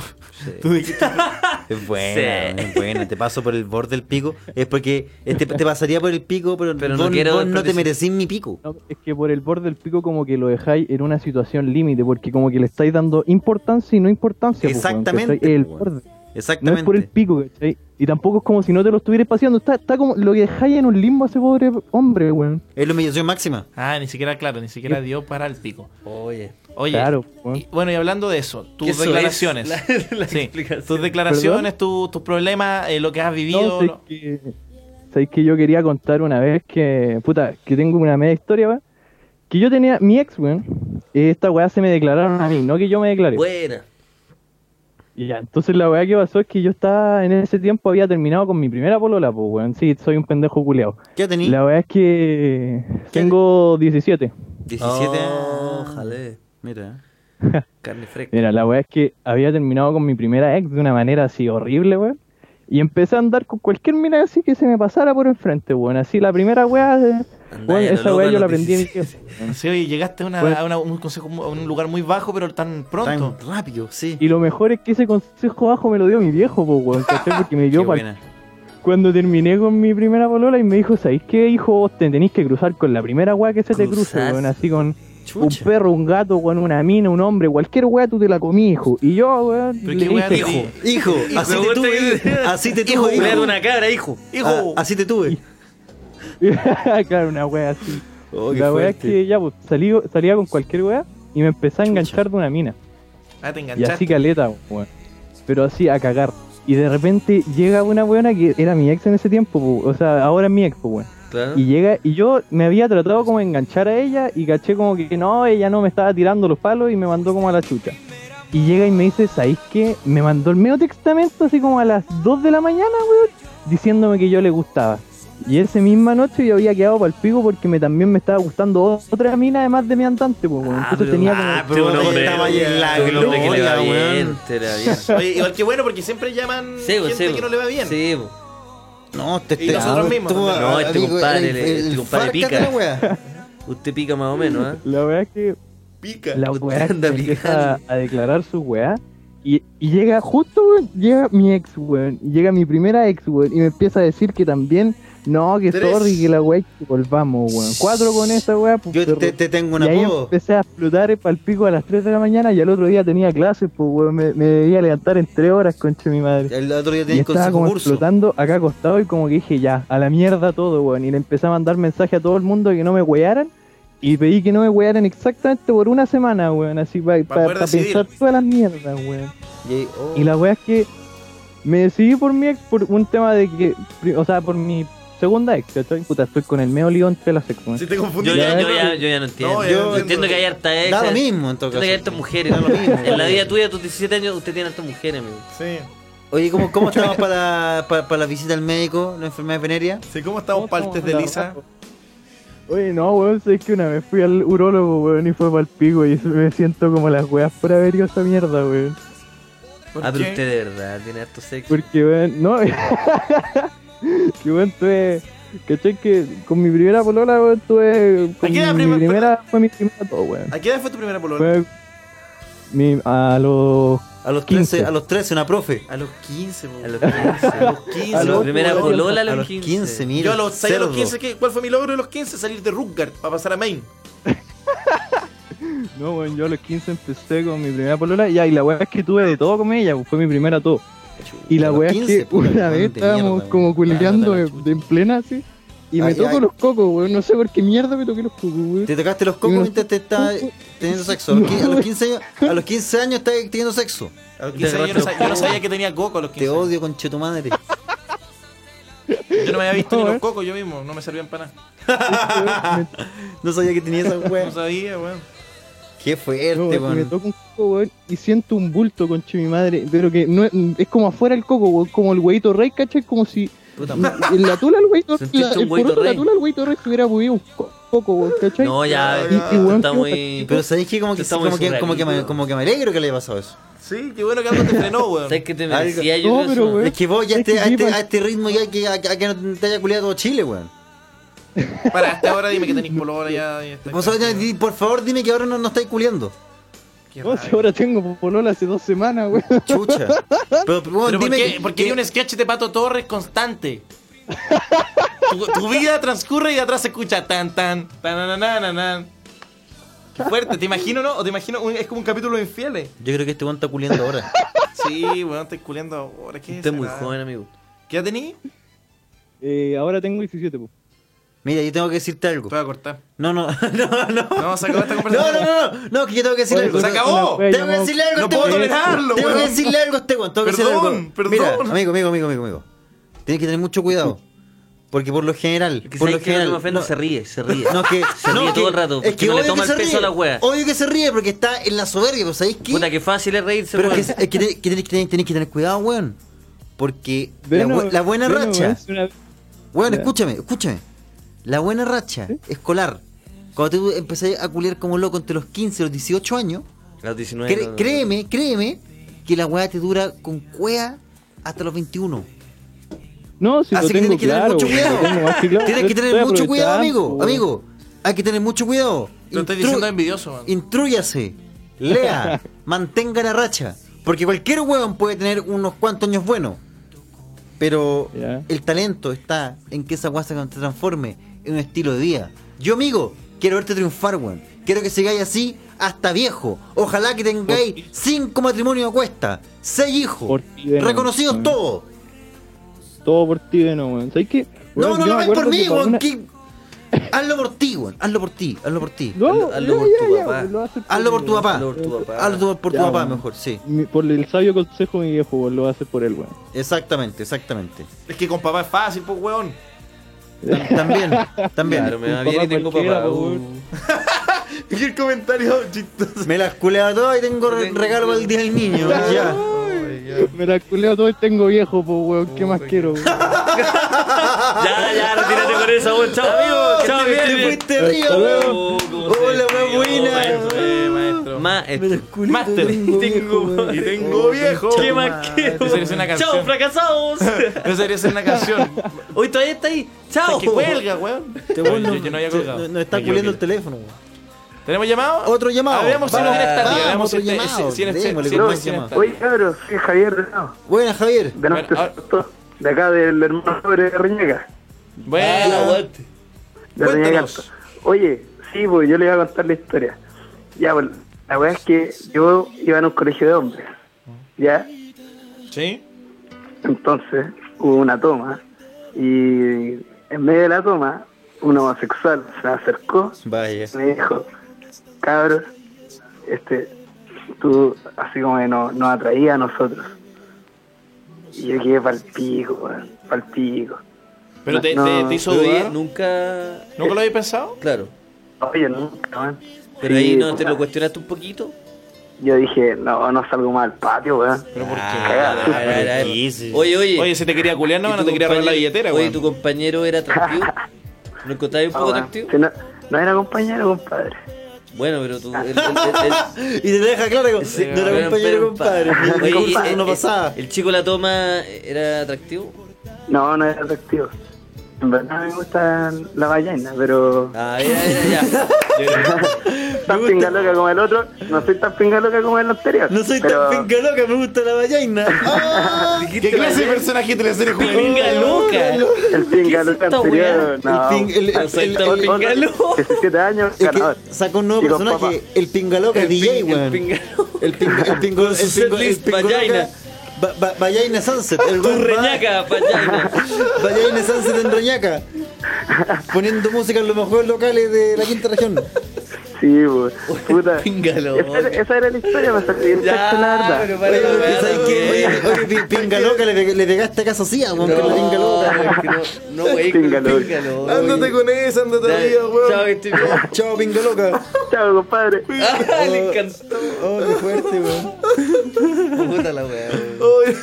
E: tú de qué-
D: [LAUGHS]
C: Es buena,
D: Sí.
C: es buena. Te paso por el borde del pico. Es porque este, te pasaría por el pico, pero,
D: Pero no
C: vos,
D: quiero
C: vos no te merecís
D: desperdiciar.
C: mi pico.
H: No, es que por el borde del pico como que lo dejáis en una situación límite, porque como que le estáis dando importancia y no importancia. pues, weón, ¿cachai?
C: Exactamente,
H: el
C: weón.
H: borde. No
C: Exactamente.
H: es por el pico, ¿cachai? Y tampoco es como si no te lo estuvieras paseando. Está, está como lo que dejáis en un limbo a ese pobre hombre, weón.
C: Es la humillación máxima.
E: Ah, ni siquiera, claro, ni siquiera dio para el pico.
D: Oye.
E: Oye,
H: Claro, pues. weón.
E: y- bueno, y hablando de eso,
D: Que
E: tus
D: eso es
E: declaraciones.
D: la- [LAUGHS] la
E: Sí,
D: explicación.
E: tus declaraciones, tu- tus problemas, eh, lo que has vivido.
H: No, sé
E: lo-
H: que, sabéis que yo quería contar una vez que, puta, que tengo una media historia, weón. Que yo tenía, mi ex, weón, esta weá se me declararon a mí, no que yo me declaré.
D: Buena.
H: Y ya, entonces la weá que pasó es que yo estaba, en ese tiempo había terminado con mi primera polola, pues, weón. Sí, soy un pendejo culeado.
C: ¿Qué tenías?
H: La weá es que tengo 17.
C: 17
D: Oh,
C: años.
D: Ojalá.
C: Mira.
H: [LAUGHS]
D: Carne fresca.
H: Mira, la weá es que había terminado con mi primera ex de una manera así horrible, weón. Y empecé a andar con cualquier mina así que se me pasara por enfrente, weón. Así la primera weá, eh,
D: Andá
H: weón,
D: de lo
H: esa
D: loco
H: weá
D: a
H: yo la
D: los
H: aprendí en
D: 17.
H: tiempo.
E: Sí, oye, llegaste a, una-
H: Bueno.
E: a una- un consejo, a un lugar muy bajo, pero tan pronto.
C: Tan rápido, sí.
H: Y lo mejor es que ese consejo bajo me lo dio mi viejo, po, weón, ¿cachai? Porque me
C: Qué
H: dio pa'l-
C: buena.
H: cuando terminé con mi primera polola y me dijo, ¿sabéis qué, hijo? Vos te tenéis que cruzar con la primera weá que se te cruce,
D: Cruzarse.
H: weón. Así con
D: Chucha.
H: un perro, un gato, weón, una mina, un hombre, cualquier weá tú te la comí, hijo. Y yo, weón,
E: Pero
H: le
E: qué weá
H: dije, [LAUGHS]
E: dijo.
C: Hijo, así te
D: Me gusta
C: tuve.
D: que-
C: hijo. Así te
D: Hijo,
C: tuve,
D: culiar
C: hijo.
D: una cabra, hijo.
E: Hijo.
C: Ah, así te tuve.
H: [LAUGHS] claro, una wea así.
C: Oh, qué
H: la wea es
C: fuerte.
H: que ya, pues, salí, salía con cualquier wea y me empecé a enganchar de una mina.
E: Ah, te
H: Y
E: enganchaste.
H: así caleta, weón. Pero así a cagar. Y de repente llega una weona que era mi ex en ese tiempo, po, o sea, ahora es mi ex, po, weón.
D: Claro.
H: Y llega, y yo me había tratado como de enganchar a ella y caché como que no, ella no me estaba tirando los palos y me mandó como a la chucha. Y llega y me dice, ¿sabéis qué? Me mandó el medio textamento así como a las 2 de la mañana, weón, diciéndome que yo le gustaba. Y esa misma noche yo había quedado para el pico porque me, también me estaba gustando otra mina además de mi andante, pues, weón. Entonces tenía como...
E: Ah, pero un hombre,
C: Estaba ahí en la
E: un hombre que le va
C: gloria,
E: bien.
C: weón.
D: Te la bien.
E: Oye, igual que bueno, porque siempre llaman
D: Sí, bo,
E: gente
D: sí, bo.
E: que no le va bien.
D: Sí, pues. bo.
C: No, te
E: Y nosotros mismos.
D: No, este compadre le- este compadre pica.
C: pica.
D: [LAUGHS] Usted pica más o menos, ¿eh?
H: La verdad es que
E: Pica.
H: la
D: Usted
H: weá
C: [LAUGHS]
D: anda
H: empieza a declarar su weá. Y, y llega justo, weón, llega mi ex, weón. y Llega mi primera ex, weón. Y me empieza a decir que también, no, que
E: Tres.
H: sorry, que la weá, hay que volvamos, weón. Cuatro con esa weá, pues.
C: Yo
H: perro.
C: te, te tengo un
H: y ahí
C: apodo.
H: empecé a explotar el pico a las 3 de la mañana y al otro día tenía clases, pues, weón. Me, me debía levantar en 3 horas, concha de mi madre.
C: El otro día
H: Y
C: tenía
H: estaba
C: consejo
H: como
C: curso.
H: explotando acá acostado y como que dije ya, a la mierda todo, weón. Y le empecé a mandar mensaje a todo el mundo que no me wearan. Y pedí que no me wearan exactamente por una semana, weón. Así para
E: Pa poder decidir.
H: pensar todas las mierdas, weón.
C: Y ahí, oh,
H: Y la weá es que me decidí por mi ex por un tema de que... pri- O sea, por mi segunda ex, ¿cachai? Puta, estoy con el meolio entre las ex, weón.
E: Si te confundí.
D: Yo ya, yo, ya, yo ya no entiendo.
E: No, yo
D: yo
E: entiendo.
D: entiendo que hay harta ex.
C: Da lo mismo en todo
D: Entiendo que hay
C: caso.
D: hartas mujeres. En la vida tuya, a tus 17 años, usted tiene hartas mujeres, amigo.
E: Sí.
C: Oye,
H: [LAUGHS]
C: ¿cómo, cómo estamos para, para, para la visita al médico, la enfermedad veneria?
E: Sí, ¿cómo estamos partes de
H: la
E: Lisa?
H: raja? Oye, no, weón, es que una vez fui al urólogo, weón, y fue pa'l pico y me siento como las weas por haber ido a esa mierda, weón.
E: ¿Por
D: Ah, pero
E: qué?
D: usted de verdad tiene harto sexo.
H: Porque, weón, no. [LAUGHS] que, weón, tuve. ¿Cachai? Que con mi primera polola, weón, tuve. Con
E: qué
H: mi,
E: edad prima-
H: primera. Fue mi primera todo, weón.
E: ¿A qué edad fue tu primera polola?
H: Fue. Mi, a los.
C: A los
H: 15.
C: 13, a los 13, una profe.
E: A los 15, po.
D: A los 15.
E: A los 15.
D: A la
H: los
D: primera
H: ocho,
D: polola a
C: A
D: los
C: los 15,
D: 15.
C: mira.
E: Yo a los, ¿sabes a los
C: cerdo.
E: 15, ¿qué? ¿cuál fue mi logro de los 15? Salir de Rutgers para pasar a Maine.
H: No, weón, yo a los 15 empecé con mi primera polola. Ya, y la weá es que tuve de todo con ella, pues, fue mi primera todo. Y la
C: A los
H: weá es
C: 15,
H: que
C: puta,
H: una vez
C: weón, de mierda,
H: estábamos
C: weón.
H: como culiando
C: Ah, no, Ah,
H: de, de en plena, así. Y me
C: Ay,
H: toco
C: ay.
H: los cocos, weón. No sé por qué mierda me toqué los cocos, weón.
C: Te tocaste los cocos
H: No.
C: mientras te estás teniendo sexo. A los, qui- a los 15 años, a los 15 años estás teniendo sexo.
E: A los 15 años yo no sabía, yo no sabía que tenía coco a los
C: Te
E: 15.
C: odio, conche tu
H: [LAUGHS]
C: madre.
E: Yo no me había visto
H: No,
E: ni
H: eh.
E: los cocos yo mismo, no me servían para nada.
C: [LAUGHS] No sabía que tenía esa
E: No
C: wea.
E: sabía, weón.
C: Qué fuerte,
H: No, y me
C: weón.
H: toca un coco, weón, y siento un bulto, conche mi madre, pero que no es, es como afuera el coco, weón, como el huevito rey, ¿cachai? Como si
C: Puta madre.
H: en la tula el
C: [LAUGHS]
H: huevito,
D: Sentiste
H: la,
D: un
H: el
D: huevito
H: poroto de la
D: rey.
H: tula el huevito rey se hubiera movido un co- coco, weón, ¿cachai?
D: No, ya,
H: Y- y, weón,
D: está
H: quedo
D: muy.
C: Pero sabéis que como que,
D: Está
C: sí,
D: muy
C: como que, como que, me,
D: surrealista.
C: como que me alegro que le haya pasado eso.
E: Sí, qué bueno que algo te [LAUGHS] frenó, weón.
D: ¿Sabes que te
C: Algo-
D: merecía yo?
H: No,
D: creo,
H: pero,
D: eso?
H: weón.
C: Es que vos ya
H: Es
C: estés
H: que
C: a,
H: sí,
C: este,
H: pa-
C: a este ritmo ya que, a, a que no te haya culiado todo Chile, weón.
E: Para hasta ahora dime que tenés polola ya. ya está.
C: [LAUGHS] Vos sabés, ya, di- por favor, dime que ahora no, no estáis culiando.
E: Qué
H: No,
E: rabia.
H: si ahora tengo polola hace dos semanas, weón.
C: [LAUGHS] Chucha. Pero, weón,
E: Pero ¿por
C: dime
E: qué,
C: que-
E: por qué hay un sketch de Pato Torres constante? tu, tu vida transcurre y atrás se escucha tan tan tan Qué fuerte, ¿te imagino no? ¿O te imagino? un- es como un capítulo de infieles.
C: Yo creo que este weón está culiando ahora.
E: Sí, weón, estoy culiando ahora. [LAUGHS] ¿Qué es
D: Usted es
E: esa
D: muy
E: weá?
D: joven, amigo.
E: ¿Qué ya tení?
H: [LAUGHS] Eh, ahora tengo 17, po.
C: Mira, yo tengo que decirte
E: Te
C: algo.
E: voy a cortar.
C: No, no, [LAUGHS] no, no.
E: No, se acabó esta
C: No,
E: conversación.
C: no, no, no, no, que yo tengo que decir
H: Oye,
C: algo.
E: se
H: una-
E: Pues acabó.
H: una-
C: Tengo que decirle algo a
E: No
C: este
E: puedo
C: weón.
E: tolerarlo,
C: Tengo que
E: weón.
C: decirle algo a este weón. Tengo que decirle
E: Perdón,
C: algo.
E: perdón.
C: Mira, amigo, amigo, amigo, amigo, amigo. Tienes que tener mucho cuidado. Porque por lo general,
D: Que
C: por lo
D: ¿sabes qué? Lo que
C: general.
D: me ofende,
C: no-
D: se ríe, se ríe.
C: No, que
D: Se ríe todo el rato,
C: Es
D: porque
C: que
D: no le
C: obvio
D: toma
C: que
D: el
C: se
D: peso a la
C: ríe.
D: wea.
C: Obvio que se ríe porque está en la soberbia, pero ¿sabéis qué?
D: Puta, que fácil es reírse,
C: pero
D: weón.
C: que, es que, te- que, tenés, que tenés- tenés que tener cuidado, weón. Porque la
H: Bueno,
C: bu- la, buena
H: bueno,
C: racha.
H: weón, si una-
C: Weón,
H: Ya.
C: escúchame, escúchame. La buena racha escolar. Cuando tú empecé a culiar como loco entre los 15 y los 18 años,
D: A los 19.
C: cre-
D: no, no.
C: créeme, créeme que la weá te dura con cuea hasta los 21.
H: No, si lo
C: Así que
H: tengo
C: tienes que tener
H: claro,
C: mucho
H: weón, lo
C: cuidado.
H: tengo más
C: Tienes que
H: Estoy
C: tener mucho cuidado,
H: aprovechando,
C: amigo.
H: weón.
C: Amigo, hay que tener mucho cuidado.
E: Lo estoy
C: Intru-
E: diciendo envidioso, man.
C: Intrúyase,
H: [LAUGHS]
C: lea, mantenga la racha. Porque cualquier weón puede tener unos cuantos años buenos. Pero
H: Ya.
C: el talento está en que esa guasa se transforme en un estilo de vida. Yo, amigo, quiero verte triunfar, weón. Quiero que sigáis así hasta viejo. Ojalá que tengáis cinco matrimonios a cuesta, seis hijos,
H: Por ti de nuevo,
C: reconocidos
H: weón.
C: todos.
H: Todo por ti de nuevo, weón. ¿Sabes qué?
C: No,
H: Weón, yo
C: no lo
H: me
C: hagáis por
H: acuerdo
C: mí,
H: que para
C: weón.
H: una-
C: que- Hazlo por ti, weón. Hazlo por ti, hazlo por ti.
H: No,
D: Hazlo- hazlo
H: ya,
D: por
H: ya,
D: tu
H: ya,
D: papá.
H: weón, lo haces
C: Hazlo por tu
H: mí,
C: papá.
D: Hazlo por tu papá.
C: Hazlo Ah, por, por tu
H: Ya,
C: papá
H: bueno.
C: mejor, sí.
H: Mi- por el sabio consejo de mi viejo, weón, lo haces por él, weón.
C: Exactamente, exactamente.
E: Es que con papá es fácil, pues, weón.
C: Tam- [LAUGHS] También, también.
D: Claro, me
H: Un
D: va bien y
H: papá
D: tengo
H: cualquiera,
D: papá.
H: po,
D: uh.
H: weón.
C: [LAUGHS]
E: Y el comentario chistoso.
C: Me las culeaba todas y tengo re- regalo para el día del niño. ya.
H: [LAUGHS]
E: Oh,
H: Me la culeo todo y tengo viejo, po, weón. ¿Qué más quiero, weón?
D: Ya, ya, retírate con eso, weón. Chao, amigo.
C: Que
D: Chao,
C: ¡Ah! te
D: bien, bien.
C: fuiste río, weón. Oh, Hola, weón, buena. eh,
J: maestro.
D: eh, Maestro.
E: Master.
D: Y tengo.
J: Y tengo viejo.
D: ¿Qué más que?
J: Esa es una
D: Chao,
J: canción.
D: fracasados.
J: Eso debería ser una canción.
D: Hoy todavía está ahí. Chao.
E: Es que cuelga, weón.
C: Te
J: No,
C: voy,
J: yo-
C: no-
J: yo no había
C: te-
J: colgado.
C: no- Nos está
J: Me equivoqué.
C: culiando el teléfono, weón.
E: ¿Tenemos llamado? Ah,
C: Otro llamado.
E: Veamos si no
C: Vamos,
E: tiene
C: vamos,
E: estática. Veamos si
C: otro
E: tiene-
C: llamado.
E: si- si tiene-
C: Démosle,
E: si-
C: con
E: si-
C: más
E: si-
C: llamadas.
I: Oye, cabros, soy Javier Renao,
C: Buena, Javier.
I: de
E: Bueno,
I: Norte
E: ahora-
I: Soto, de acá del hermano sobre Reñaca.
E: Bueno,
I: Ah, De
E: Cuéntanos.
I: Reñaca. Oye, sí, pues yo le voy a contar la historia. Ya, pues, la verdad es que yo iba a un colegio de hombres, ¿ya?
E: ¿Sí?
I: Entonces hubo una toma y en medio de la toma un homosexual se me acercó
C: Vaya.
I: y me dijo, cabros, este, tú así como que no- nos atraía a nosotros. Y yo quedé pa'l pico, weón, pa'l pico.
E: Pero te,
I: No,
E: te- te hizo
D: Pero ahí
E: dudar.
D: nunca.
E: ¿Nunca lo habéis pensado?
D: Claro.
I: Oye, nunca, weón.
D: Pero
I: Sí,
D: ahí no te
I: puta,
D: lo cuestionaste un poquito.
I: Yo dije, no, no salgo más al patio, weón.
E: Pero por
D: Ah,
E: qué.
D: a ver, a ver, a ver. Oye, oye.
E: Oye, si te quería culiar, no,
D: ¿Y tu
E: no te quería robar la
D: compañero-
E: billetera,
D: Oye,
E: weón.
D: ¿tu compañero era atractivo? ¿Lo encontrabas un
I: No,
D: poco
I: weón.
D: atractivo?
I: Si no, no era compañero, compadre.
D: Bueno, pero tú. el- el- el-
C: [LAUGHS] Y te deja claro que no
D: pero-
C: era compañero,
D: pero-
C: compadre.
D: Oye,
C: Mi compadre
D: el-
C: no
D: el-
C: pasaba.
D: El chico la toma era atractivo.
I: No, no era atractivo. En verdad me gusta la ballena, pero...
D: Ah, ya, ya, ya.
I: [LAUGHS]
D: [LAUGHS]
I: tan pinga loca como el otro, no soy tan pinga loca como el anterior.
C: No soy
I: pero-
C: tan pinca loca, me gusta la vallaina. ¡Ah!
E: ¿Qué clase de personaje de teleserie juvenil?
D: Pinga loca.
I: El pinga
D: ¿Qué es
I: loca
D: esta
I: anterior, no.
C: El ping- el- el-
D: No soy
C: el-
D: tan
C: el-
D: pinga loca.
I: 17 años,
C: Es
I: ganador.
C: que sacó un nuevo
I: Digo,
C: personaje, el pingaloca,
D: El
C: DJ,
D: ping- el
C: weón.
D: pinga
C: El pinga,
D: [LAUGHS]
C: el pingo, el
D: su
C: pingo, el
D: setlist,
C: pingo
D: Vallaina.
C: Va- va- Vallaina Sunset, el
D: Tu
C: weón va- [LAUGHS]
D: reñaca, payaina.
C: Vallaina Sunset en Reñaca. Poniendo música en los mejores locales de la quinta
D: [LAUGHS]
C: región.
I: Sí, pues, puta.
D: Pinga
I: Esa, era-
D: loca.
I: esa era la historia, me salió bien texto, la
D: Ya,
I: verdad.
D: pero para
C: Oye,
D: la
C: oye,
D: weá,
C: ¿sabes
D: no,
C: qué?
D: weá.
C: Oye, oye, pi- pingaloca le, pe- le pegaste a casa sí, weón, con la pingaloca.
D: es que No, no, wey,
I: Pinga loca.
E: Ándate con esa, ándate
D: Ya,
E: arriba,
D: Chao,
E: weón. [LAUGHS]
D: estoy bien.
C: Chao, pingaloca.
I: Chao, compadre.
D: Ah, le encantó.
C: Oh, qué fuerte, weón.
D: Puta la weá.
E: Oye.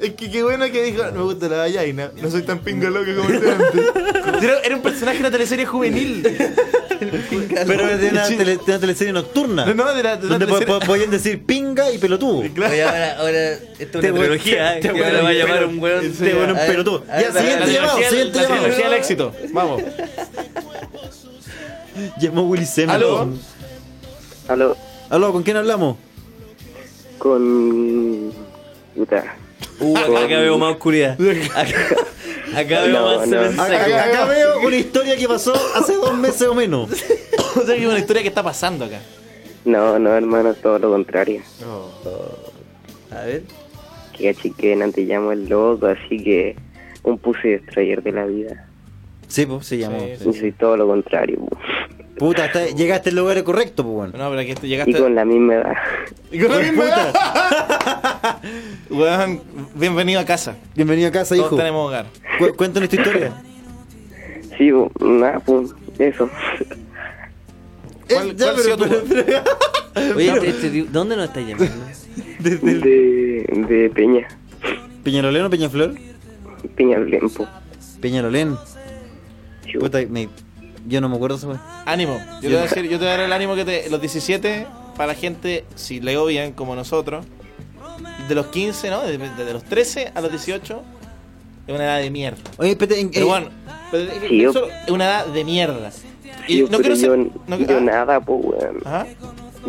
E: Es que qué bueno que dijo, me gusta la vallaina, no soy tan pinga loca como el de antes. Era, era un personaje de la teleserie juvenil.
C: Pero es de
D: [LAUGHS]
C: una, tele, de una teleserie nocturna.
E: No, no, de la, de la
C: Donde po-
E: teleserie...
C: po- podían decir pinga y pelotudo.
D: Oye, ahora, ahora, esto es
C: Te
D: una
C: voy-
D: trilogía,
C: te-
D: ¿eh?
C: te
D: Que
C: voy
D: ahora
C: a-
D: va a llamar un weón.
C: Te voy a un
D: A ver,
C: pelotudo.
D: a ver,
C: Ya,
D: para-
C: siguiente
E: La
D: para-
C: llamado,
E: trilogía-
C: siguiente
E: la
C: llamado.
E: trilogía del éxito. Vamos.
C: Llamó Willy Sema.
E: Aló.
I: Aló,
C: Aló, ¿con quién hablamos?
I: con. Puta.
D: Uh, acá veo
C: [LAUGHS]
D: más oscuridad. Acá, acá veo
I: No,
D: más
I: no.
D: semen
C: Acá,
D: seco.
C: acá veo una historia que pasó hace dos meses o menos.
E: [LAUGHS] O sea, que es una historia que está pasando acá.
I: No, no, hermano, todo lo contrario.
E: Oh.
D: A ver.
I: Que achiquen, te llamo el loco, así que un puse destroyer de la vida.
C: Sí, pues, se llamó.
I: Yo soy todo lo contrario.
C: Puta, está- llegaste al lugar correcto, pues, bueno.
E: No, pero aquí te
I: Y
E: llegaste.
I: con la misma edad.
E: Y con la misma
C: puta.
E: edad. [LAUGHS] Weón, bienvenido a casa.
C: Bienvenido a casa,
E: Todos
C: hijo.
E: tenemos hogar.
C: Cu- cuéntanos tu historia.
I: Sí, bo, nada, pues, eso.
E: ¿Cuál-
C: Eh, ya,
E: cuál ha sido tu-
D: [LAUGHS] Oye, este- este tío- ¿dónde nos estás
I: [LAUGHS]
D: llamando?
I: De, de Peña,
C: ¿Peñalolén o Peñaflor?
I: Peña Blempo.
C: Peñalolén. Puta, me- yo no me acuerdo esa weá.
E: Ánimo. Yo te voy a decir, yo te voy a dar el ánimo que te, los 17, para la gente, si leo bien, como nosotros, de los 15, ¿no? Desde de los 13 a los 18, es una edad de mierda.
C: Oye, espérate, en-
E: Pero
C: eh,
E: bueno, pero-
I: Sí, yo-
E: eso es una edad de mierda. Y
I: yo,
E: no
I: pero
E: quiero ser.
I: yo,
E: no-
I: yo
E: ah,
I: nada, pues, weón.
E: ajá.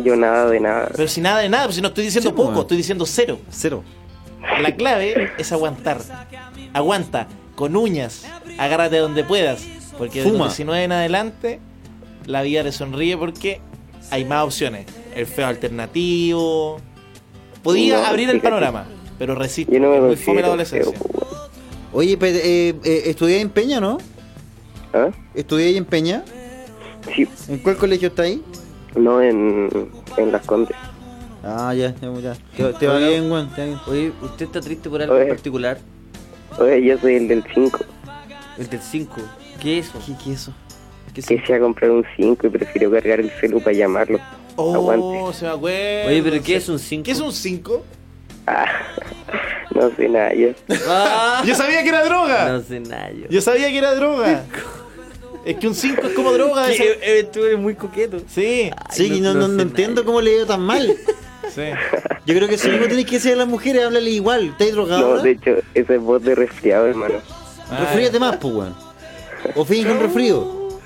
I: Yo nada de nada.
E: Pero si nada de nada, pues si no estoy diciendo
C: Sí,
E: poco,
C: bueno.
E: estoy diciendo cero.
C: cero.
E: La clave es aguantar. Aguanta, con uñas, agárrate donde puedas. Porque de
C: Fuma.
E: los 19 en adelante, la vida te sonríe porque hay más opciones. El feo alternativo. Podía
I: No,
E: abrir el
I: fíjate.
E: panorama, pero resiste.
I: Yo no me
E: Es muy fome la
I: considero
E: adolescencia.
I: feo, po, weón.
C: Oye, pero, eh, eh, estudié en Peña, ¿no?
I: ¿Ah?
C: Estudié ahí en Peña.
I: Sí,
C: ¿En cuál colegio está ahí?
I: no en, en Las Condes.
C: Ah, ya, ya, ya. Te, te va
D: Oye,
C: bien, weón. te va bien.
D: Oye, ¿usted está triste por algo
I: Oye.
D: en particular?
I: Oye, yo soy el del 5,
D: El del 5. ¿Qué es eso? ¿Qué, es eso? ¿Qué es
I: que se ha comprado un 5 y prefiero cargar el celu para llamarlo.
E: Oh,
I: Aguante.
E: se me acuerda.
D: Oye, pero ¿qué es un 5?
E: ¿Qué es un 5?
I: Ah, No sé nada, yo.
E: [LAUGHS] Yo sabía que era droga.
D: No sé nada yo.
E: Yo sabía que era droga. es que un 5 es como droga.
D: Que,
E: esa-
D: eh, eh, tú eres muy coqueto.
E: Sí,
C: Sí,
D: Ay,
C: no, no, no
D: sé
C: entiendo cómo le dio tan mal.
E: sí.
C: Yo creo que eso mismo tienes que decir a las mujeres, háblale igual. ¿Estás drogado?
I: No,
C: ahora?
I: de hecho, esa es voz de resfriado, hermano.
C: Refríate más, pues, weón. O finge un refrío.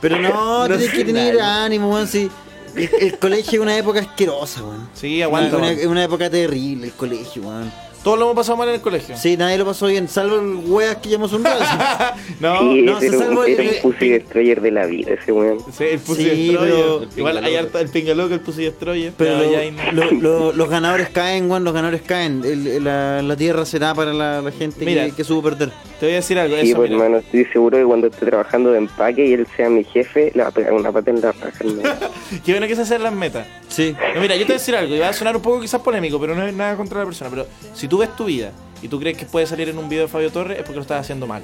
C: Pero no,
D: [LAUGHS] No
C: tienes
D: sé
C: que tener
D: nada.
C: ánimo, weón. Sí. El, el colegio es una época asquerosa, weón.
E: Sí,
C: Es
E: aguanta.
C: una,
E: weón.
C: es una época terrible el colegio, weón.
E: Todos lo hemos pasado mal en el colegio.
C: Sí, nadie lo pasó bien, salvo el weas que llamó un
E: [LAUGHS] no,
I: sí,
C: no, se
I: ese era
C: salvó
I: un,
C: el-
I: era un pussy destroyer de la vida, ese weón.
E: sí, el Pussy
C: Sí,
E: Destroyer.
C: pero-
E: Igual hay harta el pinga loco, el Pussy Destroyer.
C: Pero
E: No,
C: lo-
E: ya hay-
C: lo- lo- los ganadores caen, weón, los ganadores caen. El- el- la, la tierra será para la, la gente
E: Mira.
C: que, que supo perder.
E: Te voy a decir algo.
I: Sí,
E: eso,
I: pues,
E: mira.
I: hermano, estoy seguro que cuando esté trabajando de empaque y él sea mi jefe, le va a pegar una pata en la raja.
E: [LAUGHS]
I: hermano. [LAUGHS]
E: Qué bueno que se hacer las metas.
C: Sí.
E: No, mira, yo te voy a decir algo, y va a sonar un poco quizás polémico, pero no es nada contra la persona. Pero si tú ves tu vida y tú crees que puede salir en un video de Fabio Torres, es porque lo estás haciendo mal.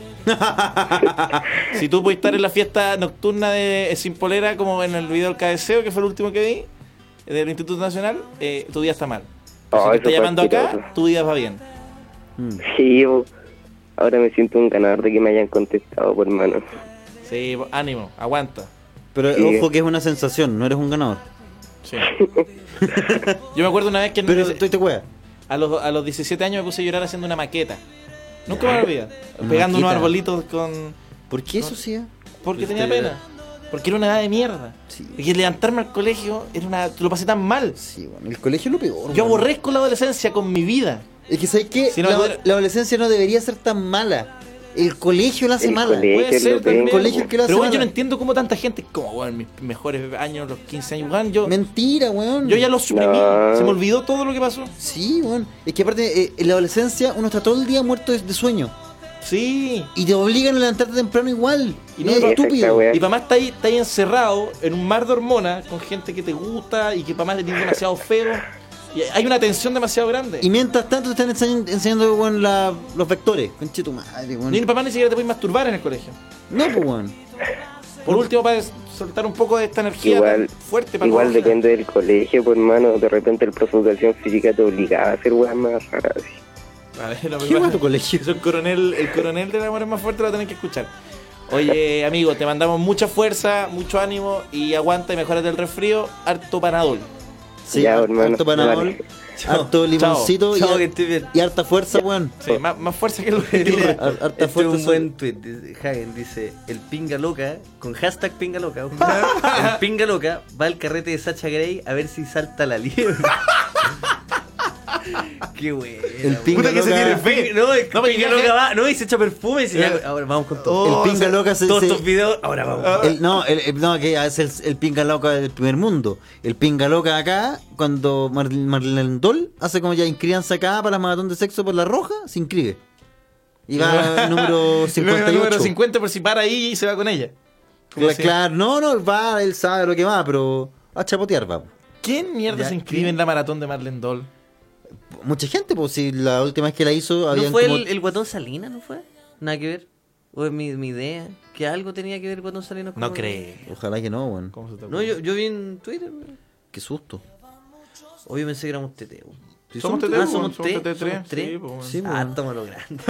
E: si tú puedes estar en la fiesta nocturna de eh, Sin Polera, como en el video del Cabeceo, que fue el último que vi, eh, del Instituto Nacional, eh, tu día está mal. Pero
I: Oh,
E: si te
I: eso
E: está
I: fue
E: llamando acá,
I: asqueroso.
E: tu día va bien.
I: Sí, yo ahora me siento un ganador de que me hayan contestado, por hermano.
E: Sí, ánimo, aguanta.
C: Pero
I: Sí.
C: ojo que es una sensación, no eres un ganador.
E: Sí. Yo me acuerdo una vez que
C: Pero estoy te wea.
E: a, los, a los 17 años me puse a llorar haciendo una maqueta. Nunca me lo olvidé. Pegando unos
C: maqueta.
E: arbolitos con,
C: ¿Por qué eso sí? eh?
E: Porque
C: Pues
E: tenía
C: te-
E: pena. Porque era una edad de mierda.
C: Sí.
E: Y levantarme al colegio era una. Lo pasé tan mal.
C: Sí, weón. El colegio es lo peor.
E: Yo
C: weón.
E: aborrezco la adolescencia con mi vida.
C: Es que sabes que
E: Si no,
C: la,
E: no era-
C: la adolescencia no debería ser tan mala. El colegio la hace
I: El
C: mala.
I: colegio.
E: Puede
I: que
E: ser
I: lo tengo.
E: también.
C: El colegio que lo hace
E: Pero bueno, yo no
C: mala.
E: entiendo cómo tanta gente. Como, bueno, mis mejores años, los 15 años, weón, yo,
C: Mentira, weón.
E: yo ya lo suprimí.
I: No.
E: Se me olvidó todo lo que pasó.
C: Sí, weón. Es que aparte, eh, en la adolescencia uno está todo el día muerto de, de sueño.
E: Sí.
C: Y te obligan a levantarte temprano igual.
E: Y
C: Y
E: no- Sí,
C: no es
I: esa es la
C: estúpido.
I: wea.
E: Y para más está ahí, está ahí encerrado en un mar de hormonas con gente que te gusta y que para más eres demasiado feo. Y hay una tensión demasiado grande.
C: Y mientras tanto te están enseñando, enseñando weón, la- los vectores. Conche tu madre, weón.
E: Ni el papá ni siquiera te puedes masturbar en el colegio.
C: No, pues, weón.
E: Por último, para soltar un poco de esta energía
I: Igual-
E: tan fuerte para
I: Igual
E: todos.
I: depende del colegio, por hermano. De repente el profe de educación física te obligaba a hacer weas más raras. así.
E: A ver, no me
C: Qué
E: pasa.
C: bueno tu colegio.
E: Eso el coronel, el coronel del amor es más fuerte, lo tenés que escuchar. Oye, amigo, te mandamos mucha fuerza, mucho ánimo y aguanta y mejora del resfrío, harto panadol.
C: Sí,
I: Ya,
C: harto
I: hermano,
C: panadol,
I: vale.
C: harto limoncito y,
D: Chao, que
C: har-
D: estoy bien.
C: y harta fuerza, weón.
E: Sí, más, más fuerza
C: [LAUGHS]
E: que lo que
D: Mira,
E: tiene.
C: Har- harta
D: este es
C: fuerza
D: un
C: su-
D: buen tweet. dice- Hagen dice: El pinga loca, con hashtag pinga loca. ojo.
E: [LAUGHS]
D: el pinga loca va al carrete de Sacha Grey a ver si salta
E: [LAUGHS]
D: la liebre. Qué buena.
C: El pinga
E: Puta que se
C: loca-
E: tiene
D: Ping- No, el
E: No, pero
D: pinga
E: ya-
D: loca va. No, y se echa perfume y dice: ya,
E: Eh.
D: Ahora vamos con todo.
E: Oh,
C: el pinga
E: se-
C: loca se,
D: Todos
C: se-
D: estos videos, ahora vamos.
C: el- no, el, el- no, que es el, el pinga loca del primer mundo. El pinga loca acá, cuando Mar- Marlene Dol hace como ya inscribanse acá para la maratón de sexo por la roja, se inscribe.
E: [LAUGHS]
C: Y va al número
E: Número-
C: 58.
E: Número 50 por si para ahí y se va con ella.
C: Cla- Claro, no, no, va, él sabe lo que va, pero a chapotear va.
E: ¿Quién mierda
D: Ya,
E: se inscribe en la maratón de Marlene Doll?
C: Mucha gente, pues si la última vez que la hizo
D: ¿No
C: habían
D: fue
C: como-
D: el, el guatón Salina? ¿No fue? Nada que ver. O es mi,
E: [LAUGHS]
D: mi idea. Que algo tenía que ver el guatón Salina con.
E: No creo.
C: Ojalá que no, weón.
E: ¿Cómo se te
D: No, yo, yo vi en Twitter. weón.
C: Qué susto.
D: Hoy yo pensé que éramos TT. weón.
E: Sí, Somos
D: Ah,
E: TT,
D: somos
E: somos
D: tres,
E: TT,
D: somos tres.
E: sí, po, weón.
C: Sí,
D: ah,
C: weón.
D: estamos lo grande.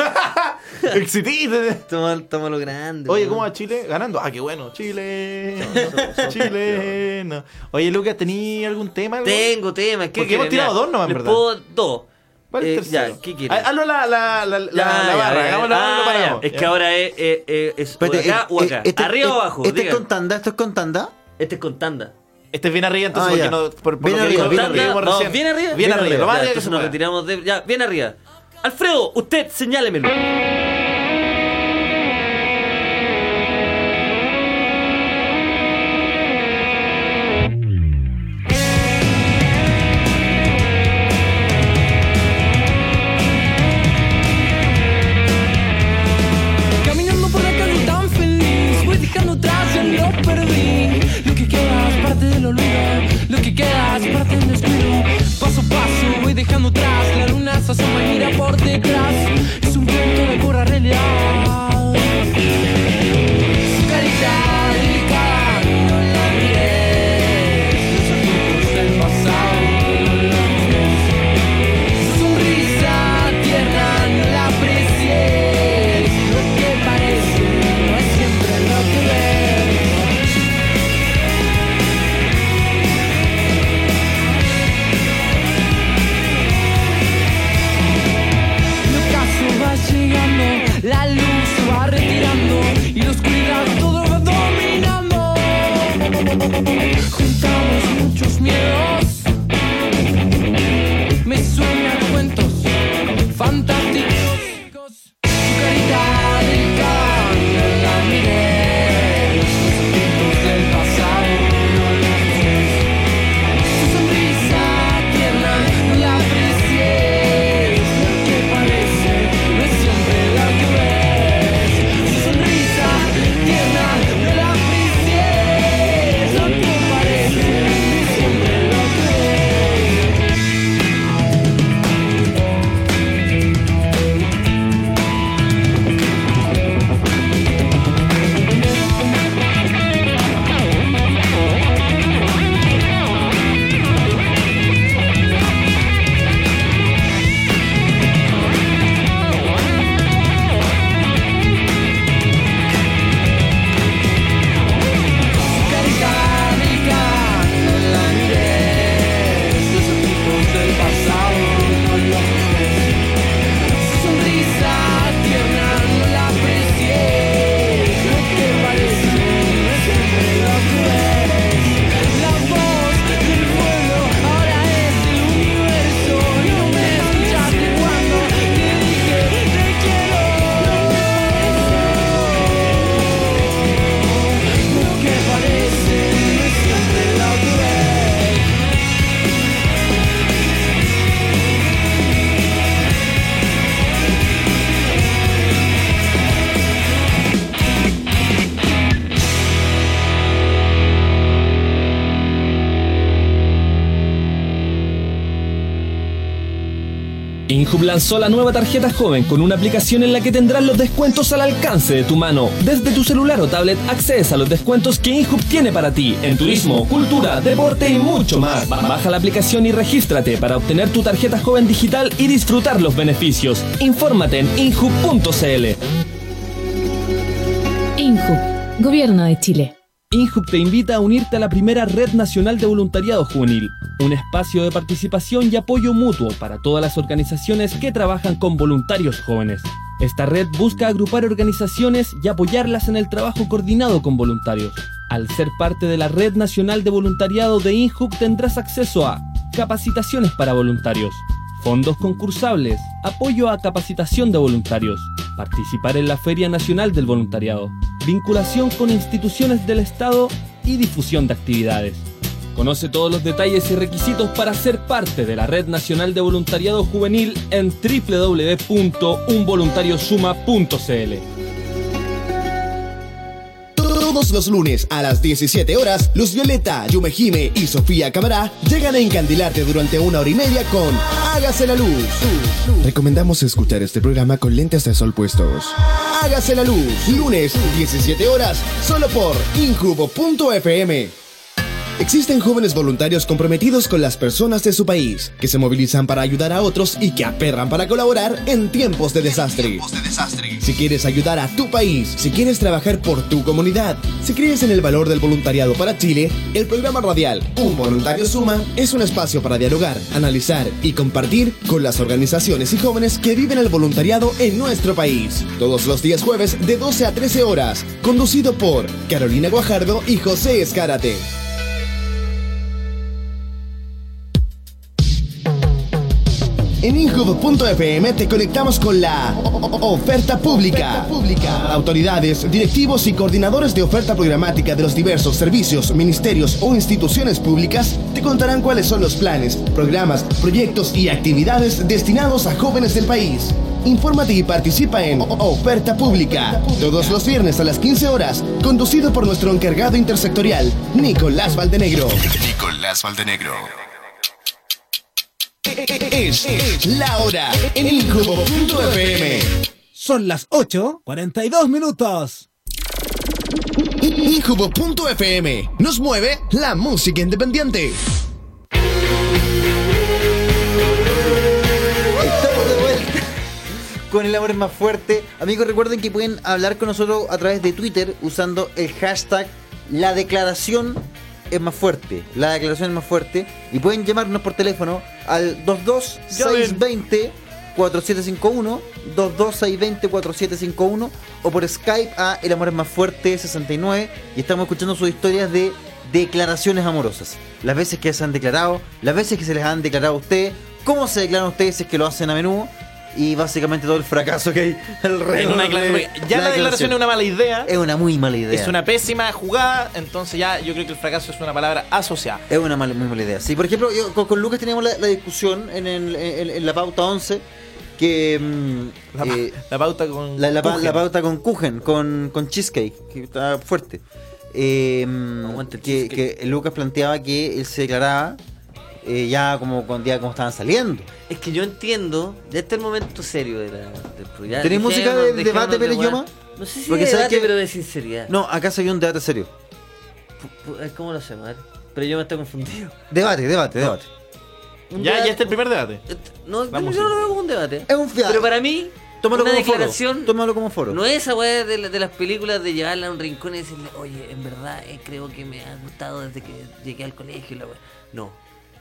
E: ¡Exitiste!
D: Estamos, estamos lo grande.
E: Oye,
D: weón.
E: ¿cómo va Chile? Ganando. Ah, qué bueno. Chile. Chileno. Oye, Lucas, ¿tení algún tema? algo?
D: Tengo temas. ¿Qué
E: Porque hemos
D: quieren?
E: tirado
D: Ya,
E: dos nomás, en
D: les
E: verdad.
D: puedo dos.
E: ¿Cuál es
D: Eh,
E: el tercero?
D: ya, ¿qué quieres?
E: Ah, Hazlo la, la, la, la, la
D: Ya, ya,
E: barra.
D: ya, ya.
E: Hagámoslo ahora y lo
D: Ah,
E: paramos.
D: ya. Es que
E: Ya.
D: ahora es, eh, eh, es o
C: Espérate,
D: acá o
C: eh,
D: acá.
C: eh, este-
D: arriba o
C: eh,
D: abajo.
C: Este
D: digan.
C: es con tanda, esto es con tanda.
D: Este es con tanda.
E: Este es bien arriba, entonces,
C: Ah,
E: porque
C: ya.
E: no. Por, por
C: Bien
E: lo que
C: arriba,
E: dijo-
C: bien
E: lo que
D: Tanda,
E: vimos
D: vamos,
E: recién.
D: bien arriba.
E: Bien arriba. Lo más
D: Ya,
E: arriba que
D: entonces
E: se
D: nos
E: pueda.
D: retiramos de. Ya, bien arriba. Alfredo, usted señálemelo.
B: Caminando por la calle tan feliz, voy dejando atrás el lo perdí. Lo que queda es parte del olvido, lo que queda es parte del descuido. Paso a paso voy dejando atrás, la luna se asoma y mira por detrás. Es un viento de correr
K: Inhub lanzó la nueva tarjeta joven con una aplicación en la que tendrás los descuentos al alcance de tu mano. Desde tu celular o tablet accedes a los descuentos que Inhub tiene para ti en turismo, cultura, deporte y mucho más. Ba- Baja la aplicación y regístrate para obtener tu tarjeta joven digital y disfrutar los beneficios. Infórmate en inhub.cl.
A: INJUB, Gobierno de Chile.
K: Inhub te invita a unirte a la primera Red Nacional de Voluntariado Juvenil, un espacio de participación y apoyo mutuo para todas las organizaciones que trabajan con voluntarios jóvenes. Esta red busca agrupar organizaciones y apoyarlas en el trabajo coordinado con voluntarios. Al ser parte de la Red Nacional de Voluntariado de Inhub tendrás acceso a capacitaciones para voluntarios, fondos concursables, apoyo a capacitación de voluntarios, participar en la Feria Nacional del Voluntariado, vinculación con instituciones del Estado y difusión de actividades. Conoce todos los detalles y requisitos para ser parte de la Red Nacional de Voluntariado Juvenil en www.unvoluntariosuma.cl.
H: Todos los lunes a las 17 horas, Luz Violeta, Yumejime y Sofía Camará llegan a encandilarte durante una hora y media con Hágase la luz.
L: Recomendamos escuchar este programa con lentes de sol puestos.
H: Hágase la luz. Lunes, 17 horas, solo por incubo.fm.
L: Existen jóvenes voluntarios comprometidos con las personas de su país, que se movilizan para ayudar a otros y que aperran para colaborar en tiempos de desastre. Si quieres ayudar a tu país, si quieres trabajar por tu comunidad, si crees en el valor del voluntariado para Chile, el programa radial Un Voluntario Suma es un espacio para dialogar, analizar y compartir con las organizaciones y jóvenes que viven el voluntariado en nuestro país. Todos los días jueves de 12 a 13 horas, conducido por Carolina Guajardo y José Escárate.
H: En Inhub.fm te conectamos con la o- o- oferta pública.
L: Autoridades, directivos y coordinadores de oferta programática de los diversos servicios, ministerios o instituciones públicas te contarán cuáles son los planes, programas, proyectos y actividades destinados a jóvenes del país.
H: Infórmate y participa en o- o- Oferta Pública. Todos los viernes a las 15 horas, conducido por nuestro encargado intersectorial, Nicolás Valdenegro.
L: Nicolás Valdenegro.
H: Es, es la hora en Incubo.fm.
M: Son las 8, 42 minutos.
H: Incubo.fm nos mueve la música independiente.
C: con el amor es más fuerte. Amigos, recuerden que pueden hablar con nosotros a través de Twitter usando el hashtag La Declaración es más fuerte. La Declaración es más fuerte. Y pueden llamarnos por teléfono al 22620 4751 22620 4751 o por Skype a El Amor es más fuerte 69 y estamos escuchando sus historias de declaraciones amorosas. Las veces que se han declarado, las veces que se les han declarado a ustedes, cómo se declaran ustedes si es que lo hacen a menudo y básicamente todo el fracaso que hay alrededor
E: Una
C: de
E: declaración- ya la declaración es una mala idea.
C: Es una muy mala idea.
E: Es una pésima jugada, entonces ya yo creo que el fracaso es una palabra asociada.
C: Es una mala- muy mala idea. Sí, por ejemplo, yo con, con Lucas teníamos la, la discusión en, el- en- en la pauta 11 que... la,
E: pauta con...
C: La, pa-
E: Kuchen.
C: la pauta con Kuchen, con, con Cheesecake, que está fuerte. Eh, que, que Lucas planteaba que él se declaraba eh, ya como con día como estaban saliendo.
D: Es que yo entiendo, ya está el momento serio de la, del programa.
C: ¿Tenés música del debate, Pérez Yoma?
D: No sé si
C: Porque
D: de
C: sabes
D: debate,
C: que-
D: pero de sinceridad.
C: No, acá se vio un debate serio.
D: Pu- ay, ¿Cómo lo hacemos? A ver, Pero yo me estoy confundido.
C: Debate, debate, debate.
E: [LAUGHS]
D: Un
E: Ya,
D: debate-
E: ya está el primer debate.
D: No, yo
E: Vamos,
D: no lo veo como un debate. Es un Pero para mí,
C: Tómalo
D: una
C: como
D: declaración
C: foro. Tómalo como foro.
D: no es esa weá de, la- de las películas de llevarla a un rincón y decirle, oye, en verdad eh, creo que me ha gustado desde que llegué al colegio y la weá. No.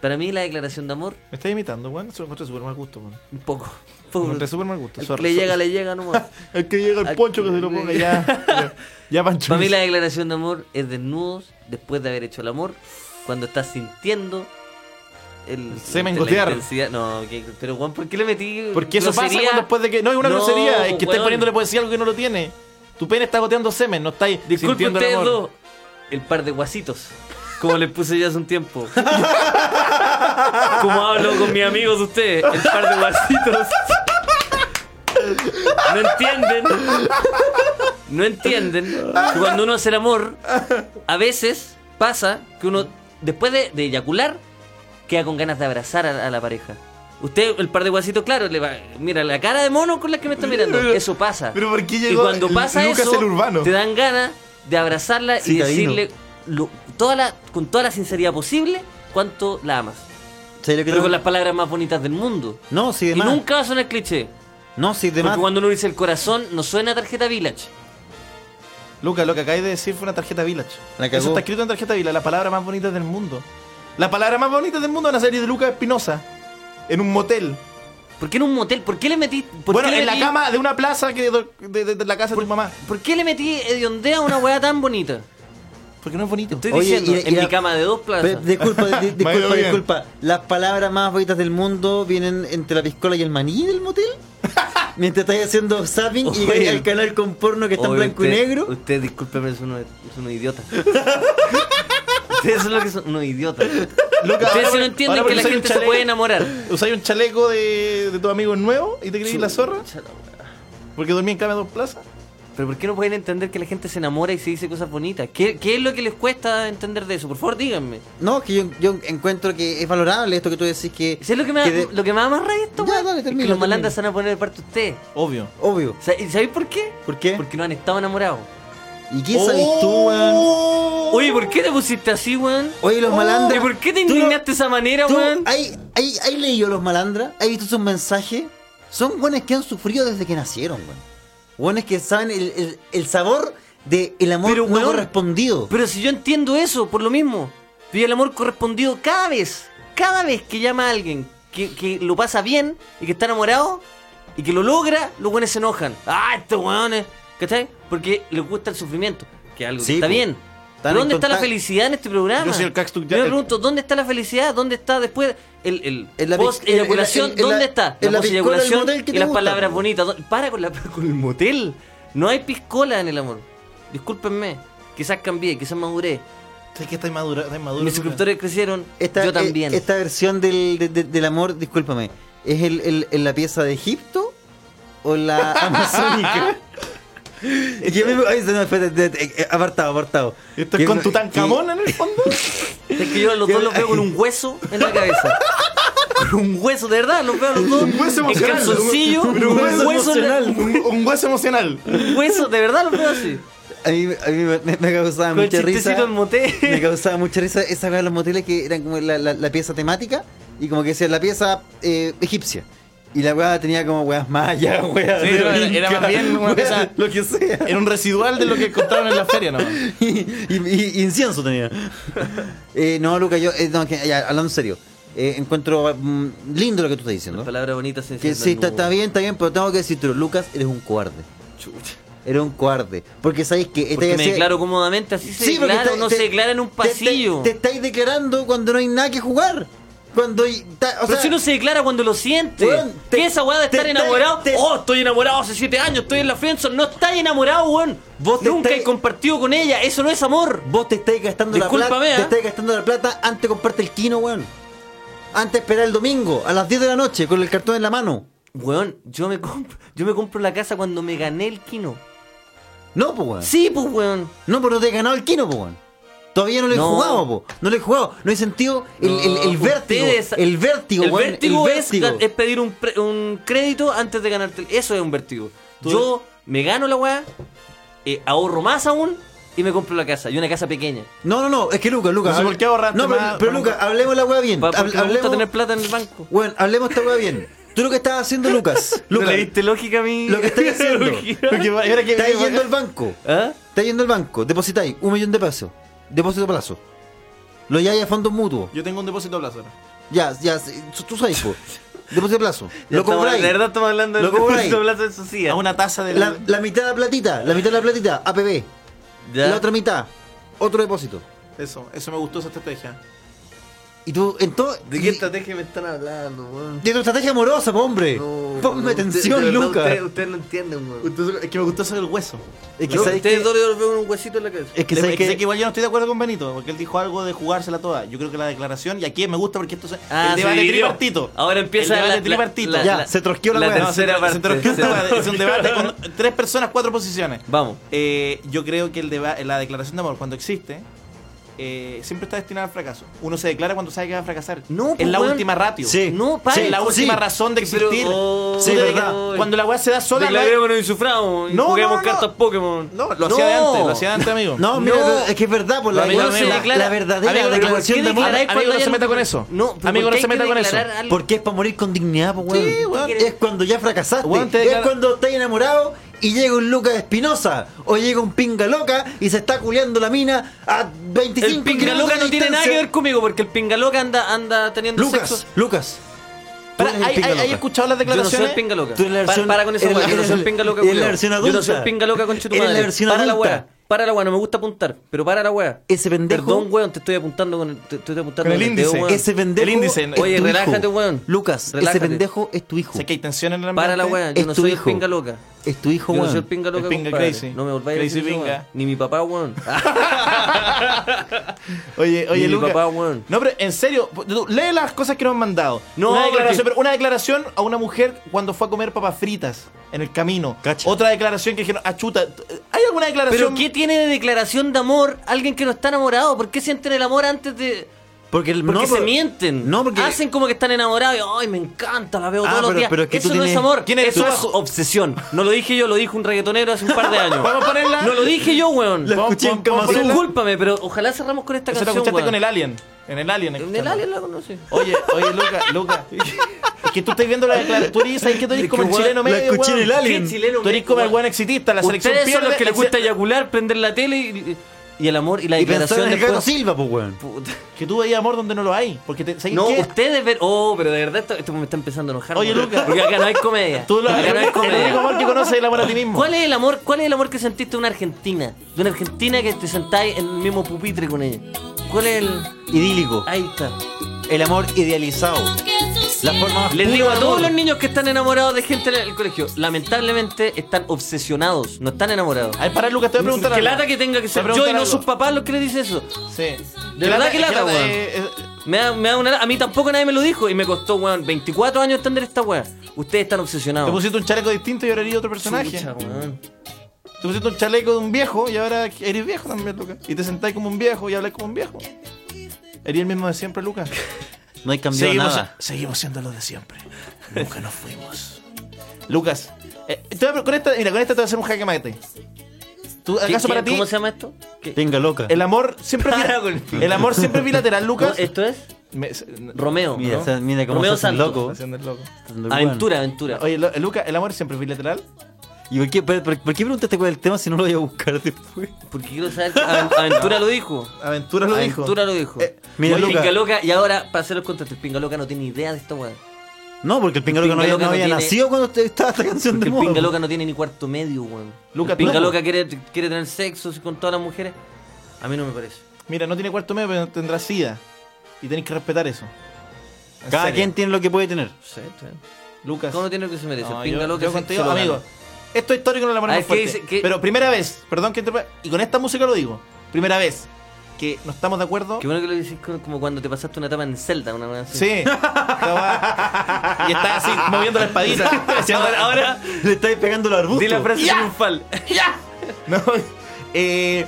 D: Para mí la declaración de amor,
E: ¿Me estás imitando, weón? Eso lo encontré súper mal gusto, weón.
D: un poco.
E: Lo encontré súper mal gusto.
D: El
E: sorry,
D: que Pues, le
E: sorry.
D: llega, le
E: [LAUGHS]
D: llega nomás.
E: El que llega el poncho que se lo ponga ya. Ya, Pancho.
D: Para mí la declaración de amor es desnudos después de haber hecho el amor, cuando estás sintiendo el,
E: semen
D: la
E: gotear.
D: intensidad. No, que- pero Juan, ¿por qué le metí?
E: [LAUGHS] Porque eso pasa
D: grosería?
E: cuando después de que. No, es una grosería. Es que estás
D: weón.
E: poniéndole poesía a algo que no lo tiene. Tu pene está goteando semen, no estáis
D: Disculpe
E: sintiendo el
D: ustedes
E: amor.
D: dos, el par de guasitos. Como les puse yo hace un tiempo. Como hablo con mis amigos ustedes, el par de guasitos. No entienden. No entienden que cuando uno hace el amor, a veces pasa que uno, después de, de eyacular, queda con ganas de abrazar a, a la pareja. Usted, el par de guasitos, claro, le va, mira la cara de mono con la que me está mirando.
K: Pero-
D: eso pasa.
K: pero ¿por qué llegó
D: y cuando
K: el-
D: pasa
K: Lucas
D: eso,
K: el urbano?
D: te dan ganas de abrazarla y
K: Citadino.
D: decirle lo- toda la, con toda la sinceridad posible cuánto la amas.
C: ¿Sabes lo que
D: Pero
C: no-
D: con las palabras más bonitas del mundo.
C: No, sí, de
D: Y
C: más.
D: nunca va a sonar cliché.
C: No, sí, de
D: Porque
C: más.
D: cuando uno dice el corazón, no suena a tarjeta Village.
E: Luca, lo que acabáis de decir fue una tarjeta Village.
C: La cagó.
E: Eso está escrito en tarjeta Village, la palabra más bonita del mundo. La palabra más bonita del mundo en una serie de Lucas Espinosa. En un motel.
D: ¿Por qué en un motel? ¿Por qué le metí? por
E: bueno,
D: qué le
E: en la
D: metí-
E: cama de una plaza que do- de, de- de la casa de tu mamá.
D: ¿Por qué le metí hediondea a una weá tan bonita?
E: Porque no es bonito.
D: Estoy
C: Oye,
D: diciendo,
C: y- y
D: en
C: la-
D: mi cama de dos plazas.
C: Pero, disculpa, di-
E: [LAUGHS] Me ha ido
C: disculpa,
E: bien.
C: disculpa. ¿Las palabras más bonitas del mundo vienen entre la piscola y el maní del
D: [LAUGHS]
C: motel? Mientras estáis haciendo zapping y
D: Oye.
C: llegáis al canal con porno que está en
D: Oye,
C: blanco y
D: usted-
C: negro.
D: Usted, discúlpeme, es uno, es uno idiota. Ustedes son lo que son unos idiotas.
E: Luca,
D: Ustedes
E: ahora-
D: si no entienden
E: ahora
D: que la
E: usáis un
D: gente se
E: chaleco-
D: puede enamorar.
E: Usáis un chaleco de, de tus amigos nuevos y te creí
D: Chu-
E: la zorra. Porque dormí en cama de dos plazas.
D: Pero ¿por qué no pueden entender que la gente se enamora y se dice cosas bonitas? ¿Qué, qué es lo que les cuesta entender de eso? Por favor, díganme.
C: No, que yo, yo encuentro que es valorable esto que tú decís que.
D: ¿Sabes lo que me, da-
C: que de-
D: lo que me da más rabia esto,
C: Ya,
D: weón?
C: dale, termina,
D: Es que los
C: termina.
D: malandras se van a poner de parte de usted.
E: Obvio.
C: Obvio.
D: Sa- ¿Y sabéis por qué?
C: ¿Por qué?
D: Porque no han estado enamorados.
C: ¿Y qué sabes tú, weón?
D: Oye, ¿por qué te pusiste así, weón? Oh.
C: Oye, los
D: ¿Y
C: malandras.
D: por qué te
C: tú no-
D: indignaste de esa manera,
C: ¿Tú
D: weón?
C: ¿Hay, hay, hay leído los malandras? ¿Hay visto sus mensajes? Son buenos que han sufrido desde que nacieron, weón. Buenos que saben el, el- el sabor del el amor
D: Pero,
C: no
D: weón,
C: correspondido.
D: Pero si yo entiendo eso, por lo mismo. Y el amor correspondido cada vez, cada vez que llama a alguien que, que lo pasa bien y que está enamorado y que lo logra, los buenos se enojan. ¡Ah, estos weones! ¿Cachai? Porque les gusta el sufrimiento, que es algo que
C: Sí,
D: está
C: po.
D: bien.
C: Están
D: ¿Pero ¿Dónde
C: en
D: está la
C: contacto-
D: felicidad en este programa?
E: Yo soy el Cactus
D: Yo me
E: Jack.
D: pregunto, ¿dónde está la felicidad? ¿Dónde está después el, el
C: En la
D: post
C: pic- en- en la-
D: eyaculación?
C: en- en la-
D: ¿Dónde está?
C: en la piscola
D: post
C: del
D: eyaculación
C: motel que
D: y
C: te
D: las
C: gusta,
D: palabras
C: po.
D: bonitas. ¿Dó- Para con, la, [LAUGHS] con el motel. No hay piscola en el amor. Discúlpenme. Quizás cambié, quizás maduré.
E: Es que estáis madura, estáis maduro.
D: Mis
E: Luca.
D: suscriptores crecieron.
C: Esta,
D: yo también.
C: eh, Esta versión del, de- de- del amor, discúlpame, ¿es el, el- en la pieza de Egipto o
D: [LAUGHS]
C: la amazónica? Yo me- ay, no, espérate, espérate, eh, eh, apartado, apartado.
E: Esto es
C: Que-
E: con tu
C: que-
E: tancamón en el
D: [LAUGHS]
E: fondo.
D: Es que yo a los
C: [LAUGHS]
D: dos los veo con un hueso en la cabeza. Con un hueso, de verdad, los veo a los dos.
E: Un hueso emocional.
D: En calzoncillo,
E: Un- pero un hueso
D: en la-
E: emocional. Un, un hueso emocional.
D: un hueso, de verdad los veo así.
C: A mí, a mí me, me causaba
D: Con el
C: mucha
D: chistecito
C: risa.
D: en motel.
C: Me causaba mucha risa esa weá de los moteles que eran como la, la- la pieza temática y como que decía la pieza eh, egipcia. Y la weá tenía como weas mayas, weas.
E: Sí,
C: de
E: era- era
C: Inca,
E: más bien una
C: weas,
E: pieza-
C: Lo que sea.
E: Era un residual de lo que contaron en la feria nomás.
C: y, y- y incienso
D: [LAUGHS]
C: tenía. Eh, no, Luca, yo, eh, no, que- ya, hablando en serio, eh, encuentro mm, lindo lo que tú estás diciendo.
D: Palabra bonita, se
C: Que
D: enciende
C: sí,
D: el
C: está,
D: nudo.
C: está bien, está bien, pero tengo que decirte, Lucas, eres un cobarde.
D: Chucha.
C: Eres un cobarde. Porque sabéis que... este
D: Porque
C: estáis
D: me
C: así-
D: declaro cómodamente, así se
C: porque
D: declara o
C: está-
D: no
C: te-
D: se declara en un
C: te- te-
D: pasillo.
C: Te, estáis declarando cuando no hay nada que jugar. Cuando hay- ta- o
D: Pero
C: sea,
D: si uno se declara cuando lo siente.
C: Weón, te-
D: ¿Qué es esa weá de
C: te-
D: estar
C: te-
D: enamorado?
C: te-
D: oh, estoy enamorado hace 7 años, estoy en la friendzone. No estás enamorado, weón.
C: Vos te
D: Nunca
C: estás-
D: he compartido con ella. Eso no es amor.
C: vos te estáis gastando la plata.
D: Discúlpame, ¿eh?
C: Te estáis gastando la plata antes de comprarte el kino, weón. Antes de esperar el domingo, a las 10 de la noche, con el cartón en la mano.
D: Weón, yo me compro, yo me compro la casa cuando me gané el kino.
C: No, pues, weón.
D: Sí, pues weón.
C: No, pero no te he ganado el kino, pues, weón. Todavía no lo he
D: No.
C: jugado, po. No lo he jugado. No he sentido el, el, el
D: No,
C: vértigo.
D: ustedes-
C: el vértigo,
D: el
C: weón.
D: vértigo
C: el
D: es,
C: vértigo.
D: gan- es pedir un, pre- un crédito antes de ganarte. el- Eso es un vértigo. Yo me gano la weá, eh, ahorro más aún y me compro la casa. Y una casa pequeña.
C: No, no, no. Es que, Lucas, Lucas.
E: No sé por qué ahorraste
C: No, pero,
E: más-
C: pero Lucas, hablemos la weá bien.
D: Pa- Porque
C: Hable-
D: me gusta
C: hablemos-
D: tener plata en el banco.
C: Bueno, hablemos esta weá bien. Tú lo que estás haciendo, Lucas.
D: [LAUGHS] ¿No
C: Lucas,
D: le diste lógica a mi-
C: Lo que estoy
D: [LAUGHS]
C: haciendo.
D: analogía?
E: Porque era que
C: estás yendo al banco.
D: ¿Ah?
C: Estás yendo al banco. Depositáis un millón de pesos. Depósito a plazo. Lo lleváis a fondos mutuos.
E: Yo tengo un depósito a plazo. ahora.
C: Ya, ya. sí, Tú sabes,
D: [LAUGHS]
C: po. Depósito a plazo.
D: Ya
C: Lo
D: estamos-
C: compráis.
D: De verdad estamos hablando
C: Lo
D: de
C: cobráis.
D: plazo de sociedad.
E: A una tasa de
C: La, la mitad de la platita. La mitad de la platita. APB.
D: Ya.
C: La otra mitad. Otro depósito.
E: Eso, eso me gustó esa estrategia.
C: Y tú, entonces.
D: ¿De qué estrategia me están hablando, weón?
C: de tu estrategia amorosa, po, hombre.
D: No,
C: Ponme
D: weón,
C: atención,
D: usted- de verdad,
C: Lucas.
D: Usted, usted no entiende, weón.
E: Entonces, es que me gustó eso del hueso.
C: Es que
D: Yo-
C: sabes
D: Ustedes
C: que-
D: dos yo los veo con un huesito en la cabeza.
C: Es que
E: Le-
C: sabes
E: es que sé
C: que.
E: que igual yo no estoy de acuerdo con Benito, porque él dijo algo de jugársela toda. Yo creo que la declaración, y aquí me gusta porque esto es
D: Ah,
E: el
D: se
E: debate
D: dividió.
E: tripartito.
D: Ahora empieza
E: el debate
D: la-
E: tripartito.
D: la- la-
C: Ya,
D: la-
C: se trosqueó la
D: la
C: weá.
D: tercera
E: Se- se
D: parte.
E: trosqueó
D: Se-
E: esta weá. Es un debate con [LAUGHS] tres personas, cuatro posiciones.
D: Vamos.
E: Eh, yo creo que el deba- la declaración de amor, cuando existe, eh, siempre está destinada al fracaso. Uno se declara cuando sabe que va a fracasar.
D: No,
E: es
D: pues,
E: la
D: weón.
E: última ratio.
D: Sí. No,
E: Sí,
D: padre.
E: Es la última
D: Sí.
E: razón de
D: Pero-
E: existir.
D: Oh,
E: Sí,
D: de
E: verdad.
D: verdad.
E: cuando la weá se da sola. la weá-
D: Declarémonos insufrados y
E: No,
D: juguemos
E: no, no.
D: cartas Pokémon.
E: No, lo hacía de antes, lo hacía de antes, amigo.
C: No, mira, es que es verdad, por la,
E: Amigo,
C: la-
E: no se
C: la-
E: declara.
C: la verdadera
E: Amigo, pero ¿por
C: declaración
E: qué
C: de amor.
E: declaráis Amigo, cuando no se hay- meta con eso. No, pero Amigo, ¿por no qué se hay meta que con eso. declarar algo?
C: Porque es para morir con dignidad, pues, weón.
E: Sí, weón.
C: Es cuando ya fracasaste.
E: Weón, te
C: Es
E: declara-
C: cuando estás enamorado y llega un Lucas Espinosa o llega un pinga loca y se está culeando la mina a 25
D: El pingaloca
C: kilómetros de
D: no tiene nada que
C: distancia.
D: ver conmigo porque el pingaloca anda, anda teniendo
C: Lucas,
D: sexo.
C: Lucas.
E: Pará,
C: Tú eres el
E: ¿hay-
C: pinga
E: hay-
C: loca.
E: ¿hay escuchado las
D: Yo no soy
E: declaraciones?
D: el pingaloca.
C: Tú eres la
D: Para-
C: versión-
D: para con esa
C: eres la-
D: weá. Yo no
C: eres
D: soy el
C: la-
D: pingaloca.
C: eres la
D: culiao.
C: versión
D: Yo no soy
C: adulta.
D: el pingaloca con
C: Eres la versión
D: Para la
C: adulta.
D: weá. Para la weá, no me gusta apuntar, pero para la weá.
C: Ese pendejo.
D: Perdón, weón, te estoy apuntando con el, te estoy apuntando
E: Con el
D: dedo,
E: índice.
D: weón.
C: Ese pendejo.
E: El índice,
C: es
E: ¿no?
C: tu
D: Oye,
C: hijo.
D: relájate, weón.
C: Lucas,
D: Relájate.
C: ese pendejo es tu hijo.
E: Sé que hay tensión en el ambiente.
D: Para la weá, yo
C: Es
D: no
C: tu
D: soy el
C: hijo.
D: pingaloca.
C: Es tu hijo,
D: Yo no
C: weón.
D: soy el pingaloca,
E: El pinga
D: compadre.
E: crazy.
D: No me volváis a
E: Crazy
D: decir esa
E: pinga.
D: weá. Ni mi
E: [LAUGHS]
D: papá, weón. Ah,
E: Oye, oye,
D: Mi
E: Lucas.
D: papá, weón.
E: No, pero en serio, tú lee las cosas que nos han mandado.
D: No,
E: una, declaración,
D: porque-
E: pero una declaración a una mujer cuando fue a comer papas fritas en el camino.
C: Cacha.
E: Otra declaración que dijeron, achuta. ¿Hay alguna declaración?
D: Pero ¿qué tiene de declaración de amor alguien que no está enamorado? ¿Por qué sienten el amor antes de...?
C: Porque, el-
D: Porque
C: no,
D: se
C: pero-
D: mienten.
C: No, porque.
D: Hacen como que están enamorados. y, Ay, me encanta, la veo
C: Ah,
D: todos los
C: pero-
D: días.
C: pero es que
D: Eso
C: tú
D: no es
C: tienes-
D: amor.
E: ¿Quién eres
D: Eso
E: tú?
D: es obsesión. No lo dije yo, lo dijo un reggaetonero hace un par de años.
E: Vamos a ponerla.
D: No lo dije yo, weón.
C: La escuché en Kama Sutra.
D: Discúlpame, pero ojalá cerramos con esta
E: Eso lo
D: canción,
E: escuchaste
D: weón.
E: con el Alien. En el Alien.
D: En el
E: escuchaste.
D: alien la conocí.
E: Oye, oye, Lucas, Lucas. Es que tú estás viendo la declaración. Tú eres, ¿sabes qué? Tú eres como el
C: weón,
E: chileno
C: la
E: medio.
C: escuché en
E: weón.
C: el Alien.
E: ¿Qué chileno Tú eres como el buen exitista. La selección
D: Ustedes son
E: pierde,
D: los que les
E: el-
D: gusta eyacular, prender la tele y, y el amor y la
C: Y pensar
D: declaración
C: en el gato
D: después.
C: Silva, pues, weón. pues,
D: Puta.
E: Que tú veías amor donde no lo hay. Porque te, ¿sabes
D: No,
E: qué?
D: ustedes ver. Oh, pero de verdad esto, esto me está empezando a enojar.
E: Oye,
D: weón.
E: Lucas.
D: Porque acá no hay comedia.
E: Tú lo
D: acá no hay
E: El único
D: comedia.
E: amor que conoces es el amor a ti mismo.
D: ¿Cuál es el amor? ¿Cuál es el amor que sentiste de una argentina? De una argentina que te sentáis en el mismo pupitre con ella. ¿Cuál es el?
C: Idílico.
D: Ahí está.
C: El amor idealizado. La forma más
D: Les
C: pura
D: digo a
C: de
D: todos
C: amor.
D: los niños que están enamorados de gente en el colegio, lamentablemente están obsesionados, no están enamorados.
E: A ver, pará, Lucas, te voy a preguntar.
D: Que
E: algo.
D: lata que tenga que
E: Te voy a
D: ser yo
E: preguntar
D: y no
E: algo.
D: sus papás los que le dicen eso.
E: Sí.
D: De verdad que lata, weón.
E: eh, eh,
D: Me da, me da una, a mí tampoco nadie me lo dijo y me costó, weón, 24 años entender esta weá. Ustedes están
E: Te
D: obsesionados.
E: pusiste un chaleco distinto y ahora eres otro personaje.
D: Chucha, weón.
E: Te pusiste un chaleco de un viejo y ahora eres viejo también, Lucas. Y te sentáis como un viejo y hablas como un viejo. Eres el mismo de siempre, Lucas.
C: No hay cambiado nada.
E: seguimos siendo los de siempre. Nunca nos fuimos. Lucas, eh, te voy a- con esta, mira, con esta te voy a hacer un jaque mate. ¿Tú,
D: ¿Qué-
E: ¿Acaso
D: qué-
E: para ti
D: ¿Cómo se llama esto? ¿Qué-
C: Tenga loca.
E: el amor siempre es
D: Para
E: bila-
D: con el-
E: el amor siempre es bilateral,
D: ¿Cómo-
E: Lucas?
D: ¿Esto es?
E: Me-
D: Romeo.
C: Mira,
D: ¿no?
C: se- mira cómo
D: Romeo
C: se hacen
D: Santos.
C: loco.
E: Haciendo el loco.
D: Aventura, aventura.
E: Oye, lo- Lucas, ¿el amor siempre es bilateral?
C: ¿Y por qué, pero- pero- por qué preguntaste cuál es el tema si no lo voy a buscar después?
D: Porque quiero saber. que Aven- Aventura lo dijo.
E: Aventura lo dijo.
D: Aventura lo dijo.
E: Eh,
C: mira,
D: Oye,
C: Luca.
D: Pinga Loca, y ahora, para hacer los contratos, el Pinga Loca no tiene idea de esta weá.
C: No, porque el pinga loca no
D: Pinga
C: había,
D: Loca
C: no
D: no
C: había
D: tiene-
C: nacido cuando usted- estaba esta canción
D: Porque
C: de
D: el
C: moda.
D: Pinga Loca no tiene ni cuarto medio, weón.
E: Luca,
D: el Pinga
E: Oh. tú-
D: Loca quiere, quiere tener sexo con todas las mujeres. A mí no me parece.
E: Mira, no tiene cuarto medio, pero tendrá sida. Y tenéis que respetar eso. En
C: Cada
E: serio.
C: quien tiene lo que puede tener.
D: Sí, sí.
E: Lucas.
D: Todo no tiene lo que se merece.
E: No,
D: el Pinga
E: yo-
D: Loca
E: yo
D: se-
E: contigo,
D: se lo
E: amigo.
D: gana.
E: Esto es histórico no la
D: Ah,
E: ponemos
D: es que
E: fuerte.
D: dice que-
E: Pero primera vez, perdón que interrumpa, y con esta música lo digo. Primera vez que no estamos de acuerdo.
D: Qué bueno que lo dices co- como cuando te pasaste una etapa en Zelda, una weá así.
E: Sí. Estaba- y estaba
D: [LAUGHS]
E: así moviendo la espadita.
C: [LAUGHS]
D: ahora, ahora
C: Le estáis pegando el arbusto.
D: di la frase
E: ¡Ya!
D: triunfal.
E: [LAUGHS] No, eh,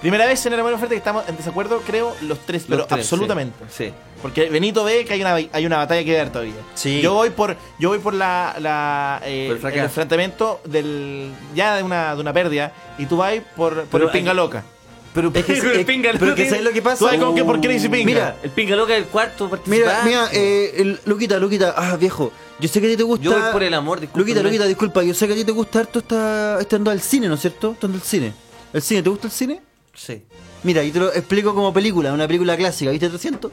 E: primera vez en el amor en oferta que estamos en desacuerdo, creo, los tres,
D: Los
E: pero
D: tres,
E: absolutamente.
D: Sí. sí.
E: Porque Benito ve que hay una, hay una batalla que dar todavía.
C: Sí.
E: Yo voy por, yo voy por la, la, eh,
D: Por el fracaso.
E: el enfrentamiento del, ya de una, de una pérdida y tú vas por, por
D: Pero
E: el pinga
D: hay-
E: loca.
D: [LAUGHS] Pero,
C: Es
E: [LAUGHS]
C: que,
D: pero el
C: eh,
D: Pinga Loca.
C: pero que
D: tiene-
C: ¿sabes lo que pasa?
E: ¿Tú sabes con qué- por qué le dice pinga?
C: Mira,
D: Uh, El Pinga Loca del cuarto
C: Mira,
D: participante.
C: mira, eh, el- Luquita, Luquita, ah, viejo, yo sé que a ti te gusta.
D: Yo voy por el amor, disculpa.
C: Luquita, Luquita, disculpa, yo sé que a ti te gusta harto esta, esta andada al cine, ¿no es cierto? Esta andada al cine. ¿El cine? ¿Te gusta el cine?
D: Sí.
C: Mira, y te lo explico como película, una película clásica,
E: [LAUGHS]
C: ¿viste 300?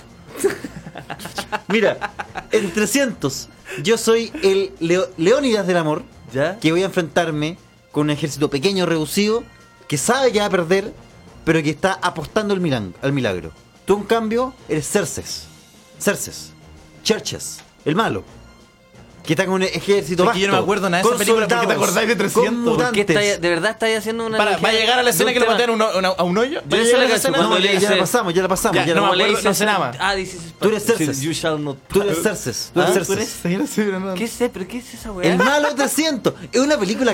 C: Mira, en 300, yo soy el Leo- Leónidas del amor,
D: ¿Ya?
C: que voy a enfrentarme con un ejército pequeño, reducido, que sabe que va a perder, pero que está apostando al, milan- al milagro. Tú, en cambio, eres Cerces. Cerces. Churches. El malo. Que está con un ejército
E: Es que
C: vasto,
E: yo no me acuerdo nada de
C: con
E: esa película, ¿por qué te
C: soldados,
E: acordáis de
C: con
E: 300? ¿Por qué
C: mutantes.
D: estáis- ¿De verdad estáis haciendo una...
E: Para,
D: analogía
E: ¿va a llegar a la
D: de
E: escena
D: un
E: que le
D: tema?
E: patean un, a, a un hoyo?
D: Yo
E: ¿Va a
D: sé
E: llegar a la
D: la canción
E: escena?
C: No,
D: cuando
C: ya,
D: le
C: ya la
D: dice-
C: pasamos, ya la pasamos.
E: Ya,
C: ya la
E: no me
C: pasamos.
E: acuerdo,
D: le
E: no
D: dice
E: sé nada más.
D: Ah, dices...
C: Tú eres Cerces.
D: You shall not...
C: Tú eres Cerces. Tú
E: Ah,
C: eres
E: tú
C: Cerces.
E: eres- eres- eres-
D: ¿Qué sé? ¿Pero qué es esa weá?
C: El malo 300. Es una película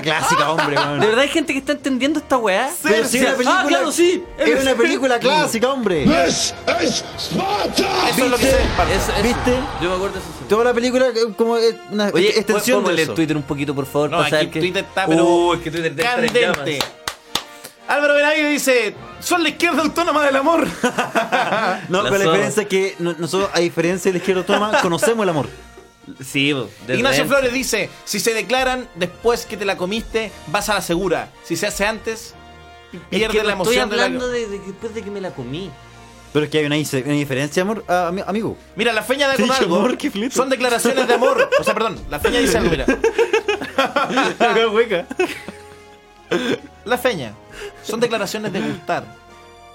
E: [LAUGHS]
C: clásica,
D: [LAUGHS]
C: hombre.
D: ¿De
C: weón.
D: verdad hay gente que está entendiendo esta weá?
C: Pero si es una película,
D: Ah, claro, sí.
C: Es una [LAUGHS] película clásica, hombre.
E: Eso es lo que sé.
D: Eso, eso.
C: ¿Viste?
D: Yo me acuerdo de eso.
C: Toda la película eh, como es una
D: Oye,
C: extensión
D: pongo
C: de
D: el
C: eso.
D: Twitter un poquito, por favor,
E: No,
D: para
E: aquí
D: saber que...
E: Twitter está, pero
D: Uh, es que Twitter está en
E: candente.
D: llamas.
E: Álvaro Benavides dice, son la izquierda autónoma del amor.
C: No,
D: La
C: pero la
D: zorra.
C: diferencia es que no- nosotros, a diferencia del izquierdo
D: [LAUGHS]
C: toma, conocemos el amor.
D: Sí, bo, de
E: Ignacio
D: repente.
E: Flores dice, si se declaran después que te la comiste, vas a la segura. Si se hace antes,
D: Es
E: pierde
D: que
E: la
D: no estoy
E: emoción. de la-
C: [LAUGHS]
D: hablando Oh. de, de que después de que me la comí.
C: Pero es que hay una, dice- una diferencia, amor, ah, ami- amigo.
E: Mira, la feña da
C: Sí,
E: con algo.
C: amor, qué flete.
E: Son declaraciones de amor. O sea, perdón, la feña dice
D: [LAUGHS]
E: algo, mira. La feña. Son declaraciones de gustar.
D: Ah.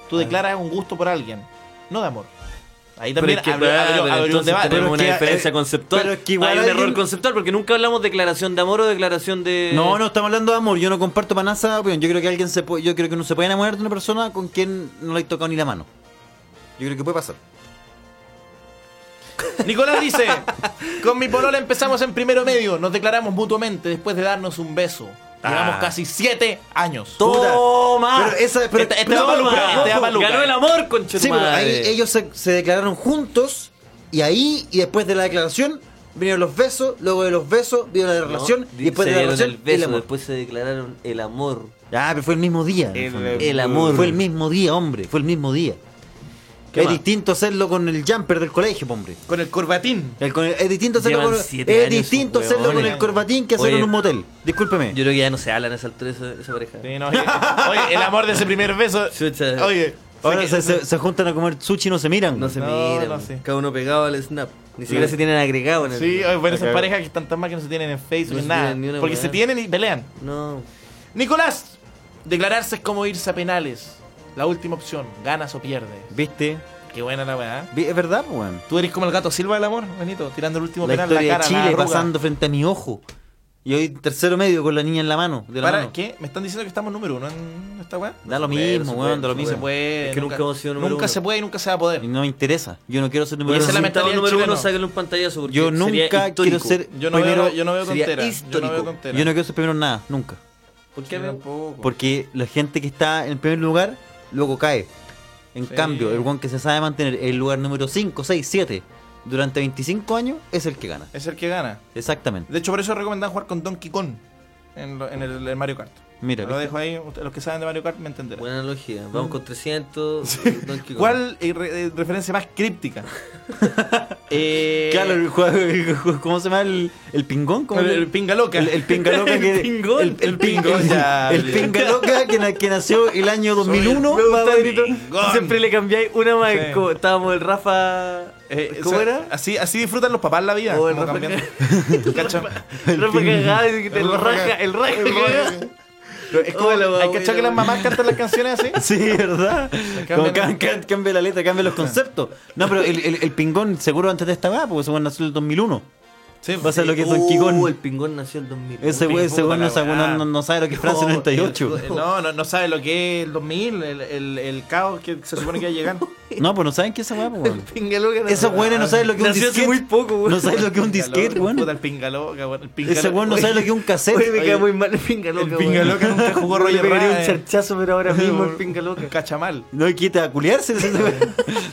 E: Tú declaras un gusto por alguien, no de amor. Ahí también
D: Pero es que,
E: abre-
D: ah,
E: abrió-
D: pero
E: abrió un
D: entonces
E: debate.
D: tenemos
C: Pero
D: una
C: es que,
D: diferencia
C: eh,
D: conceptual.
C: pero es que igual
D: Hay un error
C: alguien-
D: conceptual porque nunca hablamos de declaración de amor o declaración de.
C: [LAUGHS] No, no estamos hablando de amor. Yo no comparto para nada esa opinión. Yo creo que alguien se puede, yo creo que no se puede enamorar de una persona con quien no le he tocado ni la mano. Yo creo que puede pasar.
E: Nicolás dice, con mi polola empezamos en primero medio, nos declaramos mutuamente después de darnos un beso.
D: Ah.
E: Llevamos casi siete años. este,
D: Toma.
C: Pero esa- pero-
D: Esta- esta
C: pero-
D: va
C: pero-
D: Luca,
E: pero-
D: esta va Luca. Ganó el amor, concha
C: Sí, porque ahí ellos se, se declararon juntos y ahí y después de la declaración vinieron los besos, luego de los besos vino la relación y después de la relación
D: el
C: el
D: beso,
C: amor.
D: después se declararon el amor.
C: Ah, pero fue el mismo día. en el fondo.
D: El amor.
C: Fue el mismo día, hombre. Fue el mismo día.
E: ¿Qué
C: Es
E: más?
C: distinto hacerlo con el jumper del colegio, hombre.
E: Con el corbatín.
C: El con el- es distinto hacerlo,
D: Llevan
C: con,
D: siete
C: es
D: años,
C: distinto
D: esos
C: hacerlo con
D: huevones.
C: el corbatín que hacerlo
D: Oye.
C: en un motel. Discúlpeme.
D: Yo creo que ya no se hablan a esa altura esa, esa pareja.
E: Sí, no, oye, oye, el amor de ese primer beso.
D: Chucha.
E: Oye,
C: Ahora
E: sé
C: se,
E: que-
C: se- se juntan a comer sushi y no se miran.
D: No se
E: No,
D: miran.
E: no
D: man.
E: sé.
D: Cada uno pegado al snap. Ni siquiera
C: Sí.
D: se tienen agregado en el.
E: Sí, oye, bueno, esas
D: Acá.
E: parejas que están tan mal que no se tienen en Facebook,
D: No
E: en
D: se
E: nada.
D: tienen ni una
E: porque
D: weá.
E: se tienen y pelean.
D: No.
E: Nicolás, declararse es como irse a penales. La última opción, ganas o pierdes.
C: ¿Viste?
E: Qué buena la weá.
C: Vi- Es verdad, weón.
E: Tú eres como el gato Silva del amor, Benito, tirando el último
C: La
E: penal, la
C: historia
E: cara,
C: de
E: la
C: Chile
E: arruga.
C: pasando frente a mi ojo. Y hoy tercero medio con la niña en la mano. De la
E: ¿Para
C: mano.
E: qué? ¿Me están diciendo que estamos número uno en esta weá?
C: Da lo
D: se puede,
C: mismo,
D: no
C: weón.
D: se puede,
C: Da lo
D: no
E: No se
C: mismo.
E: puede.
D: Es que nunca hemos sido número
E: Nunca
D: uno.
E: se puede y nunca se va a poder.
C: Y no me interesa. Yo no quiero ser
D: Por
C: número
D: eso
E: esa es
C: uno.
E: la
D: si estaba
E: mentalidad
D: número uno,
E: chileno.
D: sáquenle un pantallazo. porque
C: Yo
D: sería
C: nunca
D: histórico.
C: quiero ser
E: Yo no
C: primero.
E: veo, yo no veo
D: sería
E: tonteras. Yo no veo
D: histórico.
E: tonteras.
C: yo no quiero ser primero en nada, nunca.
D: ¿Por qué?
E: Yo tampoco.
C: Porque la gente que está en primer lugar luego cae. En
E: Sí.
C: cambio, el one que se sabe mantener el lugar número 5, 6, 7 durante 25 años es el que gana.
E: Es el que gana.
C: Exactamente.
E: De hecho, por eso recomendan jugar con Donkey Kong en, lo- en el, el Mario Kart.
C: Mira,
E: lo
C: ¿viste?
E: dejo ahí. Ustedes- Los que saben de Mario Kart me entenderán. Mm.
D: Buena analogía. Vamos
E: [LAUGHS]
D: con 300. Donkey Kong.
E: ¿Cuál eh, re- eh, referencia más críptica? [LAUGHS] Eh,
C: Claro, el juego- ¿cómo se llama el, el pingón? ¿Cómo
E: el,
C: que-
E: el pinga loca.
C: El, el pingaloca que.
E: [LAUGHS] El pingón.
C: El, el ping-
E: pingón, ya,
C: el
E: bien. [LAUGHS]
C: pingaloca que, na- que nació el año 2001.
D: Me gusta
C: va,
D: el
C: Benito.
E: pingón.
D: Siempre le cambiáis una más.
E: Sí.
D: como estábamos el Rafa.
E: Eh,
D: ¿Cómo
E: o sea,
D: era?
E: Así, así disfrutan los papás la vida.
D: Oh, el
E: como
D: Rafa
E: cambiando. [LAUGHS] ¿Cacha?
D: El Rafa cagada, dice que te
E: El
D: lo
E: Rafa
D: raja,
E: cagada.
D: el raja. cagada.
E: Pero es como,
D: Hola,
E: hay
D: mamá,
E: que echar que
D: mira.
E: las mamás cantan las canciones así.
C: Sí, ¿verdad? Como
E: cambian-
C: can- can- cambia la letra, cambia los conceptos. No, pero el, el, el pingón seguro antes de esta va, porque ese weón nació en el 2001.
E: Sí,
C: Va a ser lo que es Don
D: Uh,
C: Quigón.
D: el pingón nació el 2000.
C: Ese
E: pingón,
C: weón ese weón no,
E: puta la
C: sabe-
E: weá.
C: no, no sabe lo que es Francia
D: No,
C: 98.
D: el-
E: Oh, [LAUGHS] No, no, no sabe lo que es el 2000, el, el, el caos que se supone que va a
D: [LAUGHS]
E: llegar.
C: [LAUGHS] No, pues no saben qué es esa
E: [LAUGHS]
C: weá, pues, weón.
E: Pinga loca. no-
C: Esos weones no saben lo que es un
D: Nació hace
C: disquete.
D: muy poco, weón.
C: No saben lo que es un
E: Pinga
C: disquete,
E: loca, puta,
C: weón.
E: El pinga loca, weón, El pinga
C: Ese
E: loca.
C: weón no sabe lo que es un
D: Oye, me queda
C: cassette.
D: muy mal el pinga loca.
E: El pinga loca nunca
D: [LAUGHS]
E: jugó
D: Yo le
E: Roger
D: pegaría
E: Rabbit.
D: un charchazo, pero
E: [LAUGHS]
D: ahora mismo el
E: Un-
D: pinga loca.
E: un Cachamal.
C: No, hay que te va a culearse. ese weón.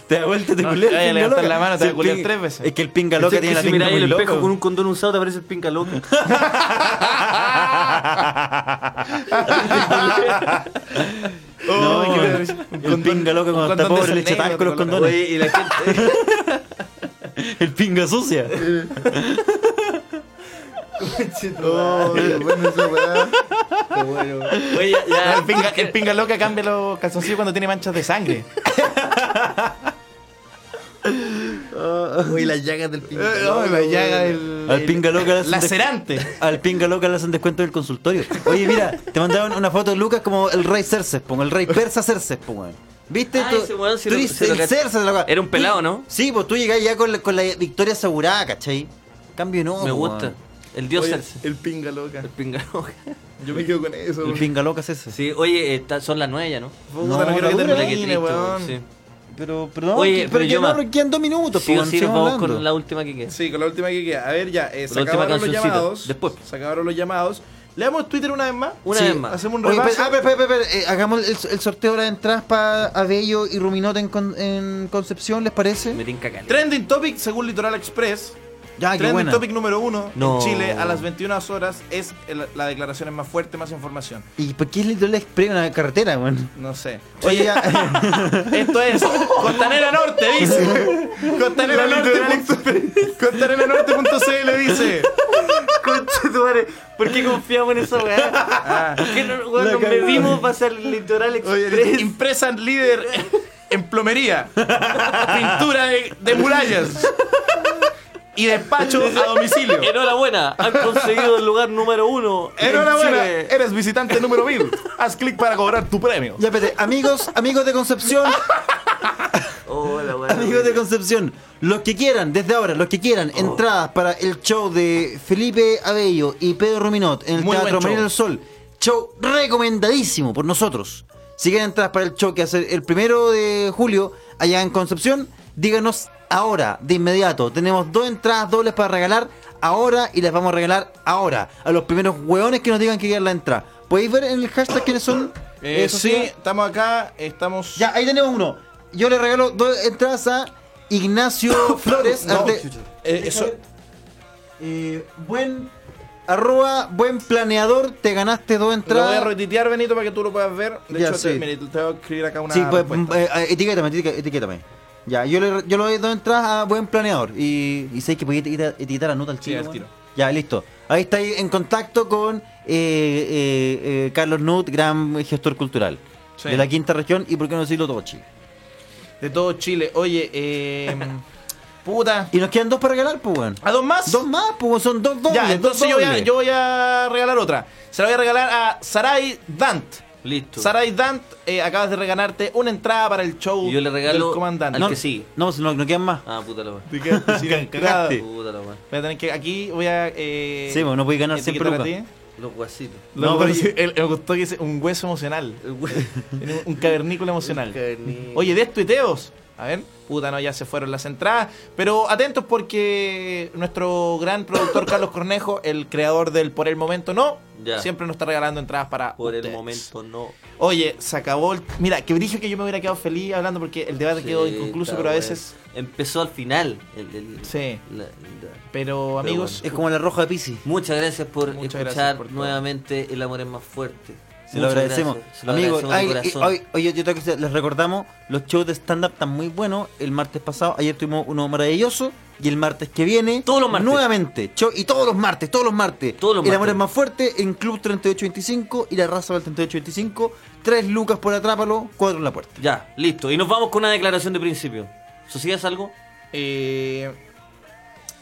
C: Te da vuelta, te
E: No,
C: culea.
E: te vaya a
C: el
E: levantar
C: pinga
E: la mano, te
C: Sí,
E: va a culear
C: el ping-
E: tres veces.
C: Es que el pinga loca
D: Es que
C: tiene la
D: si
C: pinga
D: miráis
C: muy
D: el espejo
C: loca.
D: con un
E: [LAUGHS]
D: condón usado, te aparece el pinga loca.
C: [LAUGHS] No,
E: Oh,
C: el-
E: qué- un
C: el
E: condón-
C: pinga loca
E: un
C: cuando está
E: condón de
C: pobre le
E: esos
C: echa
E: negros,
C: talco a los
E: color-
C: condones.
D: Oye, y la gente.
C: [LAUGHS] El pinga sucia.
E: Oh, qué bueno esa weá. Qué bueno.
D: Oye,
E: No,
D: ya.
E: el, pinga, el pinga loca cambia los calzoncillos cuando tiene manchas de [LAUGHS] sangre.
D: Oye, [LAUGHS] las llagas del pinga
E: Eh,
D: loca.
E: oh, la llaga del-
C: Al pinga loca le hacen des-
E: Lacerante.
C: Al pinga loca le hacen descuento del consultorio. Oye, mira, te mandaron una foto de Lucas como el rey Cerces, pongo, el rey persa Cerces, pongo. ¿Viste?
D: Ah,
C: tú
D: ese weón sí
C: tú
D: lo-
C: dices
D: sí lo
C: el
D: cacho.
C: Cerces, la weá.
D: Era un
C: Tú-
D: pelado, ¿no?
C: Sí, pues tú llegás ya con la, con la victoria asegurada, ¿cachai? Cambio no.
D: Me
C: po,
D: gusta.
C: weón.
D: El dios
E: Oye,
D: Celso.
E: El pinga loca. El
D: pinga loca.
E: Yo me quedo con eso.
C: El
E: weón.
C: pinga loca es eso.
D: Sí, oye, está- son las nueve ya, ¿no?
E: Puta, no quiero que
D: puta,
E: termine,
D: qué triste,
E: weón.
D: sí.
C: Pero, pero,
D: Oye,
C: que-
D: pero
C: pero, que
D: yo
C: no,
D: me-
C: quedan dos minutos.
D: Sí o
C: pues,
D: sí, nos
C: sigamos
D: vamos
C: hablando.
D: con la última que queda.
E: Sí, con la última que queda. A ver, ya, eh, se
D: La última
E: acabaron los
D: cancioncita.
E: llamados.
D: Después.
E: Se acabaron los llamados. ¿Le damos Twitter una vez más?
D: Una
E: Sí.
D: vez más.
E: Hacemos un
C: Oye,
E: repaso.
C: espera, ah, espera, espera, espera, eh, hagamos el, el sorteo ahora de entradas para Abello y Ruminote en, Con- en Concepción, ¿les parece?
D: Me tinca cali.
E: Trending Topic según Litoral Express.
C: Ya, qué
E: Trending
C: buena.
E: Topic número uno
C: No.
E: en Chile a las 21 horas es el- la declaración es más fuerte, más información.
C: ¿Y por qué es Litoral Express una carretera, weón?
E: No sé.
C: Oye, [LAUGHS] ya.
E: Esto es Costanera Norte, dice. Costanera Norte. Costanera Norte.cl dice.
D: Concha tu madre, ¿por qué confiamos en esa weá? ¿Por qué no, weón, nos medimos para ser el litoral
E: Oye,
D: express?
E: dice, Impresa líder en plomería. Pintura de, de murallas. Y despacho a domicilio.
D: [LAUGHS] Enhorabuena, han conseguido el lugar número uno. en
E: Enhorabuena,
D: Chile.
E: eres visitante número 1000. Haz clic para cobrar tu premio.
C: Ya, espérate, amigos, amigos de Concepción,
E: [LAUGHS]
D: Hola, weón.
C: amigos de Concepción, los que quieran, desde ahora, los que
E: Oh.
C: quieran, entradas para el show de Felipe Abello y Pedro Ruminot en el
E: Muy buen
C: Teatro María
E: show.
C: del Sol. Show recomendadísimo por nosotros. Si quieren entradas para el show que hace el primero de julio allá en Concepción, díganos ahora, de inmediato. Tenemos dos entradas dobles para regalar ahora y las vamos a regalar ahora a los primeros hueones que nos digan que quieren la entrada. ¿Podéis ver en el hashtag quiénes son?
E: Eh,
C: Eso
E: sí, estamos acá, estamos.
C: Ya, ahí tenemos uno. Yo le regalo dos entradas a Ignacio Flores.
E: [COUGHS] No,
C: arte-
E: eh, eso-
C: Eh, buen. Arroba, buen planeador, te ganaste dos
E: Lo voy a
C: entradas.
E: retuitear, Benito, para que tú lo puedas ver. De
C: Ya,
E: hecho, te,
C: sí.
E: mire, te voy a escribir acá una.
C: Sí, pues,
E: respuesta.
C: eh, eh, etiquétame, etiqué- etiquétame. Ya, yo le, yo le doy dos entradas a buen planeador. Y, y sé que podía etiquetar, etiquetar a Nuta al
E: Sí,
C: chico,
E: al
C: bueno.
E: tiro.
C: Ya, listo. Ahí está ahí en contacto con eh, eh, eh, Carlos Nut, gran gestor cultural
E: Sí.
C: de la quinta región y por qué no decirlo todo Chile.
E: De todo Chile. Oye,
C: [LAUGHS]
E: eh. puta.
C: Y nos quedan dos para regalar, pues, weón.
E: ¿A dos más?
C: Dos más, pues son dos dobles.
E: ya, Ah, entonces
C: dos
E: yo voy, a,
C: dobles.
E: yo voy a regalar otra. Se la voy a regalar a Sarai Dant.
D: Listo.
E: Sarai Dant, eh, acabas de regalarte una entrada para el show
D: Y yo le regalo
E: del comandante.
D: al
E: No,
D: que sigue.
C: No, no, no quedan más.
D: Ah, puta la weá.
E: te quedaste sin nada.
C: [LAUGHS] Cagaste.
D: Puta la weá.
E: Voy a tener que. Aquí voy a. Eh,
C: Sí, bueno, no podéis ganar siempre
E: etiquetar a
C: lucas.
E: ti.
D: Los guasitos.
E: No,
C: No,
E: pero
C: pero-
E: el- me gustó que dice un hueso
D: [LAUGHS]
E: emocional.
D: El hue-
E: Tiene un- Un cavernícola emocional.
D: cavernícola.
E: Oye, de tuiteos. A ver, puta, no, ya se fueron las entradas. Pero atentos porque nuestro gran
D: [COUGHS]
E: productor Carlos Cornejo, el creador del Por el Momento No,
D: Ya.
E: siempre nos está regalando entradas para.
D: Por el
E: ustedes.
D: momento no.
E: Oye, se acabó el. Mira, que dije que yo me hubiera quedado feliz hablando porque el debate quedó
D: Sí,
E: inconcluso,
D: está
E: pero a
D: bueno.
E: veces.
D: Empezó al final. el- el-
E: Sí.
D: la- la-
E: Pero amigos,
C: Es como la roja de Pisces.
D: Muchas gracias por
E: Muchas gracias
D: escuchar
E: por todo.
D: nuevamente El Amor es Más Fuerte.
C: Se lo
D: Muchas
C: agradecemos.
D: gracias. Se lo
C: Amigos,
D: agradecemos de
C: ay,
D: corazón.
C: eh, hoy- oye, yo tengo que decir, les recordamos, los shows de stand-up están muy buenos. El martes pasado, ayer tuvimos uno maravilloso. Y el martes que viene,
D: Todos los martes.
C: Nuevamente, show- y todos los martes, todos los martes.
D: Todos los
C: el amor
D: martes.
C: es más fuerte en Club 3825 y la raza del 3825. Tres lucas por atrápalo, cuatro en la puerta.
D: Ya, listo. Y nos vamos con una declaración de principio. ¿Socias algo?
E: eh,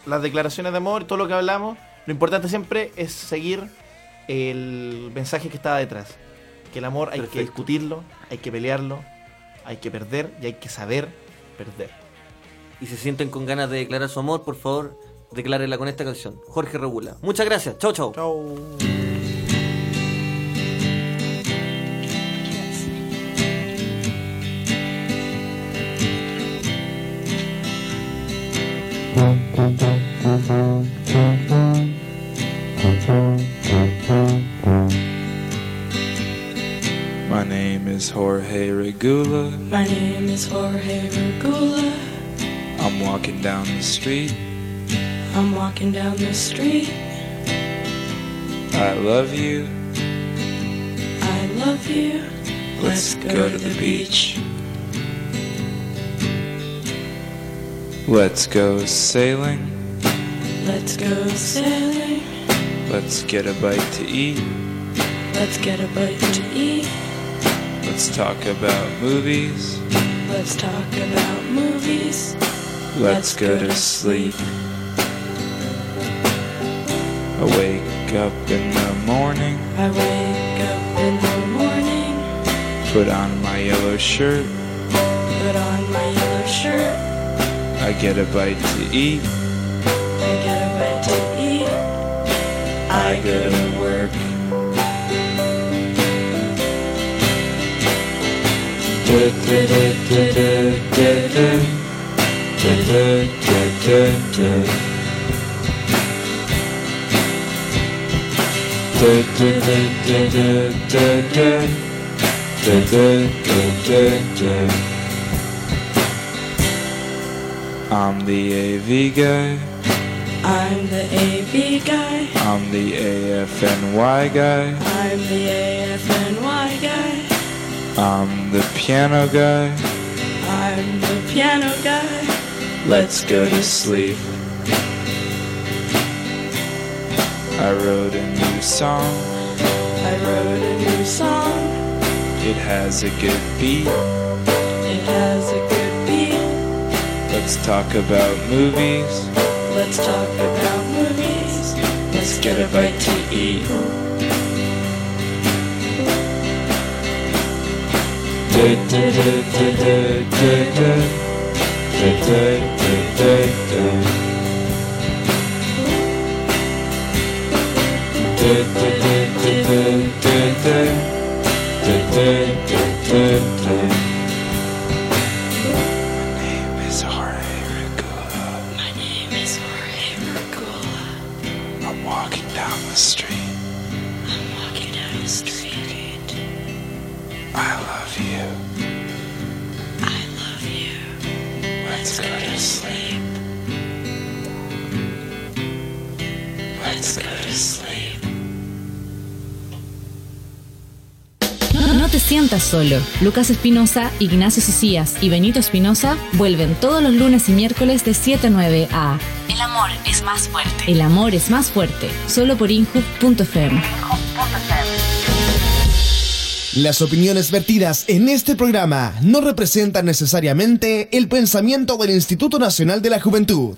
E: las declaraciones de amor, todo lo que hablamos, lo importante siempre es seguir el mensaje que está detrás. Que el amor hay que
D: Perfecto.
E: discutirlo, hay que pelearlo, hay que perder y hay que saber perder.
D: Y se sienten con ganas de declarar su amor, por favor, declárenla con esta canción. Jorge Regula. Muchas gracias. Chau, chau.
E: Chau.
N: My name is Jorge Regula.
B: My name is Jorge Regula.
N: I'm walking down the street.
B: I'm walking down the street.
N: I love you.
B: I love you.
N: Let's go to the beach. Let's go sailing.
B: Let's go sailing.
N: Let's get a bite to eat.
B: Let's get a bite to eat.
N: Let's talk about movies.
B: Let's talk about movies.
N: Let's go to sleep. I wake up in the morning,
B: I wake up in the morning.
N: put on my yellow shirt.
B: Put on my yellow shirt.
N: I get a bite to eat.
B: I get a bite to eat.
G: I go to work. Do, do, do, do, do, do, do. Do, do, do, do, do. Do, do, do, do, do, do, do. Do, do, do, do, do. I'm the AV guy.
B: I'm the AV guy.
G: I'm the AFNY guy.
B: I'm the AFNY guy.
G: I'm the piano guy.
B: I'm the piano guy.
G: Let's go to sleep. I wrote a new song.
B: I wrote a new song.
G: It has a good beat.
B: It has a good beat.
G: Let's talk about movies.
B: Let's talk about movies.
G: Let's get a bite to eat. Do do do do do do do do do do do do. Do do do do do do do do do do do do. My name is Jorge Ricola. My name is Jorge Ricola. I'm walking down the street.
B: I'm walking down the street.
G: I love you.
B: I love you.
G: Let's go to sleep. Let's go to sleep.
A: No, no te sientas solo. Lucas Espinosa, Ignacio Socias y Benito Espinosa vuelven todos los lunes y miércoles de 7 a 9 a
O: El amor es más fuerte.
A: El amor es más fuerte, solo por Inhub.fm.
L: Las opiniones vertidas en este programa no representan necesariamente el pensamiento del Instituto Nacional de la Juventud.